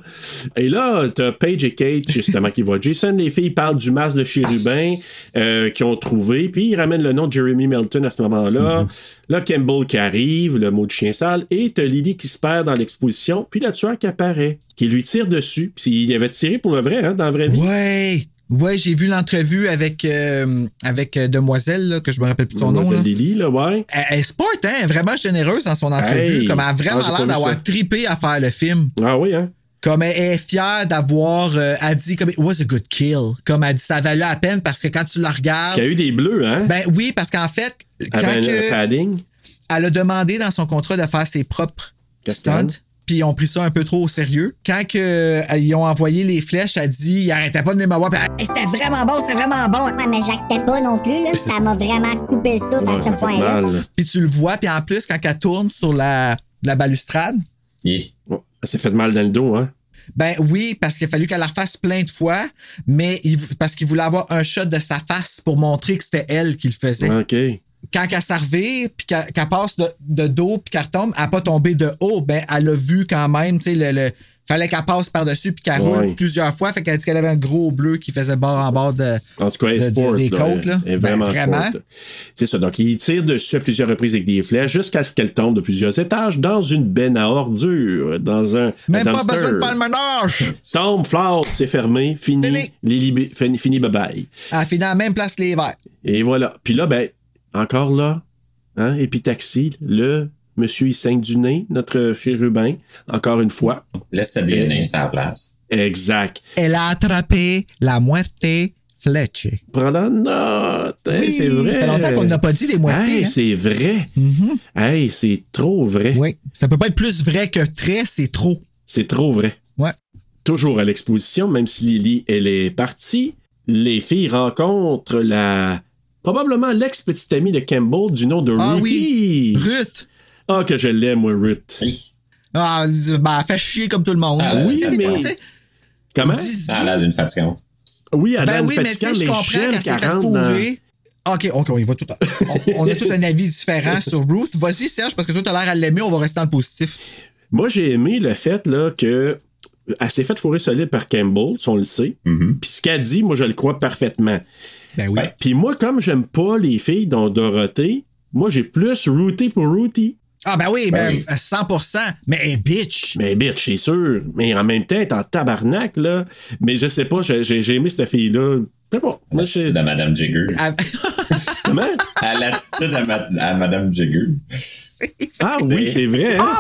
Speaker 3: Et là, t'as Paige et Kate, justement, qui voient Jason. Les filles parlent du masque de chérubin euh, qu'ils ont trouvé, puis ils ramènent le nom de Jeremy Melton à ce moment-là.
Speaker 4: Mm-hmm.
Speaker 3: Là, Campbell qui arrive, le mot de chien sale, et t'as Lily qui se perd dans l'exposition, puis la tueur qui apparaît, qui lui tire dessus, puis il avait tiré pour le vrai, hein, dans la vraie vie.
Speaker 4: Ouais. Ouais, j'ai vu l'entrevue avec, euh, avec euh, Demoiselle, là, que je me rappelle plus de son nom.
Speaker 3: Mademoiselle
Speaker 4: là.
Speaker 3: Lily, là, ouais.
Speaker 4: Elle, elle est sport, hein? Elle est vraiment généreuse dans son entrevue.
Speaker 3: Hey!
Speaker 4: comme elle a vraiment
Speaker 3: Ah, j'ai pas
Speaker 4: l'air
Speaker 3: vu ça.
Speaker 4: d'avoir tripé à faire le film.
Speaker 3: Ah oui, hein?
Speaker 4: Comme elle est fière d'avoir. euh, elle dit comme. It was a good kill. Comme elle dit, ça valait la peine parce que quand tu la
Speaker 3: Parce
Speaker 4: regardes.
Speaker 3: qu'il y a eu Ah, ben des bleus, hein?
Speaker 4: Ben oui, parce qu'en fait, Ben, quand
Speaker 3: Avec un
Speaker 4: que-
Speaker 3: padding.
Speaker 4: elle a demandé dans son contrat de faire ses propres
Speaker 3: Cascade.
Speaker 4: stunts. Puis ils ont pris ça un peu trop au sérieux. Quand que, euh, ils ont envoyé les flèches, elle dit il arrêtait pas de venir me voir. Puis elle-
Speaker 7: Hey, c'était vraiment bon, c'était vraiment bon.
Speaker 12: Ouais, mais j'actais pas non plus, là. Ça m'a vraiment coupé le souffle
Speaker 3: Ouais,
Speaker 12: à ce
Speaker 3: ça fait
Speaker 12: point-là.
Speaker 3: mal.
Speaker 4: Puis tu le vois, puis en plus, quand elle tourne sur la, la balustrade,
Speaker 5: Et
Speaker 3: Ouais, Ça s'est fait mal dans le dos, hein?
Speaker 4: ben oui, parce qu'il a fallu qu'elle la refasse plein de fois, mais il vou- parce qu'il voulait avoir un shot de sa face pour montrer que c'était elle qui le faisait.
Speaker 3: OK.
Speaker 4: Quand elle s'est revire, puis qu'elle qu'elle passe de, de dos, puis qu'elle retombe, elle n'a pas tombé de haut, ben elle a vu quand même, tu sais, le, le- fallait qu'elle passe par-dessus, puis qu'elle
Speaker 3: Ouais.
Speaker 4: roule plusieurs fois, fait qu'elle dit qu'elle avait un gros bleu qui faisait bord en bord de...
Speaker 3: En tout cas, elle est
Speaker 4: De- de-
Speaker 3: sport.
Speaker 4: des
Speaker 3: là.
Speaker 4: côtes, là.
Speaker 3: Elle est
Speaker 4: Ben,
Speaker 3: vraiment,
Speaker 4: vraiment.
Speaker 3: sport. C'est ça. Donc, il tire dessus à plusieurs reprises avec des flèches jusqu'à ce qu'elle tombe de plusieurs étages dans une benne à ordures, dans un.
Speaker 4: Même
Speaker 3: un
Speaker 4: pas
Speaker 3: dumpster.
Speaker 4: besoin de faire le ménage!
Speaker 3: Tombe, flash, c'est fermé, fini.
Speaker 4: Fini.
Speaker 3: Lily B- fini, fini, bye bye.
Speaker 4: Elle finit à la même place que les verts.
Speaker 3: Et voilà. Puis là, ben, encore là, hein, épitaxie, le monsieur, il saigne du nez, notre chérubin, encore une fois.
Speaker 5: laisse ça DNA sur la place.
Speaker 3: Exact.
Speaker 4: Elle a attrapé la muerte fletche.
Speaker 3: Prends la note. Hey, c'est vrai.
Speaker 4: Ça fait longtemps qu'on n'a pas dit les muertes.
Speaker 3: Hey,
Speaker 4: hein.
Speaker 3: c'est vrai.
Speaker 4: Mhm.
Speaker 3: Hey, c'est trop vrai.
Speaker 4: Oui. Ça peut pas être plus vrai que très, c'est trop.
Speaker 3: C'est trop vrai.
Speaker 4: Ouais.
Speaker 3: Toujours à l'exposition, même si Lily, elle est partie, les filles rencontrent la. Probablement l'ex-petite amie de Campbell du nom de
Speaker 4: Ah
Speaker 3: Ruthie.
Speaker 4: Ruth!
Speaker 3: Ah, que je l'aime, moi, Ruth.
Speaker 5: Et
Speaker 4: Ah, ben, elle fait chier comme tout le monde.
Speaker 5: Ah, oui,
Speaker 4: Tu sais,
Speaker 5: mais- Ah,
Speaker 4: tu sais,
Speaker 3: Comment?
Speaker 4: dis-y.
Speaker 5: ça a l'air d'une fatigante.
Speaker 3: Oui, elle
Speaker 4: Ben
Speaker 3: donne
Speaker 4: oui, mais tu sais,
Speaker 3: fatigante,
Speaker 4: je
Speaker 3: mais
Speaker 4: comprends
Speaker 3: j'aime
Speaker 4: qu'elle s'est
Speaker 3: qu'elle
Speaker 4: fait
Speaker 3: rentre dans-
Speaker 4: fourrer. OK, OK, on y va tout. On, on a tout un avis différent sur Ruth. Vas-y, Serge, parce que toi, t'as l'air à l'aimer, on va rester dans le positif.
Speaker 3: Moi, j'ai aimé le fait là, que. Elle s'est faite fourrer solide par Campbell, si on le sait.
Speaker 4: Mm-hmm.
Speaker 5: Mhm.
Speaker 3: Puis ce qu'elle dit, moi, je le crois parfaitement.
Speaker 4: Ben oui.
Speaker 5: Ouais.
Speaker 3: Puis moi, comme j'aime pas les filles, dont Dorothée, moi, j'ai plus rooté pour Ruthie.
Speaker 4: Ah, ben oui, ben,
Speaker 5: Ben
Speaker 4: 100%. Mais, hey, bitch!
Speaker 3: Mais bitch, c'est sûr. Mais en même temps, elle est en tabarnak, là. Mais je sais pas, j'ai j'ai- j'ai aimé cette fille-là. Ah, C'est bon. Moi, je-
Speaker 5: L'attitude à Madame Jigger.
Speaker 4: Elle-
Speaker 3: Comment?
Speaker 5: À l'attitude à, ma- à Madame Jigger.
Speaker 3: Ah oui, c'est vrai. hein?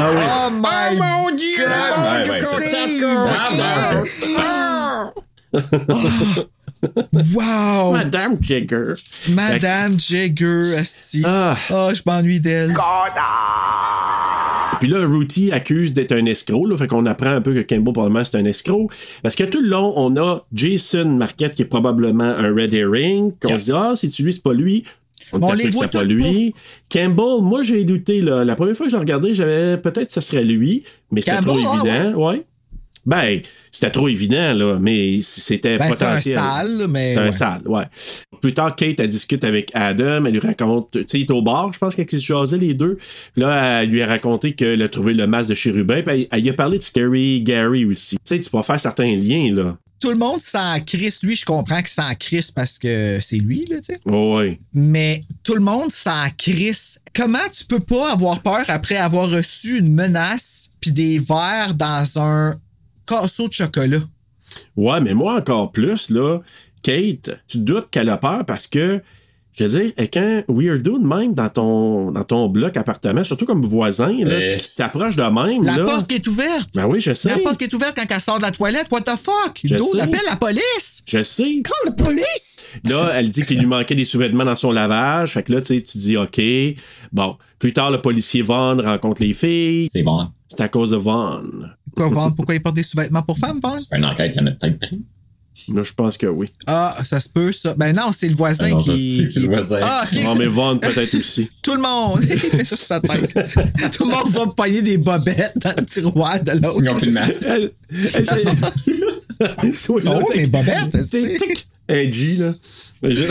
Speaker 3: Ah oui.
Speaker 4: Oh my
Speaker 5: Ouais, ouais, c'est- Ah, mon Dieu.
Speaker 4: Ah. Wow!
Speaker 3: Madame Jagger.
Speaker 4: Madame Jagger, asti.
Speaker 3: Ah.
Speaker 4: Oh, je m'ennuie d'elle.
Speaker 3: Puis là, Ruthie accuse d'être un escroc. Là, fait qu'on apprend un peu que Kimbo, probablement, c'est un escroc. Parce que tout le long, on a Jason Marquette, qui est probablement un Red Herring. Qu'on
Speaker 5: Yeah.
Speaker 3: se dit, ah, c'est-tu lui, c'est pas lui. On,
Speaker 4: Mais on
Speaker 3: était
Speaker 4: les
Speaker 3: sûr que
Speaker 4: voit
Speaker 3: c'était pas
Speaker 4: toutes
Speaker 3: lui. Campbell, moi, j'ai douté. Là. La première fois que je l'ai regardé, j'avais peut-être que ce serait lui, mais c'était trop
Speaker 4: Campbell, ah
Speaker 3: évident. ouais. Ben, c'était trop évident, là, mais c- c'était
Speaker 4: Ben, c'est un
Speaker 3: potentiel.
Speaker 4: sale, mais.
Speaker 3: C'est un
Speaker 4: ouais.
Speaker 3: sale, ouais. Plus tard, Kate, elle discute avec Adam, elle lui raconte, tu sais, il est au bar, je pense, quand ils se jasaient les deux. Là, elle lui a raconté qu'elle a trouvé le masque de chérubin, puis elle, elle lui a parlé de Scary Gary aussi. Tu sais, tu peux faire certains liens, là.
Speaker 4: Tout le monde s'en crisse. Lui, je comprends qu'il s'en crisse parce que c'est lui, là, tu sais.
Speaker 3: ouais.
Speaker 4: Mais tout le monde s'en crisse. Comment tu peux pas avoir peur après avoir reçu une menace puis des verres dans un casseau de chocolat?
Speaker 3: Ouais, mais moi, encore plus, là, Kate, tu te doutes qu'elle a peur parce que, je veux dire, avec un weirdo de même dans ton, dans ton bloc appartement, surtout comme voisin, là,
Speaker 5: Euh,
Speaker 3: pis qui t'approche de même,
Speaker 4: La
Speaker 3: là.
Speaker 4: porte qui est ouverte!
Speaker 3: Ben oui, je sais.
Speaker 4: La porte qui est ouverte quand elle sort de la toilette, what the fuck?
Speaker 3: Je
Speaker 4: D'où
Speaker 3: sais.
Speaker 4: appelle la police!
Speaker 3: Je sais.
Speaker 7: Call the police!
Speaker 3: Là, elle dit qu'il lui manquait des sous-vêtements dans son lavage. Fait que là, tu sais, tu dis OK. Bon. Plus tard, le policier Vaughn rencontre les filles.
Speaker 5: C'est bon.
Speaker 3: C'est à cause de Vaughn.
Speaker 4: Quoi, Vaughn? Pourquoi il porte des sous-vêtements pour femmes, Vaughn?
Speaker 5: C'est une enquête qu'il y en a peut-être pris.
Speaker 3: Là, je pense que oui.
Speaker 4: Ah, ça se peut, ça. Ben non, c'est le voisin
Speaker 5: Ah non, ça,
Speaker 4: qui.
Speaker 5: c'est- c'est le
Speaker 4: qui-
Speaker 5: voisin.
Speaker 4: Ah, ok.
Speaker 3: Non, mais Vaughn peut-être aussi.
Speaker 4: Tout le monde. Mets ça sur sa tête. Tout le monde va pogner des bobettes dans le tiroir de l'autre.
Speaker 5: Ils ont plus le masque.
Speaker 4: Oh,
Speaker 3: Elle- elle- c'est- C'est-
Speaker 4: sont où, mes bobettes?
Speaker 3: Tic, tic, edgy, là. Je...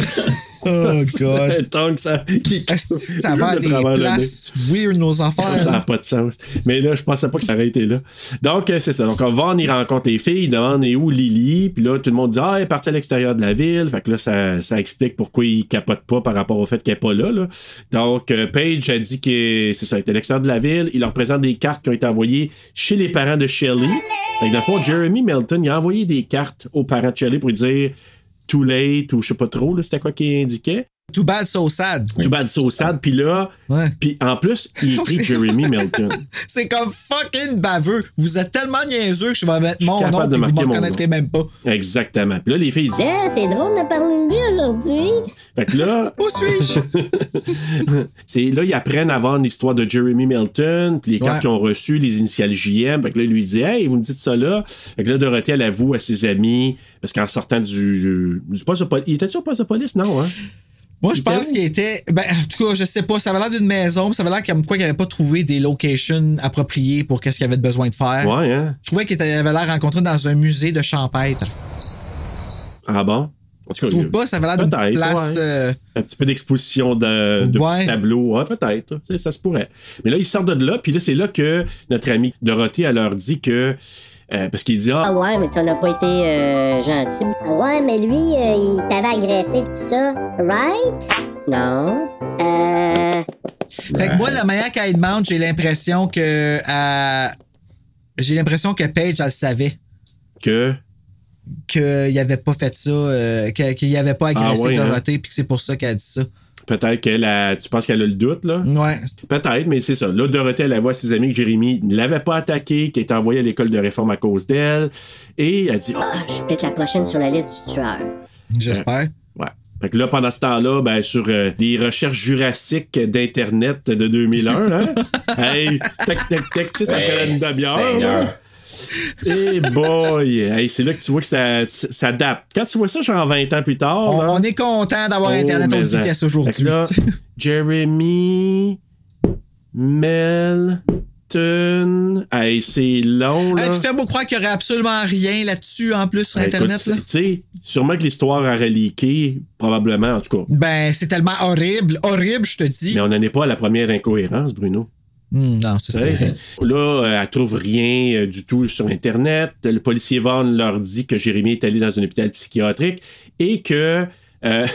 Speaker 4: Oh, God.
Speaker 3: Tant que ça. Qui...
Speaker 4: Ça va à
Speaker 3: de
Speaker 4: des
Speaker 3: travers le
Speaker 4: places weird, nos affaires.
Speaker 3: Ça n'a pas de sens. Mais là, je pensais pas que ça aurait été là. Donc, euh, c'est ça. Donc, Van, il rencontre les filles, il demande est où Lily, puis là, tout le monde dit Ah, elle est partie à l'extérieur de la ville. Fait que là, ça, ça explique pourquoi il capote pas par rapport au fait qu'elle est pas là. là. Donc, euh, Paige a dit que c'est ça, elle était à l'extérieur de la ville. Il leur présente des cartes qui ont été envoyées chez les parents de Shelley. Fait que, dans le fond, Jeremy Melton, il a envoyé des cartes aux parents de Shelley pour lui dire Too late ou je sais pas trop, là, c'était quoi qu'il indiquait.
Speaker 4: Too bad, so sad.
Speaker 3: Too bad, so sad. Puis là, puis en plus, il écrit Jeremy Melton.
Speaker 4: C'est comme fucking baveux. Vous êtes tellement niaiseux que je vais mettre mon nom
Speaker 3: capable de
Speaker 4: et vous
Speaker 3: marquer
Speaker 4: me
Speaker 3: mon
Speaker 4: reconnaîtrez même pas.
Speaker 3: Exactement. Puis là, les filles, ils disent.
Speaker 12: Ah, c'est drôle de parler de lui aujourd'hui.
Speaker 3: Fait que là,
Speaker 4: Où suis-je?
Speaker 3: c'est là ils apprennent avant l'histoire de Jeremy Melton, puis les cartes
Speaker 4: Ouais.
Speaker 3: qu'ils ont reçues, les initiales JM. Fait que là, il lui dit "Hey, vous me dites ça là." Fait que là Dorothée elle avoue à ses amis parce qu'en sortant du du poste de police, il était sur poste de police, non hein
Speaker 4: Moi, je
Speaker 3: Il était
Speaker 4: pense
Speaker 3: où?
Speaker 4: qu'il était. Ben, en tout cas, je sais pas. Ça avait l'air d'une maison. puis Ça avait l'air comme quoi qu'il avait pas trouvé des locations appropriées pour qu'est-ce qu'il avait besoin de faire.
Speaker 3: Ouais, hein.
Speaker 4: Je trouvais qu'il était- avait l'air rencontré dans un musée de champêtre.
Speaker 3: Ah bon. En tout
Speaker 4: Je
Speaker 3: cas,
Speaker 4: trouve
Speaker 3: il-
Speaker 4: pas, ça avait l'air d'une petite
Speaker 3: Peut-être,
Speaker 4: place.
Speaker 3: ouais.
Speaker 4: euh,
Speaker 3: un petit peu d'exposition de, de
Speaker 4: Ouais.
Speaker 3: petits tableaux. Ah, peut-être. Ça, ça se pourrait. Mais là, ils sortent de là, puis là, c'est là que notre amie Dorothée, elle leur dit que. euh, parce qu'il dit Ah,
Speaker 12: Ah ouais, mais tu n'as pas été euh, gentil.
Speaker 11: Ouais, mais lui,
Speaker 12: euh,
Speaker 11: il t'avait agressé tout ça, right?
Speaker 12: Non. Euh.
Speaker 4: Fait que moi, la manière qu'elle demande, j'ai l'impression que. euh, j'ai l'impression que Paige, elle savait
Speaker 3: que.
Speaker 4: qu'il avait pas fait ça, euh, que- qu'il avait pas agressé
Speaker 3: Ah ouais, hein?
Speaker 4: Dorothée, puis que c'est pour ça qu'elle a dit ça.
Speaker 3: Peut-être qu'elle a. Tu penses qu'elle a le doute, là?
Speaker 4: Ouais.
Speaker 3: Peut-être, mais c'est ça. Là, Dorothée, elle voit à ses amis que Jérémy ne l'avait pas attaqué, qui est envoyé à l'école de réforme à cause d'elle. Et elle dit Ah,
Speaker 12: Ah, je suis peut-être la prochaine sur la liste du tueur.
Speaker 4: J'espère.
Speaker 3: oh, Ouais. Fait que là, pendant ce temps-là, ben, sur euh, les recherches jurassiques d'Internet de 2001, hein? hey, tac, tac, tac, tu sais, ça
Speaker 5: Hey,
Speaker 3: prend une demi-heure.
Speaker 5: Ben, Seigneur.
Speaker 3: là. Hey boy! Hey, c'est là que tu vois que ça ça s'adapte. Quand tu vois ça, genre 20 ans plus tard,
Speaker 4: On,
Speaker 3: là,
Speaker 4: on est content d'avoir
Speaker 3: Oh,
Speaker 4: Internet
Speaker 3: mais
Speaker 4: haute
Speaker 3: ça.
Speaker 4: vitesse
Speaker 3: Fait
Speaker 4: aujourd'hui.
Speaker 3: que là,
Speaker 4: tu sais.
Speaker 3: Jeremy Melton. Hey, c'est long, là.
Speaker 4: Hey, tu fais-moi croire qu'il y aurait absolument rien là-dessus en plus sur
Speaker 3: Hey,
Speaker 4: Internet.
Speaker 3: écoute,
Speaker 4: là.
Speaker 3: Tu sais, sûrement que l'histoire aurait leaké, probablement, en tout cas.
Speaker 4: Ben, c'est tellement horrible, horrible, je te dis.
Speaker 3: Mais on n'en est pas à la première incohérence, Bruno.
Speaker 4: Hmm, non, c'est
Speaker 3: Tu
Speaker 4: ça.
Speaker 3: sais. Là, euh, elle trouve rien euh, du tout sur Internet. Le policier Van leur dit que Jérémy est allé dans un hôpital psychiatrique et que... euh,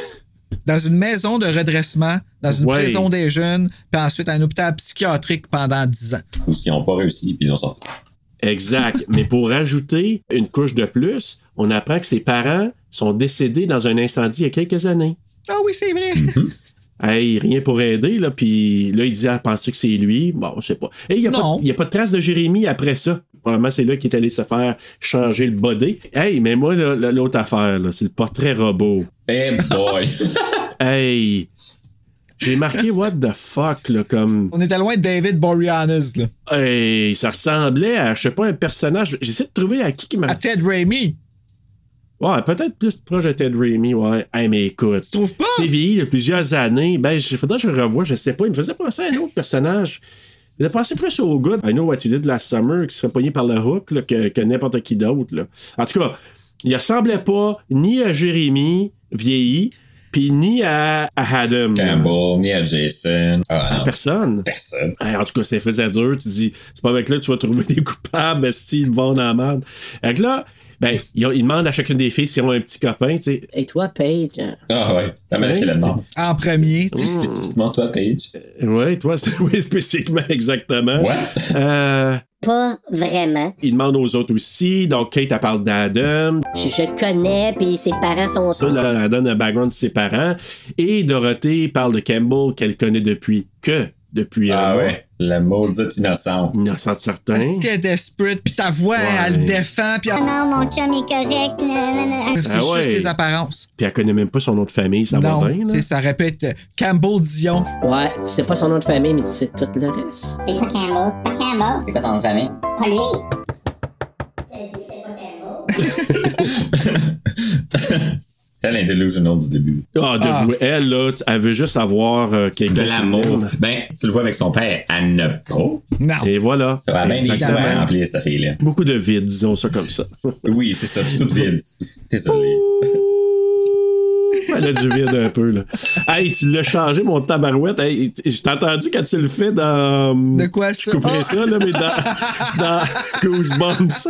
Speaker 4: Dans une maison de redressement, dans une
Speaker 3: Ouais.
Speaker 4: prison des jeunes, puis ensuite à un hôpital psychiatrique pendant 10 ans.
Speaker 5: Ou s'ils n'ont pas réussi, puis ils l'ont sorti.
Speaker 3: Exact. Mais pour rajouter une couche de plus, on apprend que ses parents sont décédés dans un incendie il y a quelques années.
Speaker 4: Ah oui, c'est vrai.
Speaker 3: Mhm. Hey, rien pour aider, là. Puis là, il dit, ah, penses que c'est lui? Bon, je sais pas. Et il n'y a, pas
Speaker 4: Non.
Speaker 3: de- il y a pas de trace de Jérémy après ça. Probablement, c'est là qu'il est allé se faire changer le body. Hey, mais moi, là, là, l'autre affaire, là, c'est le portrait robot.
Speaker 5: Hey Eh boy!
Speaker 3: Hey! J'ai marqué what the fuck, là, comme.
Speaker 4: On était loin de David Boreanaz, là.
Speaker 3: Hey, ça ressemblait à, je sais pas, un personnage. J'essaie de trouver à qui qui m'a.
Speaker 4: À Ted Raimi.
Speaker 3: Ouais, peut-être plus proche de Ted Raimi, ouais. Hey, mais écoute. Tu
Speaker 4: trouves pas?
Speaker 3: C'est vieilli de plusieurs années. Ben, il faudrait que je le revoie, je sais pas. Il me faisait penser à un autre personnage. Il me pensé plus au gars de I Know What You Did Last Summer qui se fait pogner par le hook là, que, que n'importe qui d'autre. là. En tout cas, il ressemblait pas ni à Jérémy, vieilli, puis ni à, à Adam.
Speaker 5: Campbell, ni à Jason. Ah non,
Speaker 3: Personne.
Speaker 5: personne.
Speaker 3: Hey, en tout cas, ça faisait dur. Tu dis, c'est pas avec là que tu vas trouver des coupables, s'ils vont dans la merde. Fait que là, ben, ils, ont- ils demandent à chacune des filles s'ils ont un petit copain, tu sais.
Speaker 11: Et toi, Paige?
Speaker 5: Ah ouais, la manière qu'elle le demande.
Speaker 4: En premier. tu sais.
Speaker 5: Mmh. Spécifiquement toi, Paige.
Speaker 3: Oui, toi, c'est oui, spécifiquement, exactement.
Speaker 5: What?
Speaker 3: Euh,
Speaker 12: Pas vraiment.
Speaker 3: il demande aux autres aussi. Donc, Kate, elle parle d'Adam.
Speaker 12: Je, je connais, puis ses parents sont
Speaker 3: Ça, là, elle donne un background de ses parents. Et Dorothée parle de Campbell, qu'elle connaît depuis que depuis euh,
Speaker 5: Ah
Speaker 3: un mois.
Speaker 5: ouais, la maudite innocente.
Speaker 3: Innocente certain.
Speaker 4: Est-ce qu'elle est desperate, puis ta voix,
Speaker 3: Ouais.
Speaker 4: elle le défend, puis
Speaker 12: Ah
Speaker 4: elle-
Speaker 12: non, mon chum est correct.
Speaker 4: c'est
Speaker 3: Ah ouais.
Speaker 4: juste les apparences.
Speaker 3: Puis elle connaît même pas son nom de famille, ça va bien.
Speaker 4: non,
Speaker 3: là.
Speaker 4: c'est- ça répète euh, Campbell Dion.
Speaker 11: Ouais, tu sais pas son nom de famille, mais tu sais tout le reste.
Speaker 12: Ah, C'est pas Campbell, c'est pas Campbell.
Speaker 13: C'est quoi son nom de famille?
Speaker 12: C'est pas lui.
Speaker 5: Elle est delusional du début.
Speaker 3: Ah, de-
Speaker 4: Ah.
Speaker 3: Elle, là, tu- elle veut juste avoir euh, quelqu'un.
Speaker 5: De
Speaker 3: qui
Speaker 5: l'amour.
Speaker 3: l'aime.
Speaker 5: Ben, tu le vois avec son père, elle n'a pas.
Speaker 4: Non.
Speaker 3: Et voilà.
Speaker 5: Ça va bien hein. des
Speaker 3: Exactement.
Speaker 5: fois remplir cette fille-là.
Speaker 3: Beaucoup de vide, disons ça comme ça.
Speaker 5: Oui, c'est ça, toute vide. Désolé.
Speaker 3: Elle a du vide un peu, là. Hey, tu l'as changé, mon tabarouette. Hey, je t'ai entendu quand tu le fais dans. hum,
Speaker 4: De quoi ça?
Speaker 3: Je couperais
Speaker 4: Ah!
Speaker 3: ça, là, mais dans, dans Goosebumps.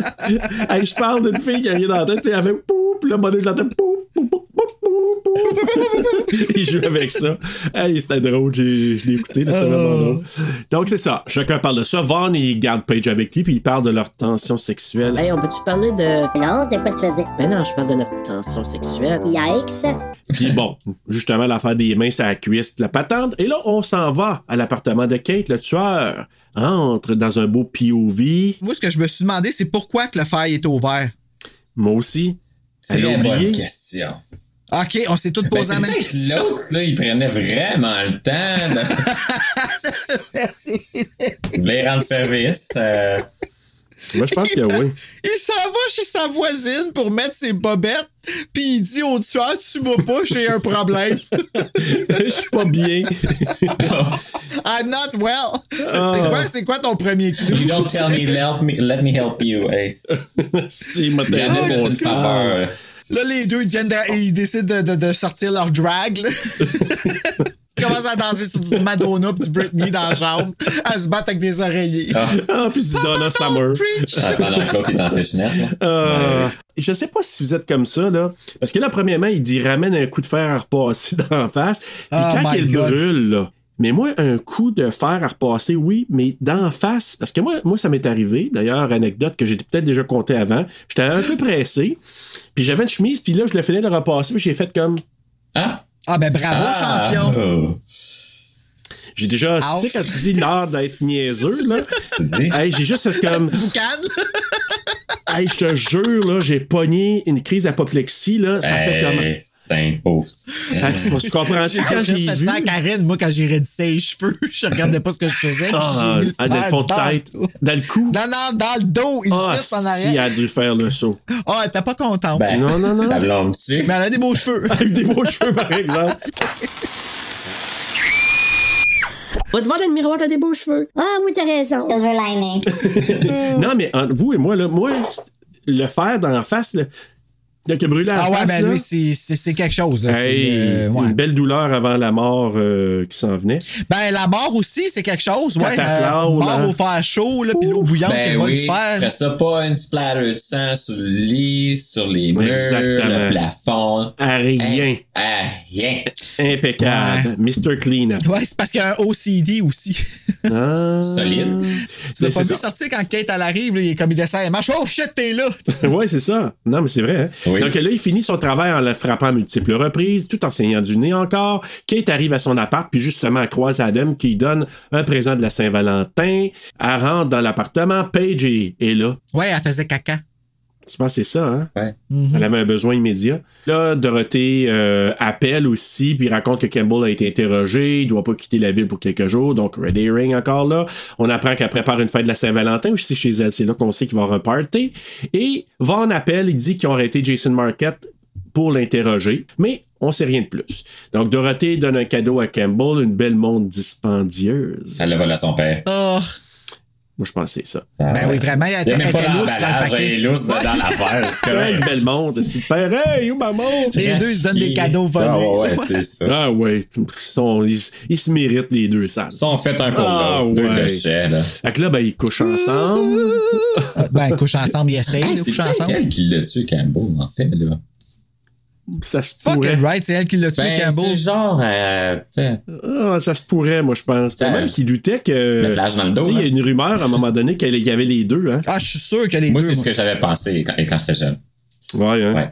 Speaker 3: hey, je parle d'une fille qui a rien dans la tête, puis elle fait poup, puis là, mon Dieu, je l'entends poup, poup, poup, poup, poup, poup. Il joue avec ça. Hey, c'était drôle, j'ai- je l'ai écouté, là, c'était vraiment
Speaker 4: Ah.
Speaker 3: drôle. Donc, c'est ça. Chacun parle de ça. Vaughn, il garde Paige avec lui, puis ils parlent de leur tension sexuelle.
Speaker 13: Hey, on peut-tu parler de.
Speaker 12: Non, de quoi tu veux dire?
Speaker 13: Ben non, je parle de notre tension sexuelle.
Speaker 12: Yikes.
Speaker 3: Puis bon, justement, l'affaire des mains, ça la cuisse, puis la patente. Et là, on s'en va à l'appartement de Kate, le tueur. Entre dans un beau POV.
Speaker 4: Moi, ce que je me suis demandé, c'est pourquoi que le faille était ouvert.
Speaker 3: Moi aussi.
Speaker 5: C'est
Speaker 4: Elle a
Speaker 5: la bonne
Speaker 4: oublié.
Speaker 5: question.
Speaker 4: OK, on s'est tous
Speaker 5: Ben,
Speaker 4: posé
Speaker 5: c'est
Speaker 4: la même
Speaker 5: peut-être l'autre, là, il prenait vraiment le temps de- de les rendre service. euh,
Speaker 3: Moi, je pense que oui.
Speaker 4: Il s'en va chez sa voisine pour mettre ses bobettes, puis il dit au tueur, tu m'as pas, j'ai un problème.
Speaker 3: Je suis pas bien.
Speaker 4: I'm not well.
Speaker 5: Ah.
Speaker 4: C'est quoi, c'est quoi ton premier clou?
Speaker 5: You don't tell me, let me, let me help you. Ah. Hey,
Speaker 3: si,
Speaker 5: il y en a fait une faveur. euh,
Speaker 4: Là, les deux, ils, viennent de- ils décident de, de- de sortir leur drag. là. ils commencent à danser sur du Madonna pis du Britney dans la chambre. À se battre avec des oreillers.
Speaker 5: Ah.
Speaker 3: Ah, puis du Donna Summer.
Speaker 5: Ah, Pendant que l'autre est en fishnet, là.
Speaker 3: Euh, Je sais pas si vous êtes comme ça, là. Parce que là, premièrement, il dit ramène un coup de fer à repasser dans la face. Puis
Speaker 4: Ah,
Speaker 3: quand
Speaker 4: my
Speaker 3: il
Speaker 4: God.
Speaker 3: brûle, là. Mais moi, un coup de fer à repasser, oui, mais dans la face. Parce que moi, moi ça m'est arrivé. D'ailleurs, anecdote que j'ai peut-être déjà contée avant. J'étais un peu pressé. Puis j'avais une chemise, puis là, je le finis de repasser, puis j'ai fait comme.
Speaker 5: Ah!
Speaker 4: Ah, ben bravo,
Speaker 3: Ah.
Speaker 4: champion.
Speaker 5: Oh.
Speaker 3: J'ai déjà.
Speaker 4: Ah.
Speaker 3: Tu sais, quand tu dis l'art d'être niaiseux, là.
Speaker 5: dis?
Speaker 3: Hey, j'ai juste fait comme.
Speaker 4: Tu vous calmes?
Speaker 3: Hey, je te jure, là, j'ai pogné une crise d'apoplexie, là. Ça fait comme.
Speaker 5: Hey, Saint pauvre.
Speaker 3: Fait que c'est pas- tu comprends-tu
Speaker 4: J'ai
Speaker 3: quand je l'ai
Speaker 4: fait
Speaker 3: vu?
Speaker 4: ça à Karine, moi, quand j'ai raidissé les cheveux, je regardais pas ce que je faisais. puis
Speaker 3: Ah,
Speaker 4: j'ai mis le
Speaker 3: ah, dans le
Speaker 4: fer
Speaker 3: fond de
Speaker 4: dans-
Speaker 3: tête. Dans le cou.
Speaker 4: Non, non, dans le dos, il
Speaker 3: Ah,
Speaker 4: siffle en
Speaker 3: si, hein. elle
Speaker 4: arrière.
Speaker 3: a dû faire le saut.
Speaker 4: Ah, elle était pas contente.
Speaker 5: Ben,
Speaker 3: Non, non, non.
Speaker 5: Ta blonde, tu
Speaker 4: Mais elle a des beaux cheveux.
Speaker 3: Avec des beaux cheveux, par exemple.
Speaker 13: Va te voir dans le miroir, t'as des beaux cheveux.
Speaker 12: Ah oui, t'as raison.
Speaker 11: Silver lining.
Speaker 3: Non, mais entre vous et moi, là, moi, c'est- le faire dans la face, là, là, que brûler la
Speaker 4: Ah ouais,
Speaker 3: face,
Speaker 4: ben
Speaker 3: là,
Speaker 4: lui, c'est- c'est c'est quelque chose. là. C'est,
Speaker 3: hey,
Speaker 4: euh, ouais.
Speaker 3: une belle douleur avant la mort euh, qui s'en venait.
Speaker 4: Ben, la mort aussi, c'est quelque chose, ouais.
Speaker 3: Cataclysme,
Speaker 4: Euh, mort
Speaker 3: hein.
Speaker 4: au fer chaud, là, puis l'eau bouillante
Speaker 5: Ben
Speaker 4: qu'elle va
Speaker 5: oui,
Speaker 4: lui
Speaker 5: après
Speaker 4: faire.
Speaker 5: ça, pas une splatter de sang sur le lit, sur les murs,
Speaker 3: Exactement.
Speaker 5: le plafond.
Speaker 3: À rien.
Speaker 5: Ah, rien.
Speaker 3: Impeccable. Mr. Clean.
Speaker 4: Ouais, c'est parce qu'il y a un OCD aussi.
Speaker 3: Ah.
Speaker 5: Solide.
Speaker 4: Tu l'as
Speaker 3: Mais
Speaker 4: pas
Speaker 3: c'est
Speaker 4: vu
Speaker 3: ça.
Speaker 4: sortir quand Kate, elle arrive, là, il est comme il descend, elle marche. Oh shit, t'es là!
Speaker 3: ouais, c'est ça. Non, mais c'est vrai. hein.
Speaker 5: Oui.
Speaker 3: Donc là, il finit son travail en le frappant à multiples reprises, tout en saignant du nez encore. Kate arrive à son appart, puis justement, elle croise Adam qui lui donne un présent de la Saint-Valentin. Elle rentre dans l'appartement. Paige est, est là.
Speaker 4: Ouais, elle faisait caca.
Speaker 3: Tu penses que c'est ça, hein?
Speaker 5: Ouais.
Speaker 3: Elle avait un besoin immédiat. Là, Dorothée euh, appelle aussi, puis raconte que Campbell a été interrogé, il doit pas quitter la ville pour quelques jours, donc Red Herring encore là. On apprend qu'elle prépare une fête de la Saint-Valentin aussi chez elle, c'est là qu'on sait qu'il va y avoir un party. Et Vaughn appelle, il dit qu'ils ont arrêté Jason Marquette pour l'interroger, mais on sait rien de plus. Donc Dorothée donne un cadeau à Campbell, une belle montre dispendieuse.
Speaker 5: Ça le vole à son père. Ah,
Speaker 4: Oh!
Speaker 3: Moi, je pensais ça.
Speaker 4: Ben oui, vraiment, elle
Speaker 5: Il n'y a
Speaker 4: était
Speaker 5: même
Speaker 4: elle
Speaker 5: pas
Speaker 4: était lousse dans le
Speaker 5: l'emballage, il est
Speaker 4: paquet.
Speaker 5: lousse dans l'affaire. c'est
Speaker 3: Quelle
Speaker 5: correct.
Speaker 3: belle montre, c'est super. Hey, où ma montre?
Speaker 4: Les deux, ils se donnent des cadeaux volés.
Speaker 5: Ah ouais, ouais, c'est ça.
Speaker 3: Ah ouais, ils, sont- ils- ils se méritent les deux sales.
Speaker 5: Ils sont faits un pour
Speaker 3: Ah
Speaker 5: l'autre. deux
Speaker 3: ouais.
Speaker 5: déchets, là.
Speaker 3: Fait que là, ben, ils couchent ensemble.
Speaker 4: Ah, Ben, ils couchent ensemble, ils essayent,
Speaker 5: Hey,
Speaker 4: ils
Speaker 5: Ah, c'est
Speaker 4: couchent
Speaker 5: peut-être
Speaker 4: ensemble.
Speaker 5: elle qui l'a tué, Campbell, en fait. Là.
Speaker 3: Ça se pourrait.
Speaker 4: Fucking right, c'est elle qui l'a tué,
Speaker 5: Ben,
Speaker 4: Campbell.
Speaker 5: c'est genre... Euh, tu sais,
Speaker 3: Ah, ça se pourrait, moi, je pense. C'est
Speaker 5: Ça-
Speaker 3: même qui doutait que.
Speaker 5: Mettre l'âge dans le dos,
Speaker 3: Euh, Tu sais, Il y a
Speaker 5: hein.
Speaker 3: une rumeur à un moment donné qu'il y avait les deux. Hein.
Speaker 4: Ah, je suis sûr que les
Speaker 5: moi,
Speaker 4: deux.
Speaker 5: c'est ce
Speaker 4: moi.
Speaker 5: que j'avais pensé quand, quand j'étais jeune.
Speaker 3: Ouais, hein.
Speaker 5: Ouais.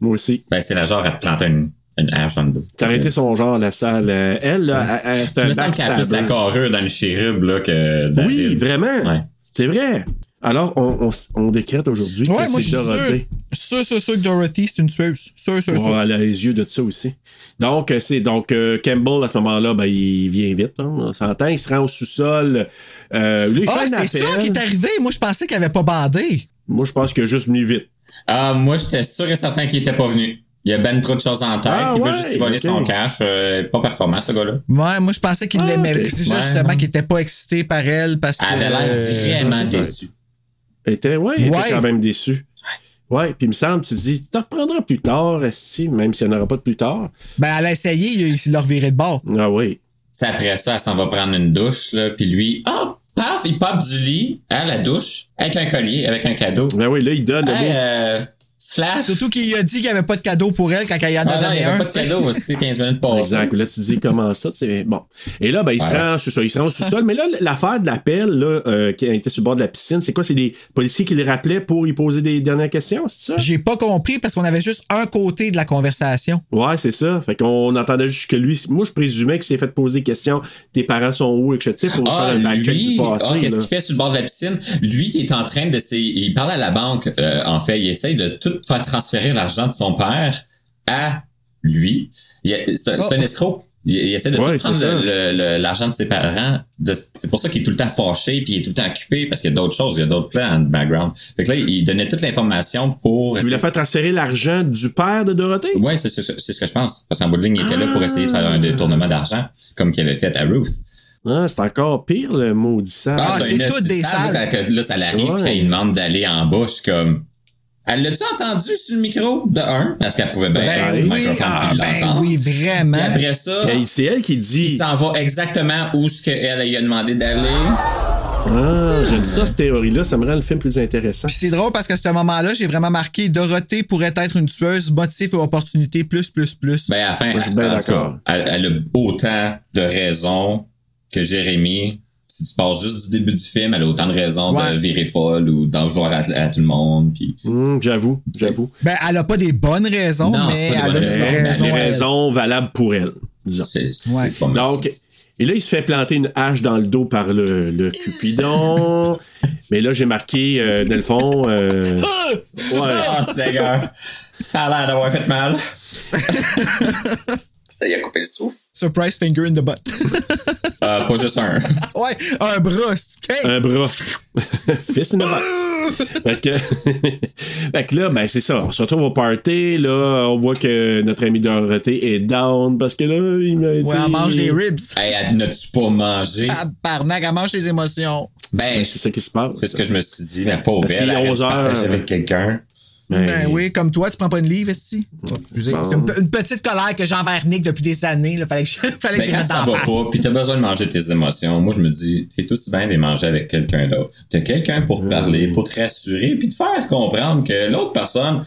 Speaker 3: Moi aussi.
Speaker 5: Ben, c'est la genre à te planter une, une hache dans le dos.
Speaker 3: T'as arrêté son genre, la salle. Euh, Elle, là, elle- elle- c'était
Speaker 5: Il me
Speaker 3: un
Speaker 5: semble qu'il y a plus de la
Speaker 3: backstabber.
Speaker 5: carrure dans le chérub là, que David.
Speaker 3: Oui, vraiment.
Speaker 5: Ouais.
Speaker 3: C'est vrai. Alors, on, on, s- on décrète aujourd'hui
Speaker 4: Ouais,
Speaker 3: que
Speaker 4: moi, je
Speaker 3: c'est
Speaker 4: suis sûr.
Speaker 3: Dorothée.
Speaker 4: Sûr, sûr, sûr que Dorothy, c'est une tueuse. Sûr, sûr,
Speaker 3: Ouais,
Speaker 4: sûr.
Speaker 3: elle a les yeux de ça aussi. Donc, euh, c'est donc euh, Campbell, à ce moment-là, ben, il vient vite. hein, on s'entend. Il se rend au sous-sol. Euh, lui, il
Speaker 4: Ah,
Speaker 3: fait un
Speaker 4: c'est ça
Speaker 3: appel.
Speaker 4: qui est arrivé. Moi, je pensais qu'elle avait pas bandé.
Speaker 3: Moi, je pense qu'il a juste venu vite.
Speaker 5: Ah, moi, j'étais sûr et certain qu'il était pas venu. Il y a ben trop de choses en tête.
Speaker 3: Ah,
Speaker 5: il
Speaker 3: ouais,
Speaker 5: veut juste y voler
Speaker 3: ok.
Speaker 5: son cash. Euh, pas performant, ce gars-là.
Speaker 4: Ouais, moi, je pensais qu'il
Speaker 3: Ah,
Speaker 4: l'aimait.
Speaker 3: ok.
Speaker 4: C'est
Speaker 5: Ouais,
Speaker 4: justement
Speaker 5: non.
Speaker 4: qu'il était pas excité par elle parce que.
Speaker 5: Elle avait l'air
Speaker 4: euh,
Speaker 5: vraiment
Speaker 3: ouais.
Speaker 5: déçue.
Speaker 3: était, ouais, il
Speaker 4: Ouais.
Speaker 3: était quand même déçu. Ouais, puis il me semble, tu te dis, tu reprendras plus tard, si, même s'il n'y en aura pas de plus tard.
Speaker 4: Ben, elle a essayé, il, il l'a reviré de bord.
Speaker 3: Ah oui.
Speaker 5: C'est après ça, elle s'en va prendre une douche, là, puis lui, ah, paf, il pop du lit à la douche avec un collier, avec un cadeau.
Speaker 3: Ben oui, là, il donne.
Speaker 5: Hey, euh, flash.
Speaker 4: Surtout qu'il a dit qu'il n'y avait pas de cadeau pour elle quand il en a
Speaker 5: Ah non, il
Speaker 4: donné
Speaker 5: n'y
Speaker 4: un.
Speaker 5: avait pas de cadeau, c'est 15 minutes pour
Speaker 3: Exact. Là, tu te dis comment ça, tu sais. Bon. Et là, ben, il se
Speaker 5: Ouais.
Speaker 3: rend, c'est ça, il se rend au sous-sol. Mais là, l'affaire de l'appel, là, euh, qui était sur le bord de la piscine, c'est quoi? C'est des policiers qui le rappelaient pour y poser des dernières questions, c'est ça?
Speaker 4: J'ai pas compris parce qu'on avait juste un côté de la conversation.
Speaker 3: Ouais, c'est ça. Fait qu'on entendait juste que lui. Moi, je présumais que s'est fait poser des questions. Tes parents sont où, etc. pour
Speaker 5: Ah,
Speaker 3: faire un back-check
Speaker 5: lui,
Speaker 3: du passé.
Speaker 5: ah, qu'est-ce
Speaker 3: là.
Speaker 5: qu'il fait sur le bord de la piscine? Lui, il est en train de... s'y- Il parle à la banque, euh, en fait. Il essaye de tout faire transférer l'argent de son père à lui. Il a- C'est un, c'est un escroc. Il, il essaie de
Speaker 3: Ouais,
Speaker 5: tout prendre
Speaker 3: c'est ça.
Speaker 5: le- le- le- l'argent de ses parents. De- C'est pour ça qu'il est tout le temps fâché puis il est tout le temps occupé parce qu'il y a d'autres choses, il y a d'autres plans en background. Fait que là, il donnait toute l'information pour...
Speaker 3: Tu voulais faire transférer l'argent du père de Dorothée?
Speaker 5: Ouais, c'est c'est- c'est ce que je pense. Parce qu'en bout de ligne, il était là pour essayer de faire un détournement d'argent comme qu'il avait fait à Ruth.
Speaker 3: Ah, c'est encore pire, le maudit sale.
Speaker 4: Ah,
Speaker 5: Ben,
Speaker 4: c'est
Speaker 5: là,
Speaker 4: toutes des
Speaker 5: sale,
Speaker 4: sales.
Speaker 5: Quand, que là, ça l'arrive,
Speaker 3: Ouais.
Speaker 5: puis elle lui demande d'aller en bas, je suis comme. Elle l'a-tu entendu sur le micro de un? Parce qu'elle pouvait bien
Speaker 4: Ben
Speaker 5: être sur le
Speaker 4: oui,
Speaker 5: microphone
Speaker 4: ah,
Speaker 5: puis
Speaker 4: ben
Speaker 5: l'entendre.
Speaker 4: oui, vraiment.
Speaker 5: Puis après ça,
Speaker 3: Ben, c'est elle qui
Speaker 5: il
Speaker 3: dit.
Speaker 5: s'en va exactement où ce qu'elle lui a demandé d'aller.
Speaker 3: Ah, j'aime ça, cette théorie-là. Ça me rend le film plus intéressant.
Speaker 4: Puis c'est drôle parce qu'à ce moment-là, j'ai vraiment marqué Dorothée pourrait être une tueuse, motif et opportunité, plus, plus, plus.
Speaker 5: Ben, à la fin,
Speaker 3: Moi, je suis bien
Speaker 5: en tout cas,
Speaker 3: d'accord.
Speaker 5: Elle, elle a autant de raisons que Jérémy. Si tu pars juste du début du film, elle a autant de raisons
Speaker 4: Ouais.
Speaker 5: de virer folle ou d'en vouloir à, à tout le monde. Puis
Speaker 3: Hum, j'avoue, j'avoue.
Speaker 4: Ben, elle a pas des bonnes raisons,
Speaker 5: Non,
Speaker 4: mais
Speaker 5: c'est
Speaker 4: elle a
Speaker 5: pas des bonnes
Speaker 4: ses
Speaker 5: raisons, mais elle a
Speaker 4: raisons.
Speaker 3: Les
Speaker 4: à elle.
Speaker 3: raisons valables pour elle. disons.
Speaker 5: c'est c'est
Speaker 4: Ouais.
Speaker 5: pas mal ça.
Speaker 3: Donc, et là, il se fait planter une hache dans le dos par le, le Cupidon. Mais là, j'ai marqué, euh, dans le fond. euh,
Speaker 5: Ah,
Speaker 4: Ah!
Speaker 3: ouais.
Speaker 5: Oh, Seigneur. Ça a l'air d'avoir fait mal. Ça y a coupé le souffle.
Speaker 4: Surprise finger in the butt.
Speaker 5: Euh, pas juste un.
Speaker 4: ouais, un bras, c'est- hey!
Speaker 5: Euh,
Speaker 3: Un bras. Fist in the butt. fait, que, fait que là, ben, c'est ça. On se retrouve au party. Là, on voit que notre ami Dorothée est down parce que là, il m'a dit.
Speaker 4: Ouais, elle mange des ribs.
Speaker 5: Hey, elle n'a-tu pas mangé?
Speaker 4: Ah, Tabarnak, elle mange les émotions.
Speaker 5: Ben,
Speaker 3: C'est ça qui se passe.
Speaker 5: c'est ce que je me suis dit, mais pauvre
Speaker 3: Parce qu'il
Speaker 5: elle,
Speaker 3: est
Speaker 5: elle a
Speaker 3: 11 heures. euh,
Speaker 5: partagé avec quelqu'un.
Speaker 3: Ben,
Speaker 4: Ben oui, comme toi, tu prends pas une livre, esti. Oh, excusez,
Speaker 3: bon.
Speaker 4: c'est une, pe- une petite colère que j'ai envers Nick depuis des années. Là, fallait que je, fallait que
Speaker 5: Ben,
Speaker 4: je
Speaker 5: quand
Speaker 4: mette
Speaker 5: ça
Speaker 4: en
Speaker 5: va
Speaker 4: face.
Speaker 5: pas, pis t'as besoin de manger tes émotions, moi je me dis, c'est aussi bien de les manger avec quelqu'un d'autre. T'as quelqu'un pour te
Speaker 3: Mmh.
Speaker 5: parler, pour te rassurer, puis te faire comprendre que l'autre personne,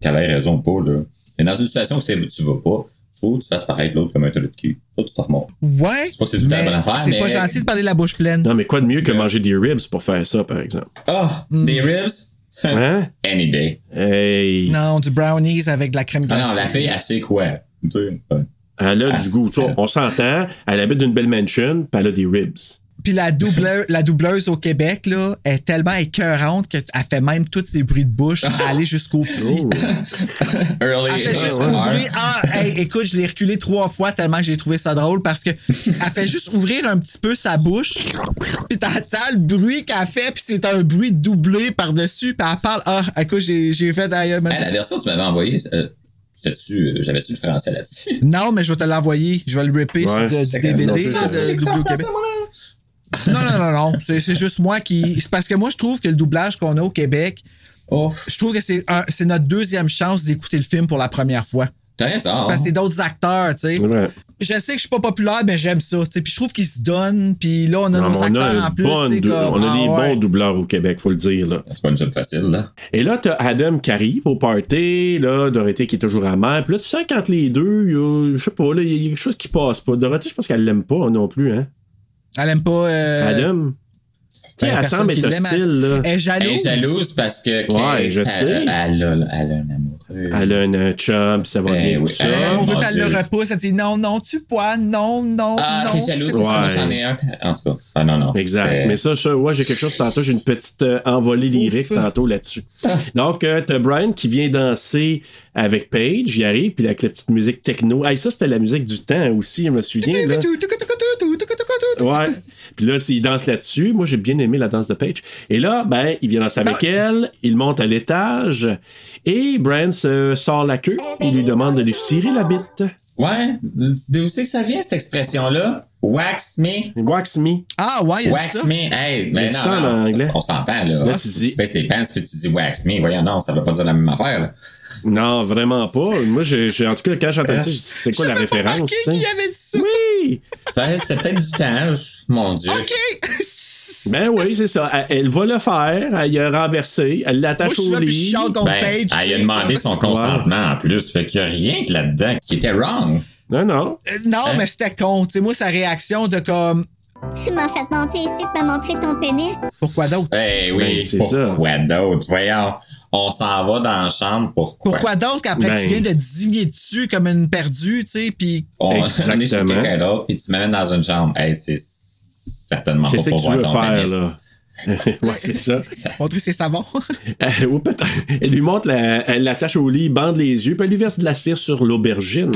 Speaker 5: qu'elle ait raison ou pas, là, est dans une situation où c'est- tu vas pas, faut que tu fasses paraître l'autre comme un truc de cul. Faut que tu te remontes.
Speaker 4: Ouais,
Speaker 5: C'est pas que c'est tout à la
Speaker 4: mais
Speaker 5: bonne affaire,
Speaker 4: c'est
Speaker 5: mais-
Speaker 4: pas gentil de parler la bouche pleine.
Speaker 3: Non, mais quoi de mieux que manger des ribs pour faire ça, par exemple?
Speaker 5: Ah,
Speaker 4: Mmh.
Speaker 5: des ribs? c'est un-
Speaker 3: Hein?
Speaker 5: Any day.
Speaker 3: Hey!
Speaker 4: Non, du brownies avec de la crème
Speaker 5: Ah
Speaker 4: glacée.
Speaker 5: non, la fille, elle sait quoi. Tu sais, ouais.
Speaker 3: Elle a du goût. Tu vois, on s'entend, elle habite d'une belle mansion, puis elle a des ribs.
Speaker 4: Puis la, doubleur, la doubleuse au Québec, là, est tellement écœurante qu'elle fait même tous ses bruits de bouche aller jusqu'au petit.
Speaker 3: Oh.
Speaker 5: Early
Speaker 4: Elle fait juste
Speaker 5: ASMR.
Speaker 4: ouvrir. Ah, hey, écoute, je l'ai reculé trois fois tellement que j'ai trouvé ça drôle parce que elle fait juste ouvrir un petit peu sa bouche. Puis t'entends le bruit qu'elle fait, puis c'est un bruit doublé par-dessus. Puis elle parle. Ah, écoute, j'ai, j'ai fait d'ailleurs.
Speaker 5: Hey, La version que tu m'avais envoyée, euh, c'était-tu, euh, j'avais-tu le français là-dessus?
Speaker 4: Non, mais je vais te l'envoyer. Je vais le ripper
Speaker 3: Hein? Ouais.
Speaker 4: sur du- du DVD
Speaker 3: Non,
Speaker 4: là, de doublé au Québec. Non, non, non, non. C'est, c'est juste moi qui. C'est parce que moi, je trouve que le doublage qu'on a au Québec,
Speaker 5: Ouf.
Speaker 4: je trouve que c'est, un- c'est notre deuxième chance d'écouter le film pour la première fois.
Speaker 5: T'as raison.
Speaker 4: Parce que
Speaker 3: Ah.
Speaker 4: c'est d'autres acteurs, tu sais.
Speaker 3: C'est vrai.
Speaker 4: je sais que je suis pas populaire, mais j'aime ça. tu sais. Puis je trouve qu'ils se donnent. Puis là, on a
Speaker 3: Non, mais
Speaker 4: nos
Speaker 3: on a,
Speaker 4: acteurs
Speaker 3: un
Speaker 4: en plus.
Speaker 3: bon
Speaker 4: tu sais,
Speaker 3: dou-
Speaker 4: comme,
Speaker 3: on a
Speaker 4: ah
Speaker 3: des
Speaker 4: ouais.
Speaker 3: bons doubleurs au Québec, faut le dire. Là.
Speaker 5: C'est pas une job facile, là.
Speaker 3: Et là, t'as Adam qui arrive au party, là, Dorothée qui est toujours amère. Puis là, tu sens qu'entre les deux, il y a- je sais pas, là, il y a quelque chose qui passe pas. Dorothée, je pense qu'elle l'aime pas non plus, hein.
Speaker 4: Elle aime pas. euh,
Speaker 3: Adam. Tu sais,
Speaker 4: ben,
Speaker 3: elle
Speaker 4: personne
Speaker 3: semble
Speaker 4: qui
Speaker 3: être
Speaker 4: l'aime,
Speaker 3: hostile, là.
Speaker 4: Elle est jalouse.
Speaker 5: Elle est jalouse parce que
Speaker 3: Ouais, je
Speaker 5: elle,
Speaker 3: sais.
Speaker 5: Elle, a, elle a un amoureux.
Speaker 3: Elle a un euh, chum, puis ça va
Speaker 5: Ben
Speaker 3: bien,
Speaker 5: oui,
Speaker 3: tout ça.
Speaker 4: Elle,
Speaker 5: Oh,
Speaker 4: on veut
Speaker 5: mon
Speaker 4: qu'elle le
Speaker 5: Dieu.
Speaker 4: repousse. Elle dit non, non, tu pois, non, non,
Speaker 5: ah,
Speaker 3: Oh,
Speaker 4: non.
Speaker 5: t'es jalouse
Speaker 4: c'est-
Speaker 5: parce que moi
Speaker 3: Ouais.
Speaker 5: j'en ai un. En tout cas. Ah non, non.
Speaker 3: Exact.
Speaker 5: c'était-
Speaker 3: Mais ça, ça, ouais, j'ai quelque chose tantôt, j'ai une petite euh, envolée lyrique
Speaker 4: Ouf.
Speaker 3: tantôt là-dessus. Donc, euh, t'as Brian qui vient danser avec Paige, il arrive, puis avec la petite musique techno. Hey, ça, c'était la musique du temps aussi, je me souviens. Là. Ouais. Puis là, il danse là-dessus. Moi, j'ai bien aimé la danse de Paige. Et là, ben, il vient danser
Speaker 4: Ah.
Speaker 3: avec elle, il monte à l'étage, et Brian se sort la queue, il lui demande de lui cirer la bite.
Speaker 5: Ouais. D'où c'est que ça vient, cette expression-là? Wax me.
Speaker 3: Wax me.
Speaker 4: Ah, ouais, il y a
Speaker 5: Wax
Speaker 4: ça.
Speaker 5: me. Hey, mais
Speaker 3: Il y
Speaker 5: non,
Speaker 3: a ça en
Speaker 5: non,
Speaker 3: anglais.
Speaker 5: on s'entend, là.
Speaker 3: Là, tu dis-
Speaker 5: fais tes pants, puis tu dis wax me. Voyons, non, ça veut pas dire la même affaire, là.
Speaker 3: Non, vraiment pas. Moi, j'ai, j'ai- en tout cas, quand j'ai entendu ça, j'ai dit, c'est quoi la
Speaker 4: J'avais pas
Speaker 3: référence?
Speaker 4: remarqué
Speaker 3: tu sais?
Speaker 4: qu'il avait dit ça.
Speaker 3: Oui!
Speaker 5: Ouais, C'était peut-être du temps, mon Dieu.
Speaker 4: OK!
Speaker 3: Ben oui, c'est ça. Elle, elle va le faire. Elle a renversé. Elle
Speaker 4: Moi,
Speaker 3: l'attache
Speaker 4: je suis
Speaker 3: au
Speaker 4: là, puis je
Speaker 3: lit.
Speaker 4: chante contre
Speaker 5: Ben,
Speaker 4: Paige.
Speaker 5: elle a demandé son consentement en plus. Fait qu'il y a rien que là-dedans qui était wrong.
Speaker 3: Non, non.
Speaker 4: Euh, Non,
Speaker 5: Hein?
Speaker 4: mais c'était con. Tu sais, moi, sa réaction de comme...
Speaker 12: Tu m'as fait monter ici pour me montrer ton pénis.
Speaker 4: Pourquoi d'autre?
Speaker 5: Eh oui,
Speaker 3: Ben, c'est ça.
Speaker 5: pourquoi d'autre? Voyons, on s'en va dans la chambre, pourquoi?
Speaker 4: Pourquoi d'autre qu'après
Speaker 3: Ben.
Speaker 4: tu viens de digner dessus comme une perdue, tu sais, puis
Speaker 5: On on
Speaker 3: Exactement.
Speaker 5: est chez quelqu'un d'autre, puis tu m'amènes dans une chambre. Eh, c'est certainement pas
Speaker 3: Qu'est-ce
Speaker 5: pour
Speaker 3: que tu
Speaker 5: voir
Speaker 3: veux
Speaker 5: ton
Speaker 3: faire,
Speaker 5: pénis.
Speaker 3: là? ouais, c'est ça.
Speaker 4: montrer ses savons.
Speaker 3: Euh, ou peut-être. Elle lui montre, la- elle l'attache au lit, bande les yeux, puis elle lui verse de la cire sur l'aubergine.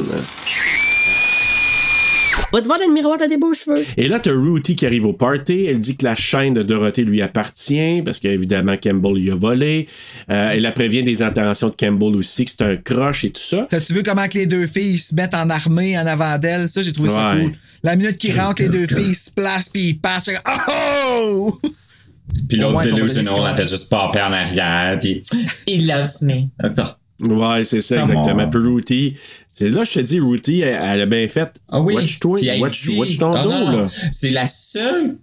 Speaker 13: Va te voir dans le miroir, t'as des beaux cheveux.
Speaker 3: Et là, t'as Ruthie qui arrive au party. Elle dit que la chaîne de Dorothée lui appartient, parce qu'évidemment, Campbell lui a volé. Euh, elle la prévient des intentions de Campbell aussi, que c'est un croche et tout ça.
Speaker 4: T'as-tu vu comment que les deux filles se mettent en armée en avant d'elles? Ça, j'ai trouvé ça
Speaker 3: Ouais.
Speaker 4: cool. La minute qu'ils rentrent, les deux filles se placent puis ils passent. c'est comme, Oh! oh!
Speaker 5: Puis
Speaker 4: Au
Speaker 5: l'autre
Speaker 4: moins, ton pénis,
Speaker 5: delusional,
Speaker 4: quand
Speaker 5: on a
Speaker 4: même.
Speaker 5: fait juste popper en arrière, puis il loves me. Attends.
Speaker 3: Ouais, c'est ça,
Speaker 5: Come
Speaker 3: exactement.
Speaker 5: on.
Speaker 3: Puis Ruthie. C'est là, je te dis, Ruthie, elle, elle a bien fait.
Speaker 5: Ah oui.
Speaker 3: Watch-toi,
Speaker 5: Puis elle
Speaker 3: watch,
Speaker 5: dit-
Speaker 3: watch ton
Speaker 5: Ah
Speaker 3: dos,
Speaker 5: non, non.
Speaker 3: là.
Speaker 5: C'est la seule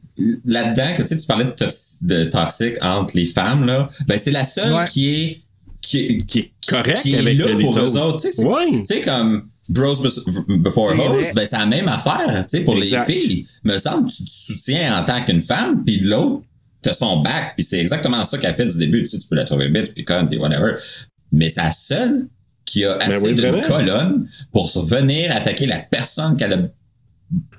Speaker 5: là-dedans que tu sais, tu parlais de, tox- de toxique entre les femmes, là. Ben, c'est la seule
Speaker 4: Ouais.
Speaker 5: qui est, qui est,
Speaker 3: Qui est correct
Speaker 5: qui est
Speaker 3: avec
Speaker 5: là
Speaker 3: les
Speaker 5: pour
Speaker 3: autres.
Speaker 5: eux autres. Tu sais, c'est-
Speaker 3: Ouais.
Speaker 5: tu sais, comme Bros Bes- Before
Speaker 4: C'est vrai.
Speaker 5: Hoes, ben, c'est la même affaire, tu sais, pour
Speaker 3: Exact.
Speaker 5: les filles. Me semble, tu te soutiens en tant qu'une femme, puis de l'autre, t'as son bac, puis c'est exactement ça qu'elle fait du début. Tu sais, tu peux la trouver bitch, puis comme, puis whatever. Mais c'est la seule qui a assez
Speaker 3: Ben oui,
Speaker 5: d'une
Speaker 3: vraiment.
Speaker 5: colonne pour se venir attaquer la personne qu'elle a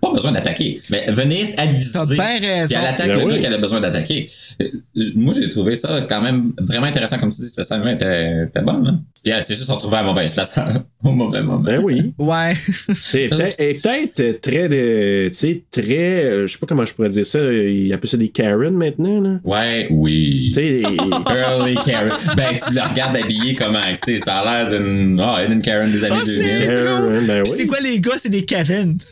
Speaker 5: pas besoin d'attaquer, mais venir
Speaker 4: T'as
Speaker 5: aviser.
Speaker 4: bien raison.
Speaker 5: Puis elle attaque
Speaker 3: Ben
Speaker 5: le
Speaker 3: oui.
Speaker 5: gars qu'elle a besoin d'attaquer. Euh, j- Moi, j'ai trouvé ça quand même vraiment intéressant. Comme tu dis, cette scène-là était, était bonne. Hein? Puis elle s'est juste retrouvée à la mauvaise place au mauvais moment.
Speaker 3: Ben oui.
Speaker 4: Ouais.
Speaker 3: C'est peut-être- elle est peut-être euh, très, de- tu sais, très, euh, je sais pas comment je pourrais dire ça, là, ils appellent ça des Karen maintenant, là.
Speaker 5: Ouais, oui.
Speaker 3: Tu sais, les-
Speaker 5: Early Karen. ben, tu la regardes habillée comment c'est. Ça a l'air d'une ah, d'une Karen des années
Speaker 4: Oh, c'est
Speaker 5: 2000.
Speaker 4: drôle.
Speaker 3: Ben
Speaker 4: Puis
Speaker 3: oui.
Speaker 4: C'est quoi les gars? C'est des Kevin.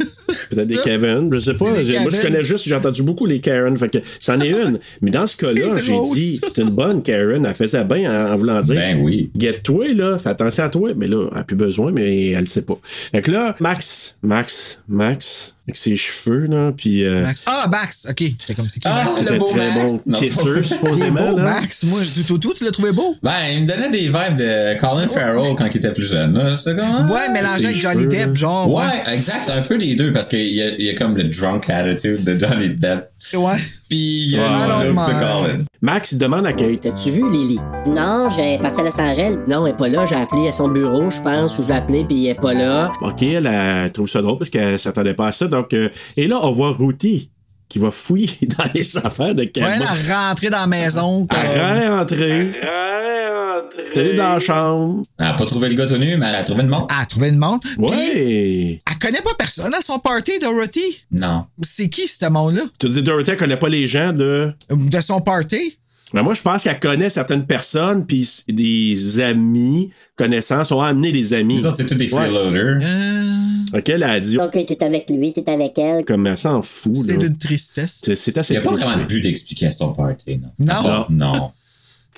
Speaker 3: peut-être des
Speaker 4: ça?
Speaker 3: Kevin, je sais
Speaker 4: C'est
Speaker 3: pas,
Speaker 4: des
Speaker 3: j'ai- moi je
Speaker 4: Karen.
Speaker 3: connais juste, j'ai entendu beaucoup les Karen, fait que c'en est une. Mais dans ce cas-là,
Speaker 4: C'est
Speaker 3: j'ai
Speaker 4: drôle,
Speaker 3: dit,
Speaker 4: ça.
Speaker 3: c'est une bonne Karen, elle faisait bien en, en voulant dire.
Speaker 5: Ben oui.
Speaker 3: Guette-toi, là, fais attention à toi. Mais là, elle n'a plus besoin, mais elle le sait pas. Fait que là, Max, Max, Max, avec ses cheveux, là, puis euh,
Speaker 4: Max. Ah, Max. OK. J'étais comme c'est qui?
Speaker 5: Ah,
Speaker 4: Max?
Speaker 5: le
Speaker 3: c'était
Speaker 5: beau
Speaker 3: très
Speaker 5: Max.
Speaker 3: bon
Speaker 5: Non.
Speaker 3: kisser,
Speaker 4: Il est
Speaker 3: supposément.
Speaker 4: beau,
Speaker 3: ben là.
Speaker 4: Max. Moi, je- tout, tout, tu l'as trouvé beau.
Speaker 5: Ben, il me donnait des vibes de Colin Farrell quand il était plus jeune. là. J'étais comme, ah,
Speaker 4: Ouais, mélangé
Speaker 3: ses
Speaker 4: avec Johnny
Speaker 3: cheveux, là.
Speaker 4: Depp, genre.
Speaker 5: Ouais, exact, un peu les deux, parce qu'il y, a- il y a comme le drunk attitude de Johnny Depp,
Speaker 4: Ouais.
Speaker 5: puis il y a
Speaker 3: Ouais,
Speaker 5: le
Speaker 4: ouais.
Speaker 5: look de
Speaker 4: Alors,
Speaker 5: Colin.
Speaker 3: Max, il demande à Kate.
Speaker 13: T'as-tu vu Lily?
Speaker 12: Non, j'ai parti à Los Angeles.
Speaker 13: Non, elle est pas là. J'ai appelé à son bureau, je pense, ou je l'ai appelé, puis elle est pas là.
Speaker 3: OK, elle, elle trouve ça drôle parce qu'elle s'attendait pas à ça. Donc, euh, et là, on voit Ruthie qui va fouiller dans les affaires de
Speaker 4: Ouais,
Speaker 3: Campbell.
Speaker 4: elle a rentré dans la maison. comme-
Speaker 3: Elle rentrée. T'es allé dans la chambre.
Speaker 5: Elle a pas trouvé le gars tout nu, mais elle a trouvé le monde.
Speaker 4: Elle a trouvé le monde. Puis,
Speaker 3: Ouais.
Speaker 4: elle connaît pas personne à son party, Dorothy.
Speaker 5: Non.
Speaker 4: C'est qui, ce monde-là?
Speaker 3: Tu dis Dorothée, elle connaît pas les gens de.
Speaker 4: De son party?
Speaker 3: Mais moi, je pense qu'elle connaît certaines personnes, puis s- des amis, connaissances, ont amené des amis.
Speaker 5: Les autres, c'est tous des
Speaker 3: Ouais.
Speaker 5: freeloaders.
Speaker 4: Euh,
Speaker 3: Ok, elle a dit oh,
Speaker 12: Donc, t'es avec lui, t'es avec elle.
Speaker 3: comme elle s'en fout.
Speaker 4: c'est
Speaker 3: là.
Speaker 4: d'une tristesse.
Speaker 3: C'est c'est assez
Speaker 5: Il n'y a pas
Speaker 3: triste,
Speaker 5: vraiment de
Speaker 3: mais-
Speaker 5: but d'explication party, non?
Speaker 4: Non.
Speaker 5: Ah, Non.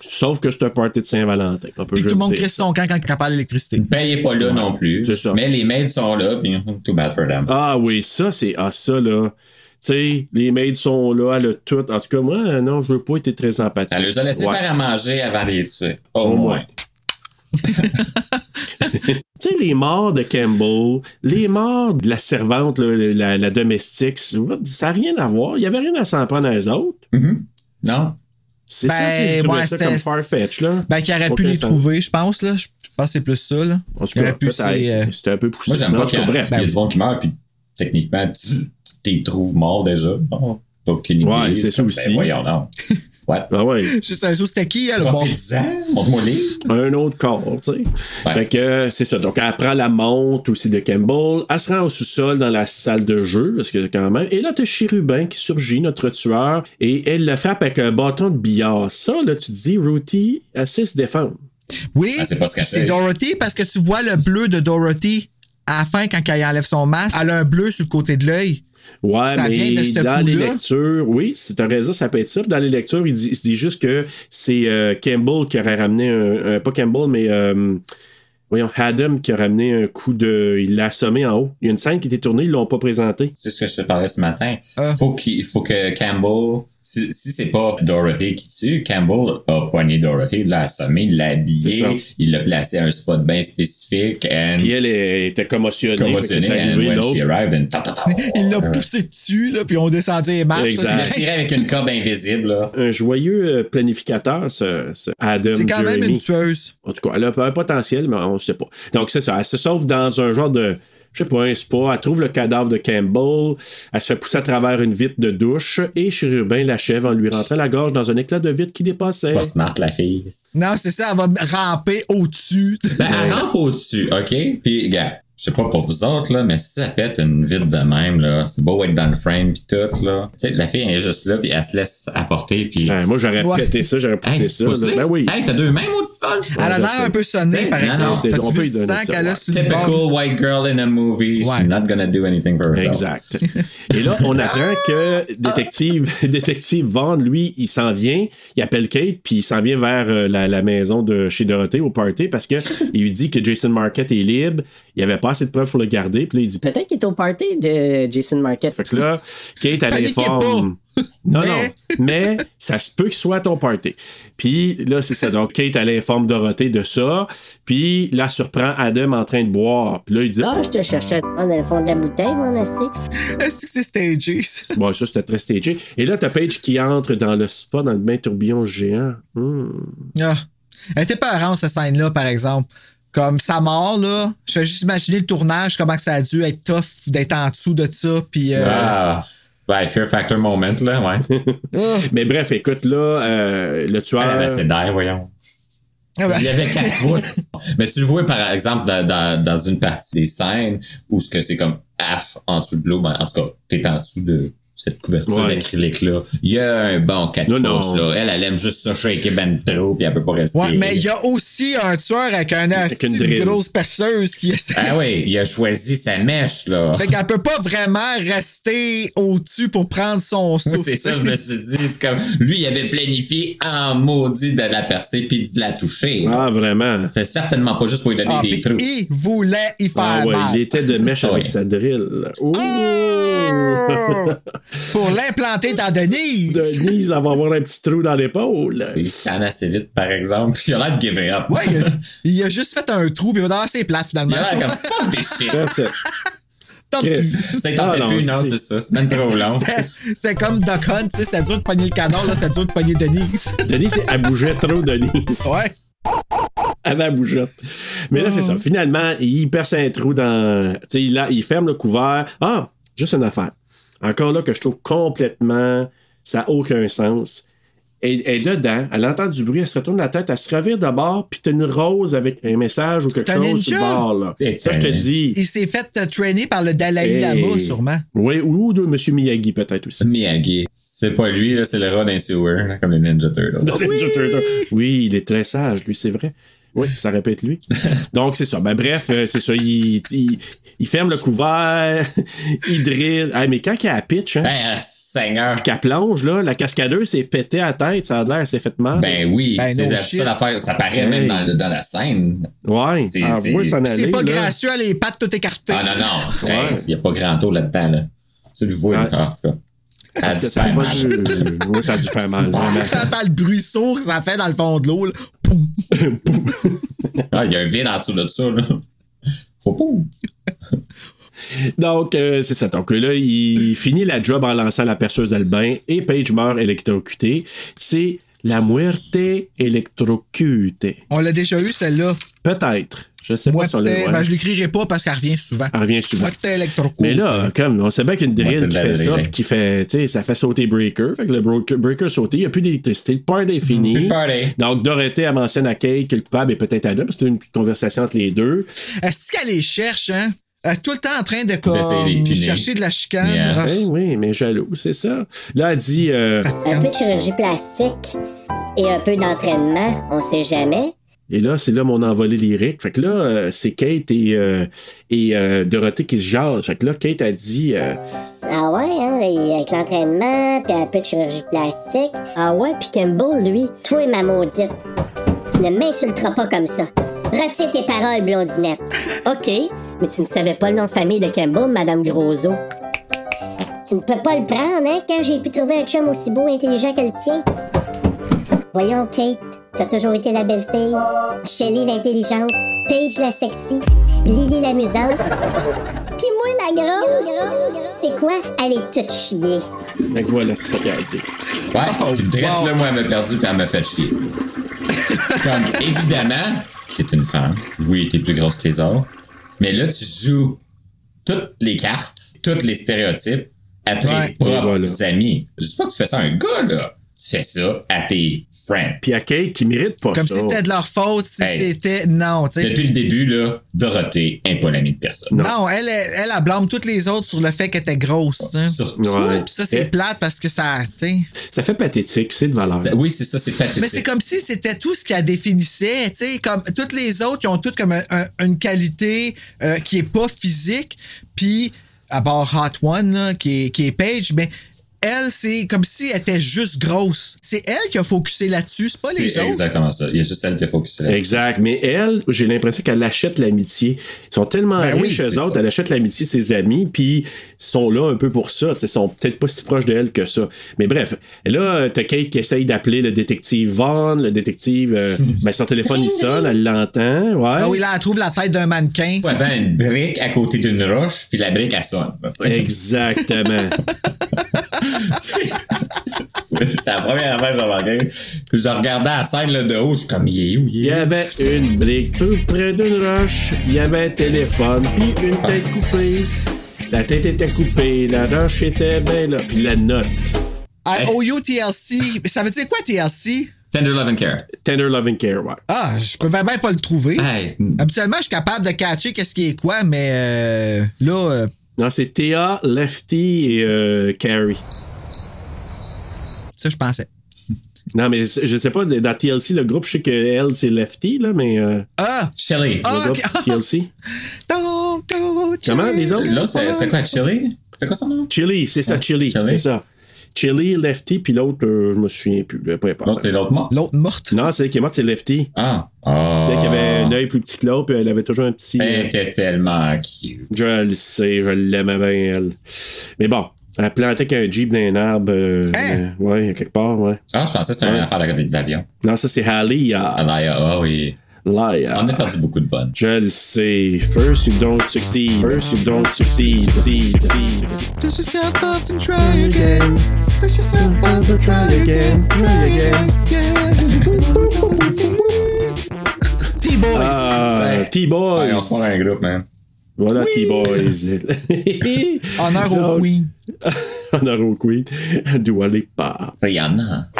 Speaker 3: Sauf que c'est un party de Saint-Valentin. On peut
Speaker 4: Puis que tout
Speaker 3: juste
Speaker 4: le monde
Speaker 3: dire
Speaker 4: crée
Speaker 3: ça.
Speaker 4: son camp quand il parle d'électricité.
Speaker 5: Ben, il est pas là non plus.
Speaker 3: C'est ça.
Speaker 5: Mais les maids sont là, puis hum, too bad for them.
Speaker 3: Ah oui, ça, c'est. Ah, ça, là. Tu sais, les maids sont là, le tout. En tout cas, moi, euh, non, je veux pas être très empathique.
Speaker 5: Elle les a laissé
Speaker 3: Ouais.
Speaker 5: faire à manger avant de les tuer. Au
Speaker 3: Au
Speaker 5: moins.
Speaker 3: moins. Tu sais, les morts de Campbell, les morts de la servante, là, la, la domestique, ça n'a rien à voir. Il n'y avait rien à s'en prendre à eux autres.
Speaker 5: Mhm. Non.
Speaker 3: C'est
Speaker 4: Ben,
Speaker 3: ça, c'est je trouvais
Speaker 4: ouais,
Speaker 3: ça
Speaker 4: c'est-
Speaker 3: comme farfetch, là.
Speaker 4: Ben, qu'il aurait pu
Speaker 3: Aucun
Speaker 4: les
Speaker 3: sens.
Speaker 4: trouver, je pense, là. Je pense que c'est plus ça, là.
Speaker 3: En tout
Speaker 4: Il
Speaker 3: cas,
Speaker 4: aurait pu,
Speaker 3: peut-être.
Speaker 4: c'est, euh,
Speaker 3: C'était un peu poussé.
Speaker 5: Moi, j'aime
Speaker 3: Mais en
Speaker 5: pas
Speaker 3: tout
Speaker 5: quand
Speaker 3: cas, bref.
Speaker 5: il y a du monde qui meurt, puis techniquement, tu tu t'es trouves mort déjà. Bon, T'as aucune idée.
Speaker 3: Ouais, c'est ça
Speaker 5: comme,
Speaker 3: aussi.
Speaker 5: Ben, voyons, non. What?
Speaker 3: Ah ouais,
Speaker 4: Je sais pas, c'était qui, elle, le bon.
Speaker 5: Profites-en, montre-moi les.
Speaker 3: un autre corps, tu sais.
Speaker 5: Ouais.
Speaker 3: Fait que euh, c'est ça. Donc, elle prend la montre aussi de Campbell. Elle se rend au sous-sol dans la salle de jeu, parce que quand même. Et là, t'as Chérubin qui surgit, notre tueur, et elle le frappe avec un bâton de billard. Ça, là, tu te dis, Ruthie, elle sait se défendre.
Speaker 4: Oui,
Speaker 5: Ah, c'est pas ce qu'elle
Speaker 4: c'est
Speaker 5: fait.
Speaker 4: Dorothy parce que tu vois le bleu de Dorothy à la fin, quand elle enlève son masque, elle a un bleu sur le côté de l'œil.
Speaker 3: Ouais,
Speaker 4: Ça vient de
Speaker 3: mais
Speaker 4: ce
Speaker 3: dans les
Speaker 4: coup-là.
Speaker 3: lectures, oui, c'est un raison, ça peut être ça. Dans les lectures, il, dit, il se dit juste que c'est euh, Campbell qui aurait ramené un, un- pas Campbell, mais euh, voyons, Adam qui a ramené un coup de. Il l'a assommé en haut. Il y a une scène qui était tournée, ils l'ont pas présentée.
Speaker 5: C'est ce que je te parlais ce matin.
Speaker 4: Ah.
Speaker 5: Faut qu'il faut que Campbell, si, si c'est pas Dorothy qui tue, Campbell a poigné Dorothy, l'a assommé, l'a habillé,
Speaker 3: C'est ça.
Speaker 5: il l'a placé à un spot bien spécifique. And
Speaker 3: Puis elle est- était commotionnée.
Speaker 5: Commotionnée,
Speaker 3: fait qu'elle est
Speaker 5: and
Speaker 3: arrivée,
Speaker 5: when she
Speaker 3: l'autre.
Speaker 5: arrived, and ta, ta, ta.
Speaker 4: Il l'a
Speaker 5: Ouais.
Speaker 4: poussé dessus, là, puis on descendit les marches.
Speaker 3: Oh, Exact.
Speaker 4: là,
Speaker 5: Il a
Speaker 4: puis-
Speaker 5: tiré avec une corde invisible, là.
Speaker 3: Un joyeux euh, planificateur, ce, ce Adam.
Speaker 4: C'est quand même
Speaker 3: Jeremy.
Speaker 4: une tueuse.
Speaker 3: En tout cas, elle a un potentiel, mais on ne sait pas. Donc, c'est ça. Elle se sauve dans un genre de. Je sais pas, un spa. Elle trouve le cadavre de Campbell. Elle se fait pousser à travers une vitre de douche. Et Chérubin l'achève en lui rentrant la gorge dans un éclat de vitre qui dépassait.
Speaker 5: Pas smart, la fille.
Speaker 4: Non, c'est ça, elle va ramper au-dessus.
Speaker 5: Ben, elle rampe au-dessus, OK? Puis, gars, je sais pas pour vous autres, là, mais si ça pète une vitre de même, là, c'est beau être dans le frame pis tout, là. Tu sais, la fille elle est juste là, puis elle se laisse apporter, puis...
Speaker 3: Hey, Ben, moi, j'aurais
Speaker 4: Ouais.
Speaker 3: pété ça, j'aurais poussé
Speaker 5: Hey,
Speaker 3: ça.
Speaker 5: pousse-les.
Speaker 3: là. Ben oui.
Speaker 5: Hey, t'as deux mains, mon petit folle!
Speaker 4: Elle a l'air un peu sonnée, par
Speaker 5: Ben, Non, non,
Speaker 4: exemple.
Speaker 3: t'es- on
Speaker 4: T'as-tu
Speaker 3: peut lui
Speaker 4: vu
Speaker 3: donner
Speaker 4: le sang
Speaker 3: ça,
Speaker 4: qu'elle a
Speaker 3: ouais.
Speaker 4: sur le bord?
Speaker 5: Typical white girl in a movie,
Speaker 4: Ouais.
Speaker 5: she's not gonna do anything for herself.
Speaker 3: Exact. Et là, on apprend que détective, détective Vaughn, lui, il s'en vient, il appelle Kate, puis il s'en vient vers euh, la, la maison de chez Dorothée au party parce que il lui dit que Jason Marquette est libre, il avait pas assez de preuves pour le garder, puis là, il dit
Speaker 13: Peut-être qu'il est au party de Jason Marquette.
Speaker 3: Fait que là, Kate, elle
Speaker 4: Paniquez
Speaker 3: informe. Non,
Speaker 4: Mais-
Speaker 3: non, mais ça se peut qu'il soit à ton party. Puis là, c'est ça. Donc, Kate, elle informe Dorothée de ça. Puis là, elle surprend Adam en train de boire. Puis là, il dit
Speaker 13: Ah, je te cherchais.
Speaker 12: Ah, dans le fond de la bouteille, mon assis.
Speaker 4: Est-ce que c'est stagé? ça?
Speaker 3: Bon, ça, c'était très stagé. Et là, t'as Paige qui entre dans le spa, dans le bain tourbillon géant. Hmm.
Speaker 4: Ah. Elle était peurante, cette scène-là, par exemple. Comme sa mort, là, je fais juste imaginer le tournage, comment que ça a dû être tough d'être en dessous de ça, puis... euh,
Speaker 5: Ah, ben, Fear Factor moment, là,
Speaker 3: Euh.
Speaker 5: ouais.
Speaker 4: ah.
Speaker 3: Mais bref, écoute, là, euh, le
Speaker 5: Elle
Speaker 3: tueur.
Speaker 5: avait ses dents, ben, voyons.
Speaker 4: Ah ben,
Speaker 5: Il y avait quatre pouces. Mais tu le vois, par exemple, dans, dans, dans une partie des scènes où ce que c'est comme half en dessous de l'eau, ben, en tout cas, t'es en dessous de cette couverture
Speaker 3: Ouais.
Speaker 5: d'acrylique-là. Il y a un bon quatre
Speaker 3: Non, non.
Speaker 5: pouces, là. Elle, elle aime juste ça shaker ben trop, puis elle peut pas rester.
Speaker 4: Ouais, mais il y a aussi un tueur avec un asti
Speaker 3: une
Speaker 4: de
Speaker 3: drill.
Speaker 4: grosse perceuse qui essaie.
Speaker 5: Ah oui, il a choisi sa mèche, là.
Speaker 4: Fait qu'elle peut pas vraiment rester au-dessus pour prendre son
Speaker 5: Moi,
Speaker 4: souffle.
Speaker 5: c'est ça, je me suis dit, c'est comme, lui, il avait planifié en maudit de la percer puis de la toucher.
Speaker 3: Ah, vraiment.
Speaker 5: C'est certainement pas juste pour lui donner
Speaker 4: Ah,
Speaker 5: des
Speaker 4: puis
Speaker 5: trous.
Speaker 4: il voulait y faire
Speaker 3: Ah ouais,
Speaker 4: mal. Ah,
Speaker 3: il était de mèche avec
Speaker 5: Ouais.
Speaker 3: sa drill. Ouh!
Speaker 4: Oh! pour l'implanter dans Denise.
Speaker 3: Denise, elle va avoir un petit trou dans l'épaule.
Speaker 5: Il se tanne assez vite, par exemple. Il a l'air de give it up.
Speaker 4: Ouais, il a, il a juste fait un trou, puis il va dire, ah, c'est plate
Speaker 5: Il
Speaker 4: finalement.
Speaker 5: a l'air comme fuck des shit.
Speaker 3: That's it.
Speaker 4: Tant pis.
Speaker 3: Chris.
Speaker 5: Ça il
Speaker 3: Ah,
Speaker 5: tentait
Speaker 3: non,
Speaker 5: plus, non,
Speaker 3: c'est-
Speaker 5: c'est ça. C'est même trop long.
Speaker 4: C'était comme Duck Hunt, tu sais, c'était dur de pogner le canon, là, c'était dur de pogner Denise.
Speaker 3: Denise, elle bougeait trop, Denise.
Speaker 4: ouais.
Speaker 3: Elle avait la bougeotte. Mais là, c'est
Speaker 4: Mmh.
Speaker 3: ça. Finalement, il perce un trou dans. Tu sais, il, a- il ferme le couvert. Ah, juste une affaire. Encore là, que je trouve complètement. Ça n'a aucun sens. Elle elle est dedans, elle entend du bruit, elle se retourne la tête, elle se revire de bord, puis t'as une rose avec un message ou quelque
Speaker 4: C'est un
Speaker 3: chose sur le
Speaker 4: ninja.
Speaker 3: bord, là.
Speaker 5: C'est
Speaker 3: Ça, je te
Speaker 5: un-
Speaker 3: dis.
Speaker 4: Il s'est fait euh, traîner par le Dalai Lama,
Speaker 3: Hey.
Speaker 4: sûrement.
Speaker 3: Oui, ou de M. Miyagi, peut-être aussi.
Speaker 5: Miyagi. C'est pas lui, là, c'est le rat d'un sewer, là, comme les Ninja Turtles.
Speaker 3: Dans Ninja Turtle. Oui, il est très sage, lui, c'est vrai. Oui, ça répète lui. Donc, c'est ça. Ben, bref, euh, c'est ça. Il, il- il ferme le couvert, il drille. Ah, mais quand il a la pitch, hein,
Speaker 5: Ben, ah, Seigneur.
Speaker 3: qu'elle plonge, là, la cascadeuse s'est pétée à la tête. Ça a l'air, elle s'est fait mal.
Speaker 5: Ben oui,
Speaker 4: Ben, no
Speaker 5: c'est
Speaker 4: shit.
Speaker 5: ça l'affaire. Ça paraît
Speaker 3: Hey.
Speaker 5: même dans, dans la scène.
Speaker 3: ouais,
Speaker 5: c'est-
Speaker 3: ah,
Speaker 5: c'est-
Speaker 3: ouais, s'en
Speaker 4: C'est
Speaker 3: aller,
Speaker 4: pas
Speaker 3: là.
Speaker 4: gracieux, elle a les pattes toutes écartées.
Speaker 5: Ah non, non.
Speaker 3: Ouais.
Speaker 5: Hey, Il n'y a pas grand taux là-dedans. Là. Tu le vois,
Speaker 3: Ouais.
Speaker 5: en tout cas. Elle a
Speaker 3: Parce que
Speaker 5: dû
Speaker 3: ça a
Speaker 5: faire
Speaker 3: pas
Speaker 5: mal.
Speaker 3: dû- ouais, ça a dû faire mal, vraiment.
Speaker 4: T'entends le bruit sourd que ça fait dans le fond de l'eau, là. Poum.
Speaker 5: Ah, il y a un vide en dessous de ça. Là. Faut pas.
Speaker 3: Donc, euh, c'est ça. Donc là, il finit la job en lançant la perceuse d'Albin et Paige meurt électrocutée. C'est la muerte électrocutée.
Speaker 4: On l'a déjà eu, celle-là.
Speaker 3: Peut-être. Je sais
Speaker 4: Moi,
Speaker 3: pas si on l'a- ouais.
Speaker 4: ben, je l'écrirai pas parce qu'elle revient souvent.
Speaker 3: Elle revient souvent.
Speaker 4: Moi, t'es électro
Speaker 3: Mais là, comme on sait bien qu'une
Speaker 5: Ouais,
Speaker 3: drill
Speaker 5: de
Speaker 3: qui
Speaker 5: la
Speaker 3: fait ça,
Speaker 5: drill. Plus de party.
Speaker 3: Donc, Dorothée, elle mentionne à Kate que le coupable est peut-être Adam. C'était une petite conversation entre les deux.
Speaker 4: Est-ce qu'elle les cherche, hein? Elle est tout le temps en train de comme,
Speaker 5: D'essayer de les piner.
Speaker 4: chercher de la chicane.
Speaker 5: Yeah.
Speaker 4: Ah,
Speaker 3: Eh oui, mais jaloux, c'est ça. Là, elle dit, euh,
Speaker 4: fatigante.
Speaker 12: Un peu de chirurgie plastique et un peu d'entraînement, on sait jamais.
Speaker 3: Et là, c'est là mon envolée lyrique. Fait que là, euh, c'est Kate et, euh, et euh, Dorothée qui se jasent. Fait que là, Kate a dit. euh,
Speaker 12: Ah ouais, hein, et avec l'entraînement, puis un peu de chirurgie plastique. Ah ouais, puis Campbell, lui, toi, ma maudite, tu ne m'insulteras pas comme ça. Retire tes paroles, blondinette.
Speaker 13: OK, mais tu ne savais pas le nom de famille de Campbell, Madame Grosso.
Speaker 12: Tu ne peux pas le prendre, hein, quand j'ai pu trouver un chum aussi beau et intelligent que le tien. Voyons, Kate, tu as toujours été la belle fille, Shelley l'intelligente, Paige la sexy, Lily l'amusante, puis moi la grosse. C'est quoi? Elle est toute chiée.
Speaker 3: Fait que voilà, c'est ça qu'elle a dit.
Speaker 5: Ouais,
Speaker 3: Oh,
Speaker 5: puis drette là, moi, elle m'a perdu puis elle m'a fait chier. Comme, évidemment, t'es une femme. Oui, t'es plus grosse que les autres. Mais là, tu joues toutes les cartes, tous les stéréotypes à tes
Speaker 3: Ouais.
Speaker 5: propres
Speaker 3: Et voilà.
Speaker 5: amis. Je dis pas que tu fais ça à un gars, là. Tu fais ça à tes friends.
Speaker 3: Puis à Kate qui mérite pas
Speaker 4: Comme
Speaker 3: ça.
Speaker 4: si c'était de leur faute, si
Speaker 5: Hey.
Speaker 4: c'était. Non, tu sais.
Speaker 5: Depuis le début, là, Dorothée est pas l'amie de personne.
Speaker 4: Non, elle, elle, elle, elle blâme toutes les autres sur le fait qu'elle était grosse. tu sais.
Speaker 5: Surtout.
Speaker 3: Ouais.
Speaker 4: Puis ça,
Speaker 5: Eh.
Speaker 4: c'est plate parce que ça. tu sais.
Speaker 3: Eh, Ça fait pathétique, c'est de valeur.
Speaker 5: Ça- Ben Oui, c'est ça, c'est pathétique.
Speaker 4: Mais c'est comme si c'était tout ce qu'elle définissait. tu sais, Comme, toutes les autres, ils ont toutes comme un- un- une qualité euh, qui est pas physique. Puis, à part Hot One, là, qui, est, qui est Paige, mais elle, c'est comme si elle était juste grosse. C'est elle qui a focusé là-dessus, c'est pas les
Speaker 5: C'est
Speaker 4: autres.
Speaker 5: exactement ça. Il y a juste elle qui a focusé là-dessus.
Speaker 3: Exact. Mais elle, j'ai l'impression qu'elle achète l'amitié. Ils sont tellement
Speaker 4: Ben oui,
Speaker 3: riches,
Speaker 4: c'est
Speaker 3: eux autres,
Speaker 4: ça.
Speaker 3: elle achète l'amitié de ses amis, puis ils sont là un peu pour ça. T'sais, Ils sont peut-être pas si proches d'elle que ça. Mais bref, là, euh, t'as Kate qui essaye d'appeler le détective Vaughn, le détective. euh, ben, son téléphone, il sonne, elle l'entend. Ouais.
Speaker 4: Ah oui, là, elle trouve la tête d'un mannequin.
Speaker 5: Tu avais une brique à côté d'une roche, puis la brique, elle sonne. tu sais.
Speaker 3: Exactement.
Speaker 5: c'est la première affaire que j'ai remarqué. Puis je regardais la scène là, de haut, je suis comme, il est où, il
Speaker 3: Il y
Speaker 5: est où?
Speaker 3: avait une brique tout près d'une roche, il y avait un téléphone, puis une tête coupée. La tête était coupée, la roche était bien là, puis la note.
Speaker 4: I owe you TLC. Mais Ça veut dire quoi, TLC?
Speaker 5: Tender Love and Care.
Speaker 3: Tender Loving Care, ouais.
Speaker 4: Ah, je pouvais bien pas le trouver.
Speaker 5: Hey,
Speaker 4: Habituellement, je suis capable de catcher qu'est-ce qui est quoi, mais euh, là, euh,
Speaker 3: Non, c'est Théa, Lefty et euh, Carrie.
Speaker 4: ça, je pensais.
Speaker 3: Non, mais je je sais pas, dans TLC, le groupe, je sais que elle, c'est Lefty, là, mais euh,
Speaker 4: Ah!
Speaker 5: Chili.
Speaker 4: Ah,
Speaker 3: le
Speaker 4: ok.
Speaker 3: groupe TLC.
Speaker 4: Don't go
Speaker 3: Comment, les autres?
Speaker 5: Là, c'est- c'était quoi, Chili? C'était quoi son nom?
Speaker 3: Chili, c'est ça, Chili,
Speaker 5: Ah, Chili.
Speaker 3: c'est ça. Chili, Lefty, puis l'autre, euh, je me souviens plus, là, peu
Speaker 5: Non,
Speaker 3: importe.
Speaker 5: c'est l'autre mort.
Speaker 4: L'autre morte.
Speaker 3: Non, c'est qui est morte, c'est Lefty.
Speaker 5: Ah. Ah. Ben.
Speaker 3: C'est elle qui avait un œil plus petit que l'autre, puis elle avait toujours un petit...
Speaker 5: Elle
Speaker 3: euh,
Speaker 5: était tellement cute.
Speaker 3: Je le sais, je l'aimais bien, elle. Mais bon, elle plantait qu'un Jeep dans un arbre. euh,
Speaker 4: Hein?
Speaker 3: euh, ouais, quelque part, ouais.
Speaker 5: Ah, je pensais que c'était une
Speaker 3: Ouais.
Speaker 5: affaire de l'avion.
Speaker 3: Non, ça, c'est Halia.
Speaker 5: Ah, d'ailleurs, ah oui.
Speaker 3: Liar.
Speaker 5: On a perdu beaucoup de bonnes.
Speaker 3: Je le sais. First, you don't succeed. First, you don't succeed. succeed, succeed.
Speaker 4: Touch yourself up and try again. Touch yourself up and try
Speaker 3: again.
Speaker 4: again.
Speaker 3: Try again.
Speaker 4: T-Boys. Ben,
Speaker 3: Ah,
Speaker 5: Ouais, on
Speaker 3: T-Boys.
Speaker 5: se prend un groupe, man.
Speaker 3: Voilà, T-Boys.
Speaker 4: Honneur
Speaker 3: Donc,
Speaker 4: au Queen.
Speaker 3: Honneur au Queen. D'où aller pas.
Speaker 5: Rihanna.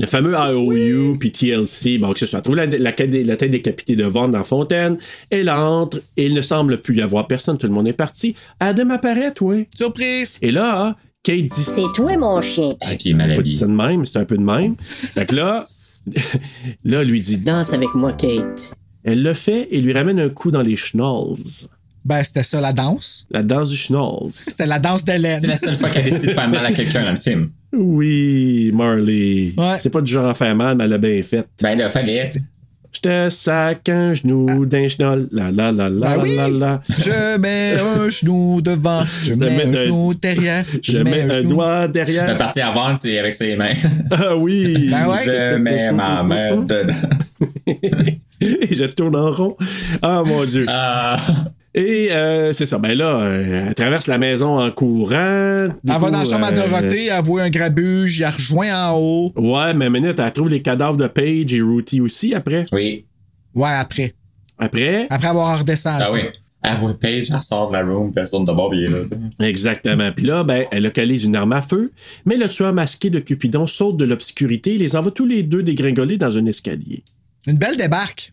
Speaker 3: Le fameux IOU puis TLC, bon, que ce soit, trouve la, la, la tête décapitée de Vaughn dans Fontaine, elle entre, et il ne semble plus y avoir personne, tout le monde est parti. Adam apparaît, ouais.
Speaker 4: Surprise.
Speaker 3: Et là, Kate dit ça,
Speaker 13: C'est toi, mon chien.
Speaker 5: Et puis,
Speaker 3: elle a pas dit
Speaker 5: maladie.
Speaker 3: ça de même, c'est un peu de même. Fait que là, là, lui dit,
Speaker 13: Danse avec moi, Kate.
Speaker 3: elle le fait et lui ramène un coup dans les schnalls.
Speaker 4: Ben, c'était ça la danse.
Speaker 3: La danse du schnalls.
Speaker 4: C'était la danse
Speaker 5: C'est
Speaker 4: d'Hélène.
Speaker 5: la seule fois qu'elle a décidé de faire mal à quelqu'un dans le film.
Speaker 3: Oui, Marley.
Speaker 4: Ouais.
Speaker 3: C'est pas du genre à faire mal, mais elle a bien fait.
Speaker 5: Ben là, fallait.
Speaker 4: Euh.
Speaker 3: Je te sac un genou d'un schnoll. La la la la
Speaker 4: Ben oui.
Speaker 3: la la.
Speaker 4: Je mets un genou devant, je mets un
Speaker 3: mets un-
Speaker 4: genou derrière,
Speaker 3: Je mets un
Speaker 4: genou-
Speaker 3: doigt
Speaker 5: La
Speaker 3: derrière.
Speaker 5: partie avant, c'est avec ses mains.
Speaker 3: Ah oui!
Speaker 4: Ben ouais.
Speaker 5: Je mets ma main dedans.
Speaker 3: Et je tourne en rond. Ah mon Dieu.
Speaker 5: Ah.
Speaker 3: Et euh, c'est ça. Ben là, euh, elle traverse la maison en courant. Du
Speaker 4: Elle
Speaker 3: coup,
Speaker 4: va dans la chambre à
Speaker 3: euh,
Speaker 4: Dorothée, elle voit un grabuge, elle rejoint en haut.
Speaker 3: Ouais, mais minute, elle trouve les cadavres de Paige et Ruthie aussi après.
Speaker 5: Oui.
Speaker 4: Ouais, après.
Speaker 3: Après,
Speaker 4: Après avoir redescendu.
Speaker 5: Ah oui. Elle voit Paige, elle sort de la room, personne de bord, puis il est là. tu sais.
Speaker 3: exactement. Puis là, ben, elle localise une arme à feu, mais le tueur masqué de Cupidon saute de l'obscurité et les envoie tous les deux dégringoler dans un escalier.
Speaker 4: Une belle débarque.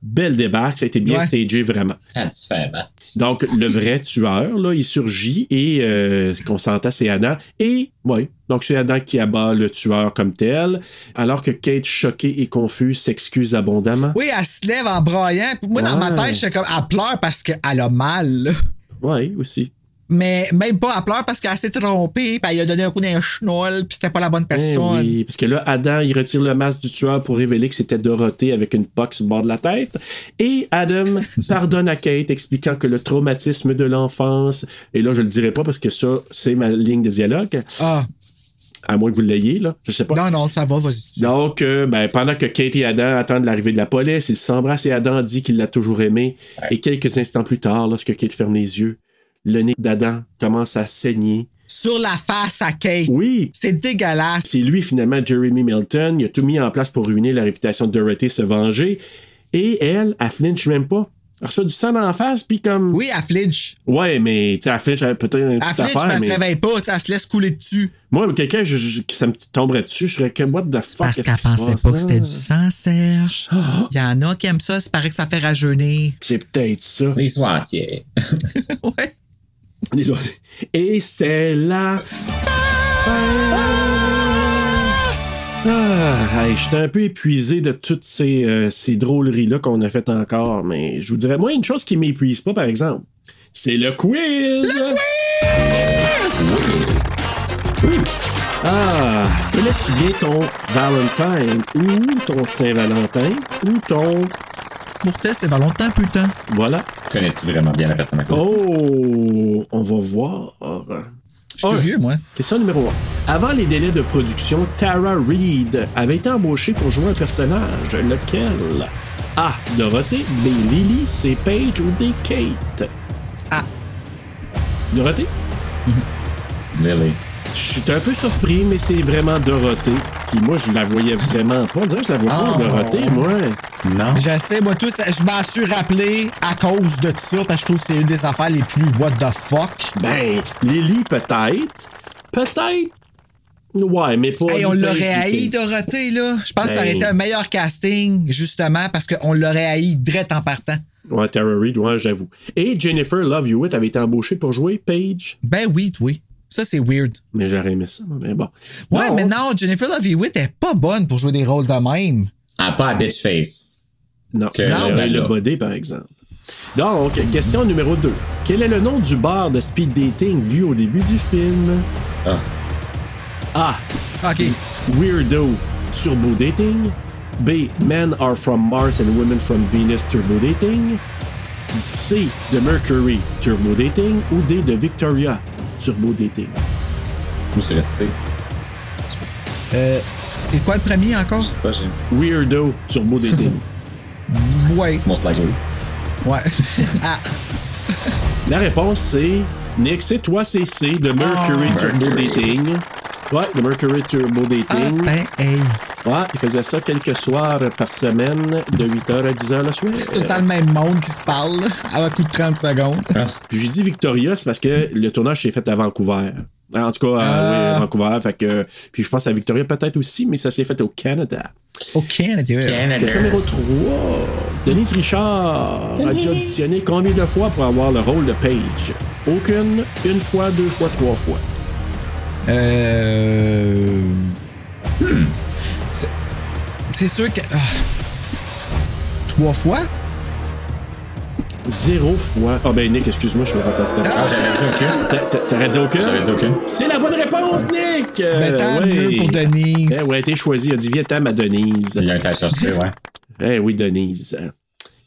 Speaker 3: belle débarque. Ça a été bien
Speaker 5: Ouais.
Speaker 3: stagé, vraiment.
Speaker 5: Satisfaisant.
Speaker 3: Donc, le vrai tueur, là, il surgit et euh, ce qu'on s'entend, c'est Adam. Et, oui, donc c'est Adam qui abat le tueur comme tel, alors que Kate, choquée et confuse, s'excuse abondamment.
Speaker 4: Oui, elle se lève en braillant. Puis Moi, dans ma
Speaker 3: Ouais.
Speaker 4: tête, j'étais comme, elle pleure parce qu'elle a mal.
Speaker 3: Oui, aussi.
Speaker 4: Mais même pas, elle pleure parce qu'elle s'est trompée, puis elle lui a donné un coup d'un schnoll, puis c'était pas la bonne
Speaker 3: Eh
Speaker 4: personne.
Speaker 3: oui, parce que là, Adam, il retire le masque du tueur pour révéler que c'était Dorothée avec une poque sur le bord de la tête. Et Adam pardonne à Kate, expliquant que le traumatisme de l'enfance, et là, je le dirai pas parce que ça, c'est ma ligne de dialogue.
Speaker 4: Ah.
Speaker 3: À moins que vous l'ayez, là. Je sais pas.
Speaker 4: Non, non, ça va, vas-y.
Speaker 3: Donc, euh, ben, pendant que Kate et Adam attendent l'arrivée de la police, ils s'embrassent et Adam dit qu'il l'a toujours aimé. Et quelques instants plus tard, lorsque Kate ferme les yeux, le nez d'Adam commence à saigner.
Speaker 4: Sur la face à Kate.
Speaker 3: Oui.
Speaker 4: C'est dégueulasse.
Speaker 3: C'est lui, finalement, Jeremy Milton. Il a tout mis en place pour ruiner la réputation de Dorothy, se venger. Et elle, elle flinche même pas. Elle reçoit du sang dans la face, puis comme.
Speaker 4: Oui, elle flinche.
Speaker 3: Ouais, mais tu sais, elle flinche elle a peut-être une
Speaker 4: Elle
Speaker 3: petite
Speaker 4: flinche,
Speaker 3: affaire.
Speaker 4: mais elle
Speaker 3: mais-
Speaker 4: se réveille pas, tu sais, elle se laisse couler dessus.
Speaker 3: Moi, quelqu'un, je- je- que ça me tomberait dessus, je serais comme, what the fuck?
Speaker 4: Parce
Speaker 3: qu'est-ce
Speaker 4: qu'elle
Speaker 3: qui se
Speaker 4: pensait
Speaker 3: passe
Speaker 4: pas que
Speaker 3: là?
Speaker 4: c'était du sang, Serge. Il y en a qui aiment ça, c'est paraît que ça fait rajeunir.
Speaker 3: C'est peut-être ça.
Speaker 5: Les soirs entiers.
Speaker 3: Désolé. Et c'est là. Ah, hey, j'étais un peu épuisé de toutes ces, euh, ces drôleries-là qu'on a faites encore, mais je vous dirais, moi, une chose qui m'épuise pas, par exemple, c'est le quiz! Le Ah, quiz! Oui. Ah, connais-tu bien ton Valentine ou ton Saint-Valentin ou ton...
Speaker 4: Pour toi, c'est Valentin, putain.
Speaker 3: Voilà.
Speaker 5: Connais-tu vraiment bien la personne à côté?
Speaker 3: Oh, on va voir.
Speaker 4: Je suis curieux, moi.
Speaker 3: Question numéro 1. Avant les délais de production, Tara Reid avait été embauchée pour jouer un personnage. Lequel A. Dorothée, B. Lily, C. Paige ou D. Kate
Speaker 4: A.
Speaker 3: Dorothée
Speaker 4: Oh.
Speaker 5: Lily.
Speaker 3: Je suis un peu surpris, mais c'est vraiment Dorothée. Puis moi, je la voyais vraiment pas. On dirait que je la vois pas,
Speaker 4: Oh.
Speaker 3: Dorothée, moi.
Speaker 5: Non.
Speaker 4: Je sais, moi, tout ça, je m'en suis rappelé à cause de ça, parce que je trouve que c'est une des affaires les plus what the fuck.
Speaker 3: Ben, Lily, peut-être. Peut-être. Ouais, mais pas.
Speaker 4: Hey, on
Speaker 3: Paige
Speaker 4: l'aurait
Speaker 3: ou
Speaker 4: haï,
Speaker 3: Kate.
Speaker 4: Dorothée, là. Je pense que ça aurait
Speaker 3: Ben.
Speaker 4: été un meilleur casting, justement, parce qu'on l'aurait haï drette en partant.
Speaker 3: Ouais, Tara Reid, ouais, j'avoue. Et Jennifer Love Hewitt avait été embauchée pour jouer Paige.
Speaker 4: Ben oui, oui. Ça, c'est weird.
Speaker 3: Mais j'aurais aimé ça, mais bon.
Speaker 4: Ouais, mais non, Jennifer Love Hewitt est pas bonne pour jouer des rôles de même.
Speaker 5: Ah, pas à bitch face.
Speaker 3: Non,
Speaker 5: Que
Speaker 3: non,
Speaker 5: le-
Speaker 3: mais le
Speaker 5: là.
Speaker 3: body, par exemple. Donc, question numéro 2. Quel est le nom du bar de speed dating vu au début du film?
Speaker 5: Ah.
Speaker 3: A.
Speaker 4: OK.
Speaker 3: Weirdo Turbo Dating. B. Men are from Mars and women from Venus Turbo Dating. C. De Mercury Turbo Dating. Ou D. De Victoria Turbo Dating.
Speaker 5: Où c'est resté?
Speaker 4: Euh, c'est quoi le premier encore?
Speaker 5: Pas, j'ai...
Speaker 3: Weirdo Turbo Dating.
Speaker 4: Ouais.
Speaker 5: Mon slacker.
Speaker 4: Ouais. ah,
Speaker 3: La réponse c'est Nick, c'est toi, c'est C de Mercury
Speaker 4: Ah.
Speaker 3: Turbo
Speaker 5: Mercury.
Speaker 3: Dating. Ouais, de Mercury Turbo Dating.
Speaker 4: ben, hey.
Speaker 3: Ouais, il faisait ça quelques soirs par semaine, de 8h à 10h le soir.
Speaker 4: C'est tout le temps le même monde qui se parle, à un coup de 30 secondes.
Speaker 5: Ah.
Speaker 3: Puis j'ai dit Victoria, c'est parce que le tournage s'est fait à Vancouver. En tout cas, euh,
Speaker 4: Ah.
Speaker 3: oui, à Vancouver. Fait que, puis je pense à Victoria peut-être aussi, mais ça s'est fait au Canada.
Speaker 4: OK,
Speaker 3: Question numéro 3. Denise Richard a dû
Speaker 4: Denise.
Speaker 3: auditionner combien de fois pour avoir le rôle de Paige? Aucune, une fois, deux fois, trois fois.
Speaker 4: Euh. hmm. C'est- C'est sûr que. ah. Trois fois?
Speaker 3: Zéro fois. Ah ben Nick, excuse-moi, je suis fantastique.
Speaker 5: Ah, j'avais dit aucune.
Speaker 3: T'a- t'a- T'aurais dit aucune?
Speaker 5: J'avais dit aucune.
Speaker 3: C'est la bonne réponse, Nick! Euh,
Speaker 4: Ben, tant mieux pour Denise.
Speaker 3: Eh ouais, t'es choisi. Il a dit, viens t'as à Denise.
Speaker 5: Il y a un tas à chercher, ouais.
Speaker 3: Eh oui, Denise.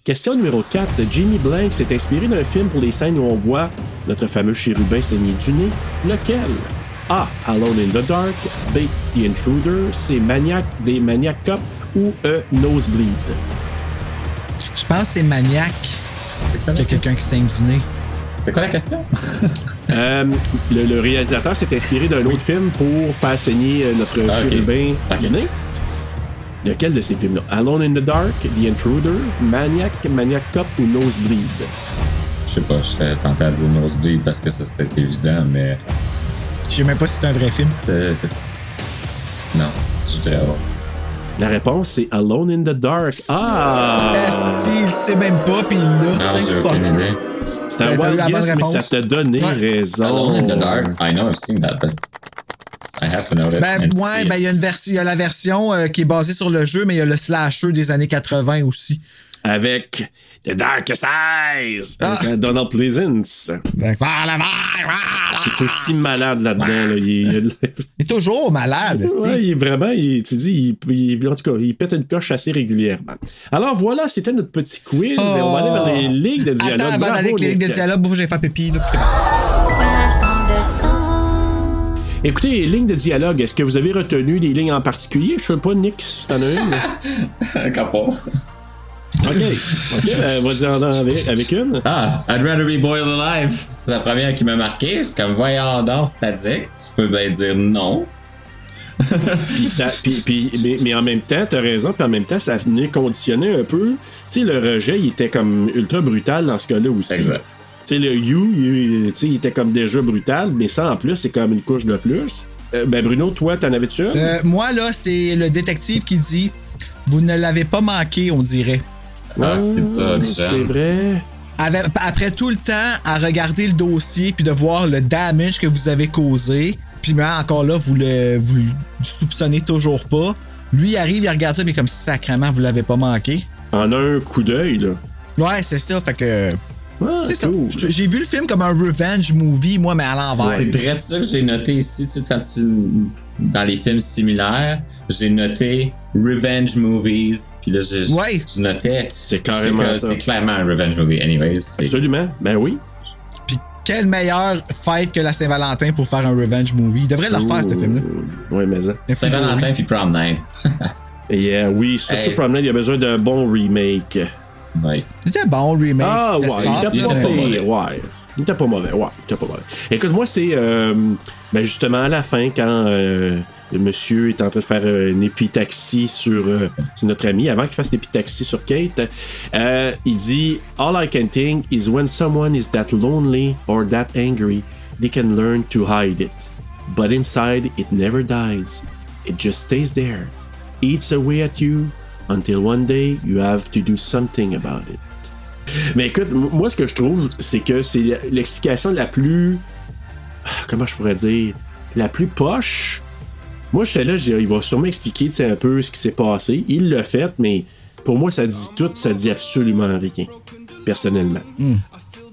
Speaker 3: Question numéro 4. Jimmy Blank s'est inspiré d'un film pour les scènes où on voit notre fameux chérubin saigné du nez. Lequel? A. Alone in the Dark. B. The Intruder. C. Maniac. D. Maniac Cop. Ou E. Nosebleed.
Speaker 4: Je pense que c'est maniaque qu'il y a quelqu'un qui saigne du nez.
Speaker 5: C'est quoi la question?
Speaker 3: Euh, le, le réalisateur s'est inspiré d'un autre film pour faire saigner euh, notre
Speaker 5: Ah, ok.
Speaker 3: chérubin
Speaker 5: Ok.
Speaker 3: du nez. Lequel de ces films-là? Alone in the Dark, The Intruder, Maniac, Maniac Cop ou Nosebleed?
Speaker 5: Je sais pas, je serais tenté à dire Nosebleed parce que ça c'était évident, mais.
Speaker 4: Je sais même pas si c'est un vrai film.
Speaker 5: C'est. c'est- Non, je dirais avoir.
Speaker 3: La réponse, c'est Alone in the Dark. Ah!
Speaker 4: Esti, il sait même pas, puis il l'a.
Speaker 5: Ah,
Speaker 4: tu sais,
Speaker 5: j'ai
Speaker 4: fuck.
Speaker 5: aucune idée.
Speaker 3: C'est un wild guess, mais ça t'a donné raison.
Speaker 5: Alone in the dark. Oh. I know I've seen that, but I have to know that.
Speaker 4: Ben, ouais, ben, il y a une version, il y a la version euh, qui est basée sur le jeu, mais il y a le slasher des années 80 aussi.
Speaker 3: Avec The Darkest Eyes, avec, euh, Donald Pleasance. Qui est aussi malade là-dedans. là. Il, il-
Speaker 4: Il est toujours malade, esti.
Speaker 3: Ouais, il est vraiment, il- tu dis, il, il- en tout cas, il pète une coche assez régulièrement. Alors voilà, c'était notre petit quiz. Et on va aller vers les ligues de dialogue.
Speaker 4: Oh. Attends, avant
Speaker 3: Bravo,
Speaker 4: d'aller avec les ligues de
Speaker 3: Nick.
Speaker 4: dialogue, moi, j'ai fait pipi, là.
Speaker 3: Écoutez, les lignes de dialogue, est-ce que vous avez retenu des lignes en particulier? Je sais pas, Nick, si t'en as une.
Speaker 5: Un capot.
Speaker 3: OK. OK, ben, vas-y en avec, avec une.
Speaker 5: Ah, I'd rather be boiled alive. C'est la première qui m'a marqué. C'est comme voyant d'or sadique. Tu peux bien dire non.
Speaker 3: Puis ça- puis- puis- mais, mais en même temps, t'as raison, puis en même temps, ça venait conditionner un peu. Tu sais, le rejet, il était comme ultra brutal dans ce cas-là aussi.
Speaker 5: Exact.
Speaker 3: Tu sais, le You, il- tu sais, il était comme déjà brutal, mais ça, en plus, c'est comme une couche de plus. Euh, ben, Bruno, toi, t'en avais-tu une?
Speaker 4: Euh, moi, là, c'est le détective qui dit Vous ne l'avez pas manqué, on dirait.
Speaker 5: Ah, c'est ça,
Speaker 3: Ah,
Speaker 5: du
Speaker 3: c'est
Speaker 5: genre.
Speaker 3: vrai.
Speaker 4: Avec- après tout le temps à regarder le dossier puis de voir le damage que vous avez causé, puis même encore là, vous le, vous le soupçonnez toujours pas. Lui il arrive, il regarde ça, puis comme sacrément, vous l'avez pas manqué.
Speaker 3: En un coup d'œil, là.
Speaker 4: Ouais, c'est ça, fait que.
Speaker 3: Ah,
Speaker 4: c'est ça.
Speaker 3: cool.
Speaker 4: J- J'ai vu le film comme un revenge movie, moi, mais à l'envers.
Speaker 5: C'est très ça que j'ai noté ici, tu sais, quand tu- dans les films similaires, j'ai noté Revenge Movies, puis là, j'ai
Speaker 4: Ouais.
Speaker 5: je notais.
Speaker 3: C'est carrément
Speaker 5: que
Speaker 3: ça.
Speaker 5: C'est clairement un Revenge Movie, anyways. C'est-
Speaker 3: Absolument. Ben oui.
Speaker 4: Quelle meilleure fête que la Saint-Valentin pour faire un revenge movie. Il devrait la refaire, ce film-là.
Speaker 3: Oui, mais ça.
Speaker 4: Un film
Speaker 5: Saint-Valentin puis Prom Night.
Speaker 3: Et euh, oui, surtout
Speaker 5: Hey.
Speaker 3: Promenade, il y a besoin d'un bon remake.
Speaker 5: Ouais.
Speaker 4: C'était bon, remake.
Speaker 3: Ah ouais,
Speaker 4: C'était soft,
Speaker 3: il était
Speaker 4: là,
Speaker 3: pas,
Speaker 4: mais-
Speaker 3: pire, ouais. Il était pas mauvais, ouais, il était pas mauvais. Écoute, moi, c'est euh, ben justement à la fin, quand euh, le monsieur est en train de faire euh, une épitaxie sur, euh, sur notre ami, avant qu'il fasse l'épitaxie sur Kate, euh, il dit « All I can think is when someone is that lonely or that angry, they can learn to hide it. But inside, it never dies. It just stays there. Eats away at you until one day you have to do something about it. » Mais écoute, m- moi, ce que je trouve, c'est que c'est l'explication la plus. Comment je pourrais dire La plus poche. Moi, j'étais là, je dis, il va sûrement expliquer tu sais, un peu ce qui s'est passé. Il l'a fait, mais pour moi, ça dit tout, ça dit absolument rien. Personnellement.
Speaker 4: Hmm.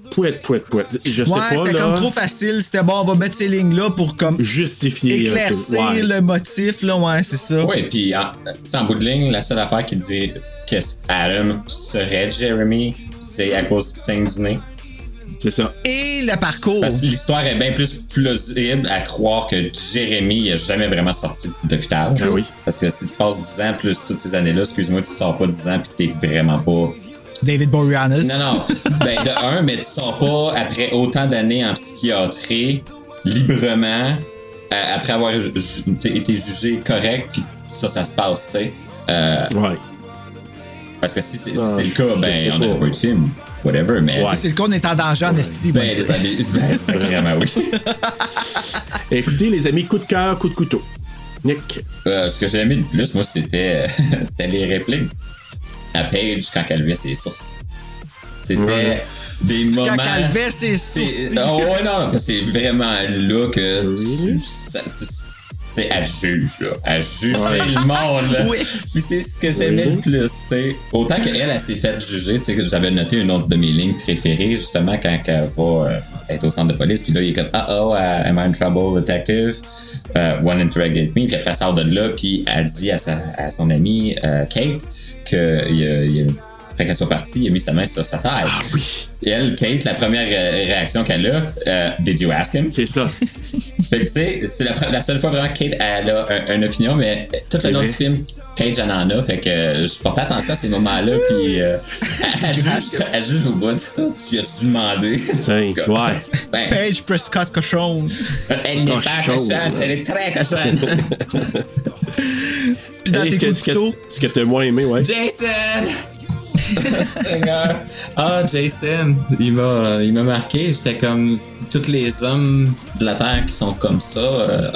Speaker 3: Pouette, pouette, pouette. Je sais
Speaker 4: Ouais,
Speaker 3: pas.
Speaker 4: c'était
Speaker 3: là,
Speaker 4: comme trop facile. C'était bon, on va mettre ces lignes-là pour comme
Speaker 5: euh,
Speaker 3: Justifier. un peu.
Speaker 4: éclaircir
Speaker 3: Ouais.
Speaker 4: le motif, là, ouais, c'est ça.
Speaker 5: Oui, puis en, tu sais, en bout de ligne, la seule affaire qui dit que Adam serait Jeremy, c'est à cause qu'il saigne du nez.
Speaker 3: C'est ça.
Speaker 4: Et le parcours.
Speaker 5: Parce que l'histoire est bien plus plausible à croire que Jérémy n'a jamais vraiment sorti de l'hôpital.
Speaker 3: Ah oui.
Speaker 5: Parce que si tu passes 10 ans plus toutes ces années-là, excuse-moi, tu sors pas 10 ans puis t'es vraiment pas.
Speaker 4: David Boreanaz.
Speaker 5: Non, non. ben, de un, mais tu sors pas après autant d'années en psychiatrie, librement, euh, après avoir ju- ju- t'es- été jugé correct, puis ça, ça se passe, tu sais. Euh,
Speaker 3: Ouais.
Speaker 5: Parce que si c'est si
Speaker 3: Ah,
Speaker 5: c'est le
Speaker 3: je-
Speaker 5: cas,
Speaker 3: je sais
Speaker 5: ben, on
Speaker 3: pas.
Speaker 5: n'aurait pas eu de film. Whatever, mais.
Speaker 3: Ouais.
Speaker 4: Si c'est le cas, on est en danger en estime.
Speaker 5: Ben, les amis, ben, c'est vraiment oui.
Speaker 3: Écoutez, les amis, coup de cœur, coup de couteau. Nick.
Speaker 5: Euh, ce que j'ai aimé le plus, moi, c'était euh, c'était les répliques à Paige quand elle levait ses sources. C'était
Speaker 3: Ouais.
Speaker 5: des moments.
Speaker 4: Quand Calvet, c'est
Speaker 5: C'est-
Speaker 4: sourcils.
Speaker 5: Oh, ouais, non, parce que c'est vraiment là que tu, ça- tu- tu sais, elle juge, là. Elle juge le monde, là.
Speaker 4: Oui.
Speaker 5: Puis c'est ce que j'aimais le plus, tu sais. Autant qu'elle, elle, s'est faite juger, tu sais, que j'avais noté une autre de mes lignes préférées, justement, quand elle va euh, être au centre de police, puis là, il est comme, ah, oh, uh, am I in trouble, detective? Uh, wanna interrogate me? Puis après, elle sort de là, puis elle dit à, sa- à son amie, euh, Kate, que il a- il a- après qu'elle soit partie, il a mis sa main sur sa taille.
Speaker 3: Ah
Speaker 5: Et elle, Kate, la première euh, réaction qu'elle a, euh, Did you ask him?
Speaker 3: C'est ça.
Speaker 5: Fait que, tu sais, c'est la, pre- la seule fois vraiment que Kate elle a un- une opinion, mais tout
Speaker 3: C'est
Speaker 5: le long
Speaker 3: vrai.
Speaker 5: du film, Kate, elle en a. Fait que euh, je portais attention à ces moments-là, puis euh, elle, juge- elle juge au bout. Tu as-tu demandé?
Speaker 3: Tiens, ouais.
Speaker 5: Ben,
Speaker 4: Page Prescott Cochon.
Speaker 5: elle n'est pas
Speaker 3: Cochonne.
Speaker 5: cochonne, elle est très cochonne.
Speaker 4: Puis dans
Speaker 3: Allez,
Speaker 4: tes
Speaker 3: ce que- ce
Speaker 4: coups de couteau.
Speaker 3: que- ce que t'as moins aimé, ouais.
Speaker 5: Jason! Seigneur. Ah, Jason, il m'a, il m'a marqué. J'étais comme si tous les hommes de la Terre qui sont comme ça euh,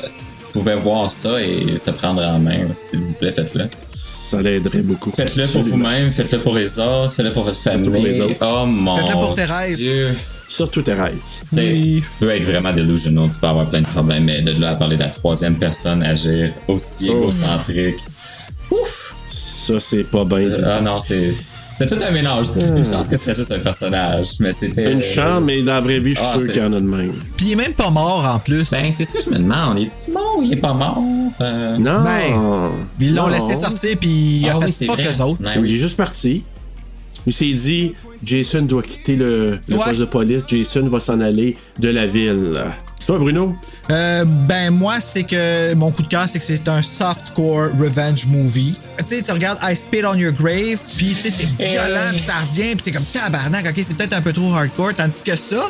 Speaker 5: pouvaient voir ça et se prendre en main. S'il vous plaît, faites-le.
Speaker 3: Ça l'aiderait beaucoup.
Speaker 5: Faites-le pour vous-même, faites-le pour les autres, faites-le pour votre famille.
Speaker 3: pour les autres.
Speaker 5: Oh mon
Speaker 3: Faites-le pour
Speaker 4: Thérèse.
Speaker 5: Dieu.
Speaker 3: Surtout Thérèse.
Speaker 5: Tu sais, Tu peux être vraiment delusional, tu peux avoir plein de problèmes, mais de là à parler de la troisième personne, agir aussi
Speaker 3: Oh.
Speaker 5: égocentrique.
Speaker 3: Ça, c'est pas bien.
Speaker 5: Ah non, c'est. C'est tout un mélange. Je pense que c'était juste un personnage, mais c'était.
Speaker 3: Une chance, mais dans la vraie vie, je suis
Speaker 5: Ah,
Speaker 3: sûr
Speaker 5: c'est-
Speaker 3: qu'il y en a de même.
Speaker 4: Puis il est même pas mort en plus.
Speaker 5: Ben, c'est ça que je me demande. Il est-tu mort ou il est pas mort? Euh,
Speaker 3: Non.
Speaker 4: Ben, Ils
Speaker 3: Non.
Speaker 4: l'ont laissé sortir, puis il a
Speaker 5: Ah
Speaker 4: fait
Speaker 5: oui, c'est
Speaker 4: fuck
Speaker 5: vrai.
Speaker 4: eux autres.
Speaker 5: Ouais,
Speaker 3: euh, Il est
Speaker 5: oui.
Speaker 3: juste parti. Il s'est dit, Jason doit quitter le, le
Speaker 4: Ouais.
Speaker 3: poste de police. Jason va s'en aller de la ville. Toi, Bruno?
Speaker 4: Euh, ben moi, c'est que mon coup de cœur, c'est que c'est un softcore revenge movie. Tu sais, tu regardes I Spit on Your Grave, puis tu sais, c'est violent, puis ça revient, puis t'es comme tabarnak, ok, c'est peut-être un peu trop hardcore, tandis que ça,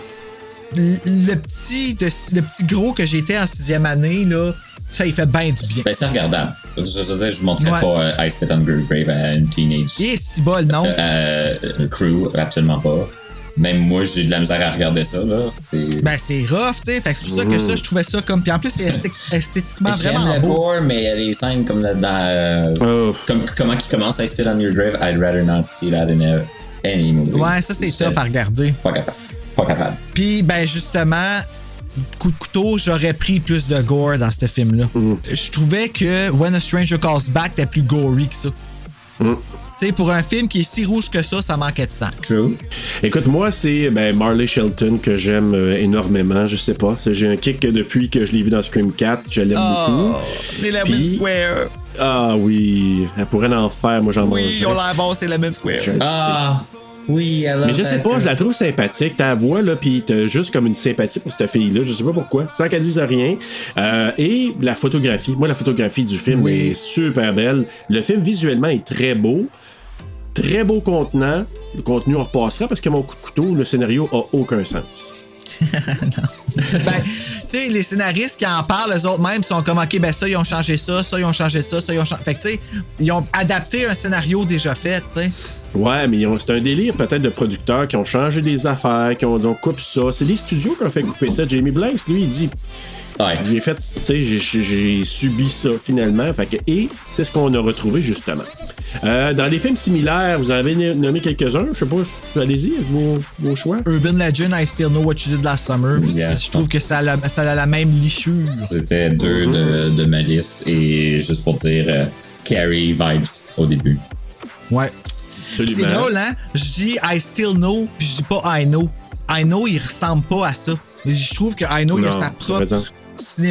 Speaker 4: l- le petit, de- le petit gros que j'étais en sixième année, là, ça, il fait ben du bien.
Speaker 5: Ben, c'est regardable. Je, je veux dire, je montrerai
Speaker 4: Ouais.
Speaker 5: pas euh, Ice Pit on Grave Grave à une teenage
Speaker 4: Et si bol, non?
Speaker 5: euh, euh, crew, absolument pas. Même moi, j'ai de la misère à regarder ça, là. C'est.
Speaker 4: Ben c'est rough, tu sais, fait que c'est pour ça que ça, je trouvais ça comme. Puis en plus, c'est esthé- esthétiquement
Speaker 5: J'aime
Speaker 4: vraiment
Speaker 5: le
Speaker 4: beau.
Speaker 5: gore, mais il y a des scènes comme là, dans. euh, comme, comment qui commence Ice Pit on Your Grave, I'd rather not see that in a, any movie.
Speaker 4: Ouais, ça, c'est
Speaker 5: Je-
Speaker 4: tough à regarder.
Speaker 5: Pas capable. Pas capable.
Speaker 4: Puis, ben justement, coup de couteau, j'aurais pris plus de gore dans ce film-là.
Speaker 3: Mm.
Speaker 4: Je trouvais que When a Stranger Calls Back était plus gory que ça.
Speaker 3: Mm.
Speaker 4: Tu sais, pour un film qui est si rouge que ça, ça manquait de sang.
Speaker 5: True.
Speaker 3: Écoute, moi, c'est ben, Marley Shelton que j'aime euh, énormément. Je sais pas. C'est- J'ai un kick que depuis que je l'ai vu dans Scream 4. Je l'aime
Speaker 4: Ah.
Speaker 3: beaucoup. Puis-
Speaker 4: Square.
Speaker 3: Ah oui. Elle pourrait en faire. Moi, j'en
Speaker 4: Oui,
Speaker 3: mangerais.
Speaker 4: on l'avance, Element Square.
Speaker 3: Je le
Speaker 5: Ah! Oui, alors. euh,
Speaker 3: Mais je sais pas, je la trouve sympathique. Ta voix, là, pis t'as juste comme une sympathie pour cette fille-là. Je sais pas pourquoi. Sans qu'elle dise rien. Euh, et la photographie. Moi, la photographie du film est super belle. Le film, visuellement, est très beau. Très beau contenant. Le contenu, on repassera parce que mon coup de couteau, le scénario a aucun sens.
Speaker 4: ben, tu sais, les scénaristes qui en parlent, eux autres même, sont comme, OK, ben ça, ils ont changé ça, ça, ils ont changé ça, ça, ils ont changé. Fait que, tu sais, ils ont adapté un scénario déjà fait, tu sais.
Speaker 3: Ouais, mais ils ont- c'est un délire peut-être de producteurs qui ont changé des affaires, qui ont dit on coupe ça. C'est les studios qui ont fait couper ça. Jamie Blanks, lui, il dit
Speaker 5: Ouais.
Speaker 3: J'ai fait, tu sais, j'ai- j'ai j'ai subi ça finalement. Fait que, et c'est ce qu'on a retrouvé justement. Euh, dans des films similaires, vous en avez n- nommé quelques-uns. Je sais pas, si- allez-y, vos, vos choix.
Speaker 4: Urban Legend, I Still Know What You Did Last Summer.
Speaker 5: Yeah.
Speaker 4: Je trouve que ça a, la- ça a la même lichure.
Speaker 5: C'était deux de, de malice et juste pour dire euh, Carrie vibes au début.
Speaker 4: Ouais.
Speaker 3: Absolument.
Speaker 4: C'est drôle, hein? Je dis I still know, puis je dis pas I know. I know, il ressemble pas à ça. Mais Je trouve que I know, il a
Speaker 3: Non,
Speaker 4: sa
Speaker 3: t'as
Speaker 4: propre
Speaker 3: raison.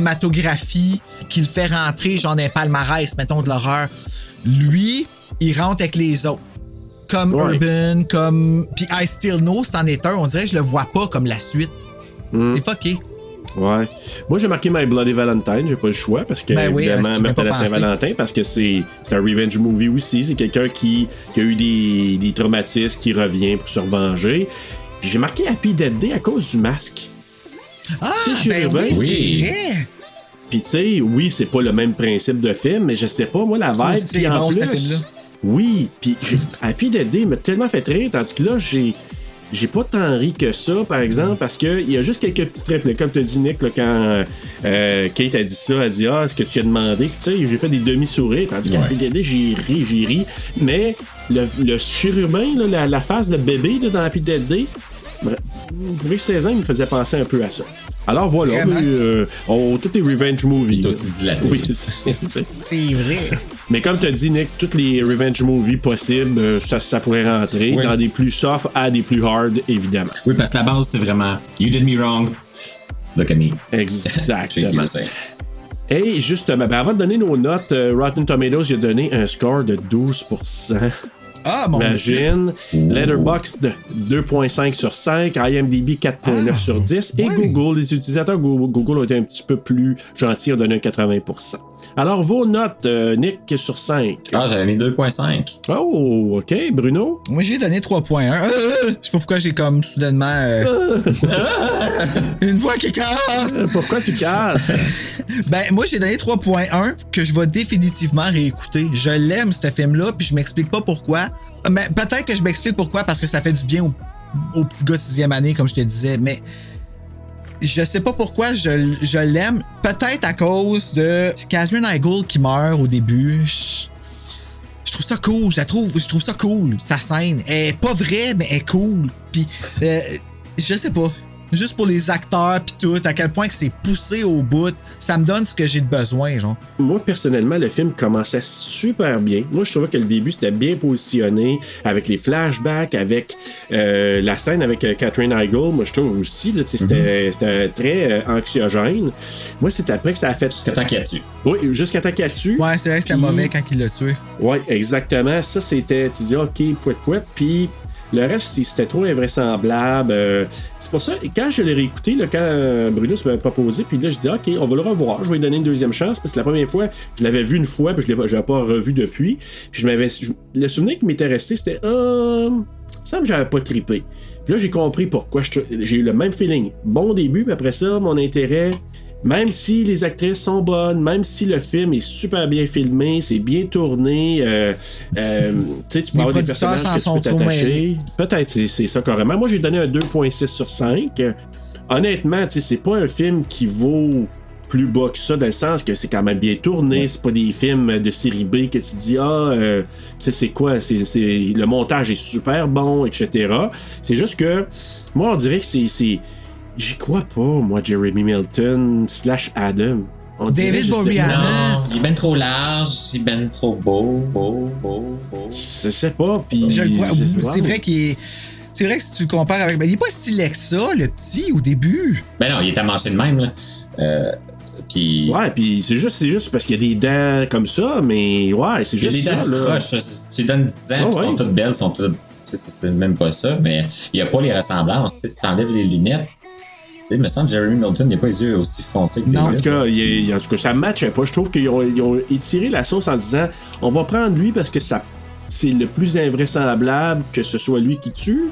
Speaker 4: cinématographie qui le fait rentrer, genre un palmarès, mettons, de l'horreur. Lui, il rentre avec les autres. Comme
Speaker 3: Ouais.
Speaker 4: Urban, comme. Puis I still know, c'en est un. On dirait que je le vois pas comme la suite.
Speaker 3: Mm.
Speaker 4: C'est fucké.
Speaker 3: Ouais. Moi, j'ai marqué My Bloody Valentine. J'ai pas le choix parce que,
Speaker 4: Ben oui,
Speaker 3: évidemment,
Speaker 4: parce que tu
Speaker 3: meurtre à
Speaker 4: m'as
Speaker 3: la
Speaker 4: pas pensé.
Speaker 3: Saint-Valentin, parce que c'est c'est un revenge movie aussi. C'est quelqu'un qui, qui a eu des, des traumatismes, qui revient pour se revenger. Puis J'ai marqué Happy Dead Day à cause du masque.
Speaker 4: Ah,
Speaker 3: Tu sais, chez
Speaker 4: ben
Speaker 3: Urban,
Speaker 4: oui,
Speaker 5: oui.
Speaker 4: c'est vrai.
Speaker 3: Puis tu sais, oui, c'est pas le même principe de film, mais je sais pas, moi, la
Speaker 4: trouves
Speaker 3: vibe,
Speaker 4: que
Speaker 3: puis
Speaker 4: c'est
Speaker 3: en
Speaker 4: bon, ce
Speaker 3: plus...
Speaker 4: film-là?
Speaker 3: Oui, puis j'ai- Happy Dead Day m'a tellement fait rire, tandis que là, j'ai... J'ai pas tant ri que ça, par exemple, parce que il y a juste quelques petites répliques. Comme tu dis, Nick, là, quand euh, Kate a dit ça, elle a dit Ah, est-ce que tu as demandé Puis, Tu sais, j'ai fait des demi-souris, tandis qu'à
Speaker 5: Ouais.
Speaker 3: Happy Dead Day, j'ai ri, j'ai ri. Mais le, le chérubin, là, la, la face de bébé là, dans Happy Dead Day, Bref, Vous que 16 ans, il me faisait penser un peu à ça. Alors voilà,
Speaker 4: Vraiment?
Speaker 3: euh, on- tout est revenge movie.
Speaker 5: T'as aussi dilaté.
Speaker 3: Oui, c'est- c'est-
Speaker 4: C'est vrai.
Speaker 3: Mais comme tu as dit, Nick, toutes les revenge movies possibles, euh, ça, ça pourrait rentrer
Speaker 5: Oui.
Speaker 3: dans des plus soft à des plus hard, évidemment.
Speaker 5: Oui, parce que la base, c'est vraiment You did me wrong. Look at me. Tricky,
Speaker 3: Exactement.
Speaker 5: le same.
Speaker 3: Et justement, ben avant de donner nos notes, euh, Rotten Tomatoes il a donné un score de 12%.
Speaker 4: Ah, mon
Speaker 3: Ben,
Speaker 4: Dieu.
Speaker 3: Imagine. Letterboxd 2.5 sur 5, IMDb 4.9 sur 10 et Google, les utilisateurs Go- Google ont été un petit peu plus gentils, ont donné un 80%. Alors vos notes, euh, Nick sur 5.
Speaker 5: Ah, j'avais mis 2.5.
Speaker 3: Oh, ok, Bruno.
Speaker 4: Moi, j'ai donné 3.1. Euh, euh, je sais pas pourquoi j'ai comme soudainement. euh, une voix qui casse.
Speaker 3: Euh, Pourquoi tu casses?
Speaker 4: Ben, moi, j'ai donné 3.1 que je vais définitivement réécouter. Je l'aime, ce film-là, puis je m'explique pas pourquoi. Mais peut-être que je m'explique pourquoi, parce que ça fait du bien au, au petit gars de sixième année, comme je te disais. Mais je sais pas pourquoi je, l- je l'aime. Peut-être à cause de Catherine Heigl qui meurt au début. Je- Je trouve ça cool, je la trouve, je trouve ça cool. Sa scène elle est pas vraie, mais elle est cool. Puis, euh, je sais pas. Juste pour les acteurs puis tout, à quel point que c'est poussé au bout, ça me donne ce que j'ai de besoin, genre.
Speaker 3: Moi, personnellement, le film commençait super bien. Moi, je trouvais que le début, c'était bien positionné, avec les flashbacks, avec euh, la scène avec euh, Catherine Heigl. Moi, je trouve aussi, là, tu sais, c'était c'était très euh, anxiogène. Moi, c'est après que ça a fait...
Speaker 5: Jusqu'à temps qu'il y a dessus.
Speaker 3: Oui, jusqu'à temps qu'il y a dessus.
Speaker 4: Ouais, c'est vrai que c'était
Speaker 3: Puis-
Speaker 4: mauvais quand il l'a tué.
Speaker 3: Ouais, exactement. Ça, c'était, tu dis, OK, pouet pouet, puis le reste, c'est- c'était trop invraisemblable. Euh, c'est pour ça, quand je l'ai réécouté, là, quand euh, Bruno se m'avait proposé, puis là, je dis, OK, on va le revoir, je vais lui donner une deuxième chance, parce que la première fois, je l'avais vu une fois, puis je ne l'avais pas revu depuis. Puis je m'avais. je- le souvenir qui m'était resté, c'était, euh, il me semble que j'avais pas trippé. Puis là, j'ai compris pourquoi je- j'ai eu le même feeling. Bon début, puis après ça, mon intérêt. Même si les actrices sont bonnes, même si le film est super bien filmé, c'est bien tourné, euh, euh, tu sais, tu peux
Speaker 4: Les
Speaker 3: avoir des
Speaker 4: producteurs
Speaker 3: personnages
Speaker 4: s'en
Speaker 3: que tu peux
Speaker 4: sont trop
Speaker 3: t'attacher.
Speaker 4: mêlés.
Speaker 3: Peut-être, c'est- c'est ça carrément. Moi, j'ai donné un 2.6 sur 5. Honnêtement, tu sais, c'est pas un film qui vaut plus bas que ça, dans le sens que c'est quand même bien tourné, c'est pas des films de série B que tu dis, ah, euh, tu sais, c'est quoi, c'est, c'est- le montage est super bon, etc. C'est juste que, moi, on dirait que c'est, c'est- j'y crois pas, moi, Jeremy Milton slash Adam. On dirait,
Speaker 4: David
Speaker 3: je sais-
Speaker 4: Boreanaz.
Speaker 5: Non, il est ben trop large, il est ben trop beau, beau, beau, beau.
Speaker 3: Je sais pas, puis...
Speaker 4: Je le crois.
Speaker 3: je-
Speaker 4: Oui, C'est
Speaker 3: wow.
Speaker 4: vrai qu'il est. C'est vrai que si tu le compares avec. Ben, il est pas si laid que ça, le petit, au début.
Speaker 5: Ben non, il est amassé de même, là. Euh, puis
Speaker 3: Ouais, puis c'est juste, c'est juste parce qu'il y a des dents comme ça, mais ouais, c'est
Speaker 5: il y a
Speaker 3: juste
Speaker 5: des
Speaker 3: ça,
Speaker 5: dents de
Speaker 3: là.
Speaker 5: croche. ça, Tu lui donnes 10 ans,
Speaker 3: Ah
Speaker 5: puis elles
Speaker 3: ouais.
Speaker 5: sont toutes belles, elles sont toutes. C'est- C'est c'est même pas ça, mais il n'y a pas les ressemblances. Tu sais, tu enlèves les lunettes. Tu sais, il me semble que Jeremy Milton n'a pas les yeux aussi foncés que
Speaker 4: Non.
Speaker 3: En
Speaker 5: des
Speaker 3: tout cas, il y a- il y a- en tout cas, ça matchait pas. Je trouve qu'ils ont, ils ont étiré la sauce en disant on va prendre lui parce que ça c'est le plus invraisemblable que ce soit lui qui tue.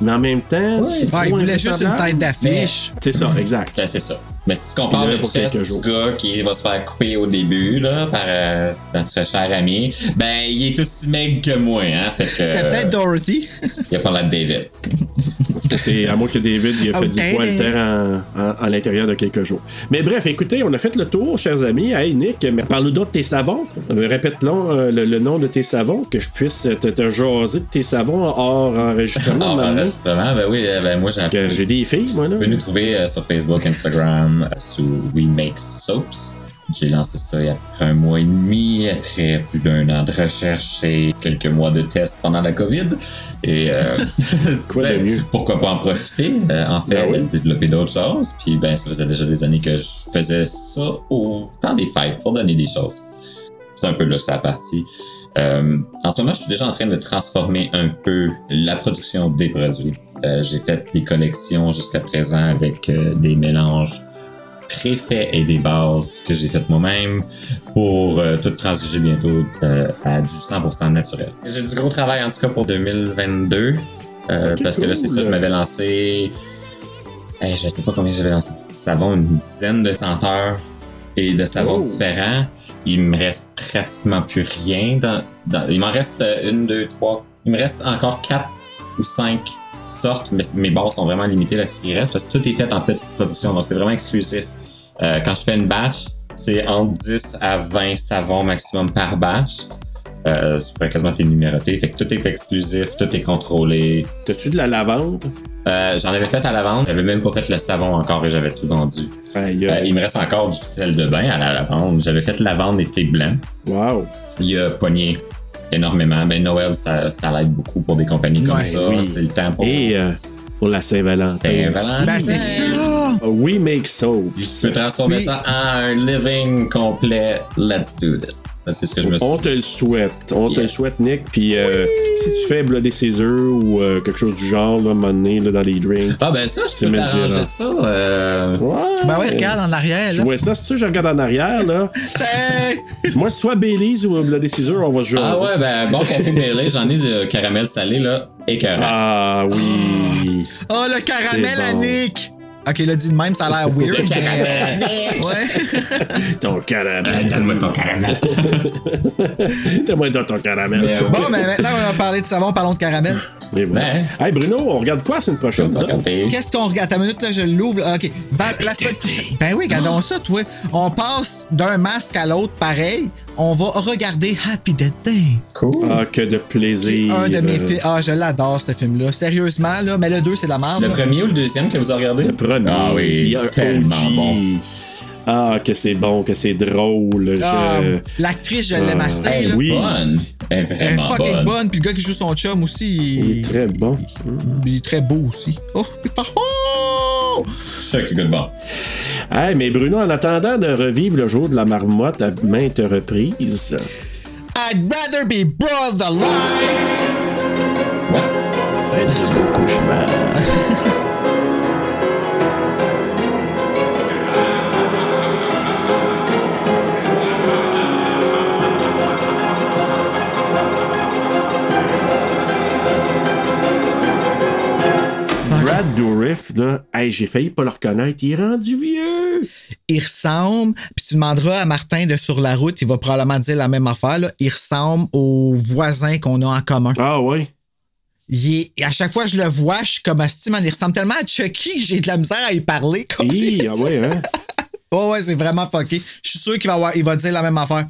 Speaker 3: Mais en même temps, c'est
Speaker 4: Ah, il
Speaker 3: trop
Speaker 4: voulait juste une
Speaker 3: invraisemblable.
Speaker 4: tête d'affiche.
Speaker 3: C'est ça, exact.
Speaker 5: Ben, c'est ça. Mais si tu
Speaker 3: Il
Speaker 5: compares
Speaker 3: y en a
Speaker 5: le
Speaker 3: pour
Speaker 5: chest
Speaker 3: quelques
Speaker 5: du
Speaker 3: jours.
Speaker 5: gars qui va se faire couper au début, là, par euh, notre cher ami, ben, il est aussi maigre que moi, hein. Fait que.
Speaker 4: C'était peut-être Dorothy.
Speaker 5: Il a parlé de David.
Speaker 3: C'est à moins que David il a fait
Speaker 4: Ok,
Speaker 3: du poil
Speaker 4: David.
Speaker 3: terre en, en- à l'intérieur de quelques jours. Mais bref, écoutez, on a fait le tour, chers amis. Hey Nick, mais parle-nous d'autres de tes savons. Euh, Répète-le euh, le, le nom de tes savons, que je puisse te, te jaser de tes savons hors enregistrement.
Speaker 5: Ah, ben,
Speaker 3: maman.
Speaker 5: justement, ben oui, euh, ben moi, j'ai
Speaker 3: Que J'ai des filles, moi, là.
Speaker 5: Vous pouvez nous trouver euh, sur Facebook, Instagram, euh, sous We Make Soaps. J'ai lancé ça il y a après un mois et demi, après plus d'un an de recherche et quelques mois de tests pendant la COVID. Et euh,
Speaker 3: Quoi de
Speaker 5: c'était-
Speaker 3: mieux?
Speaker 5: pourquoi pas en profiter, euh, en fait,
Speaker 3: Ben oui.
Speaker 5: développer d'autres choses. Puis ben, ça faisait déjà des années que je faisais ça au temps des fêtes pour donner des choses. C'est un peu là sa partie. Euh, en ce moment, je suis déjà en train de transformer un peu la production des produits. Euh, J'ai fait des collections jusqu'à présent avec euh, des mélanges préfaits et des bases que j'ai faites moi-même pour euh, tout transiger bientôt euh, à du 100% naturel. J'ai du gros travail en tout cas pour 2022 euh,
Speaker 3: Ok,
Speaker 5: parce que là, c'est ça,
Speaker 3: cool.
Speaker 5: je m'avais lancé. Hey, je sais pas combien j'avais lancé de savon, une dizaine de senteurs et de savons
Speaker 3: Oh.
Speaker 5: différents. Il me reste pratiquement plus rien. Dans, dans- il m'en reste euh, une, deux, trois. Il me reste encore quatre ou cinq sortes, mais mes barres sont vraiment limitées à ce qui reste parce que tout est fait en petite production, donc c'est vraiment exclusif. Euh, quand je fais une batch, c'est entre 10 à 20 savons maximum par batch. Euh, tu pourrais quasiment t'énuméroter. Fait que tout est exclusif, tout est contrôlé.
Speaker 3: T'as-tu de la lavande?
Speaker 5: Euh, J'en avais fait à la vente, j'avais même pas fait le savon encore et j'avais tout vendu.
Speaker 3: Aïe,
Speaker 5: Euh, il me reste encore du sel de bain à la lavande. J'avais fait lavande et thé blanc.
Speaker 3: Wow.
Speaker 5: Il a pogné énormément. Mais Noël, ça, ça l'aide beaucoup pour des compagnies comme
Speaker 3: Ouais,
Speaker 5: ça.
Speaker 3: oui.
Speaker 5: C'est le temps pour
Speaker 3: Et euh, pour la Saint-Valentin. Ah,
Speaker 5: Saint-Valentin.
Speaker 4: Ben, c'est ça.
Speaker 3: We make soap.
Speaker 5: Si tu peux transformer
Speaker 4: Oui.
Speaker 5: ça en un living complet, let's do this. C'est ce que je me suis
Speaker 3: On te le souhaite. On te le
Speaker 5: Yes.
Speaker 3: souhaite, Nick. Puis euh, si tu fais bloder ses œufs ou euh, quelque chose du genre, là, à un moment donné, là, dans les drinks.
Speaker 5: Ah ben ça,
Speaker 3: Tu
Speaker 5: je peux
Speaker 3: me le diras.
Speaker 5: t'arranger ça. euh,
Speaker 3: Ouais.
Speaker 4: Ben ouais, regarde en arrière,
Speaker 3: Je
Speaker 4: là.
Speaker 3: vois ça, c'est ça je regarde en arrière, là.
Speaker 4: C'est-
Speaker 3: Moi, soit Baileys ou bloder ses œufs, on va se jouer.
Speaker 5: Ah ouais, ben bon café mêlé, j'en ai de caramel salé là, et caramel.
Speaker 3: Ah oui.
Speaker 4: Oh, le caramel
Speaker 3: C'est
Speaker 4: à
Speaker 3: bon.
Speaker 4: Nick! Ok, là, dit de même, ça a l'air weird.
Speaker 5: Le
Speaker 4: mais...
Speaker 5: caramel.
Speaker 4: Ouais.
Speaker 3: Ton caramel.
Speaker 5: Donne-moi ton caramel.
Speaker 3: Donne-moi donc ton caramel.
Speaker 5: Mais, euh,
Speaker 4: Bon, mais maintenant, on a parlé de savon, parlons de caramel.
Speaker 3: Et voilà. Hey Bruno, on regarde quoi la semaine prochaine? nous autres?
Speaker 4: Qu'est-ce qu'on regarde? Ta minute, là, je l'ouvre. là. OK. Va- la semaine prochaine. Ben oui, regardons ça, toi. On passe d'un masque à l'autre, pareil. On va regarder Happy Death Day.
Speaker 3: Cool. Ah, que de plaisir.
Speaker 4: Un de mes films. Ah, je l'adore, ce film-là. Sérieusement, là. Mais le 2, c'est de la merde.
Speaker 5: Le
Speaker 4: là.
Speaker 5: premier ou le deuxième que vous avez regardé? Le
Speaker 3: premier.
Speaker 5: Ah oui,
Speaker 3: The
Speaker 5: tellement
Speaker 3: OG.
Speaker 5: bon.
Speaker 3: Ah, que c'est bon, que c'est drôle. Je-
Speaker 4: Ah, L'actrice, je l'aime assez.
Speaker 5: Elle
Speaker 4: Eh, là.
Speaker 5: est bonne. Elle est
Speaker 4: Elle est
Speaker 5: vraiment
Speaker 4: fucking bonne.
Speaker 5: bonne.
Speaker 4: Puis le gars qui joue son chum aussi.
Speaker 3: Il est très bon.
Speaker 4: Il est très beau aussi. Oh, il fait- Oh!
Speaker 5: C'est ça qui goûte bon.
Speaker 3: Hey, mais Bruno, en attendant de revivre le jour de la marmotte à maintes reprises,
Speaker 4: I'd rather be broiled alive!
Speaker 3: faites de beaux cauchemars.
Speaker 5: Ah.
Speaker 3: Brad Dourif, là, hey, j'ai failli pas le reconnaître, il est rendu vieux.
Speaker 4: Il ressemble, puis tu demanderas à Martin de Sur la route, il va probablement dire la même affaire, là. il ressemble aux voisins qu'on a en commun.
Speaker 3: Ah ouais?
Speaker 4: Il est- et à chaque fois que je le vois, je suis comme astime, il ressemble tellement à Chucky que j'ai de la misère à y parler.
Speaker 3: Hi, ah ouais, hein?
Speaker 4: Ouais, ouais, c'est vraiment fucké. Je suis sûr qu'il va, avoir- il va dire la même affaire.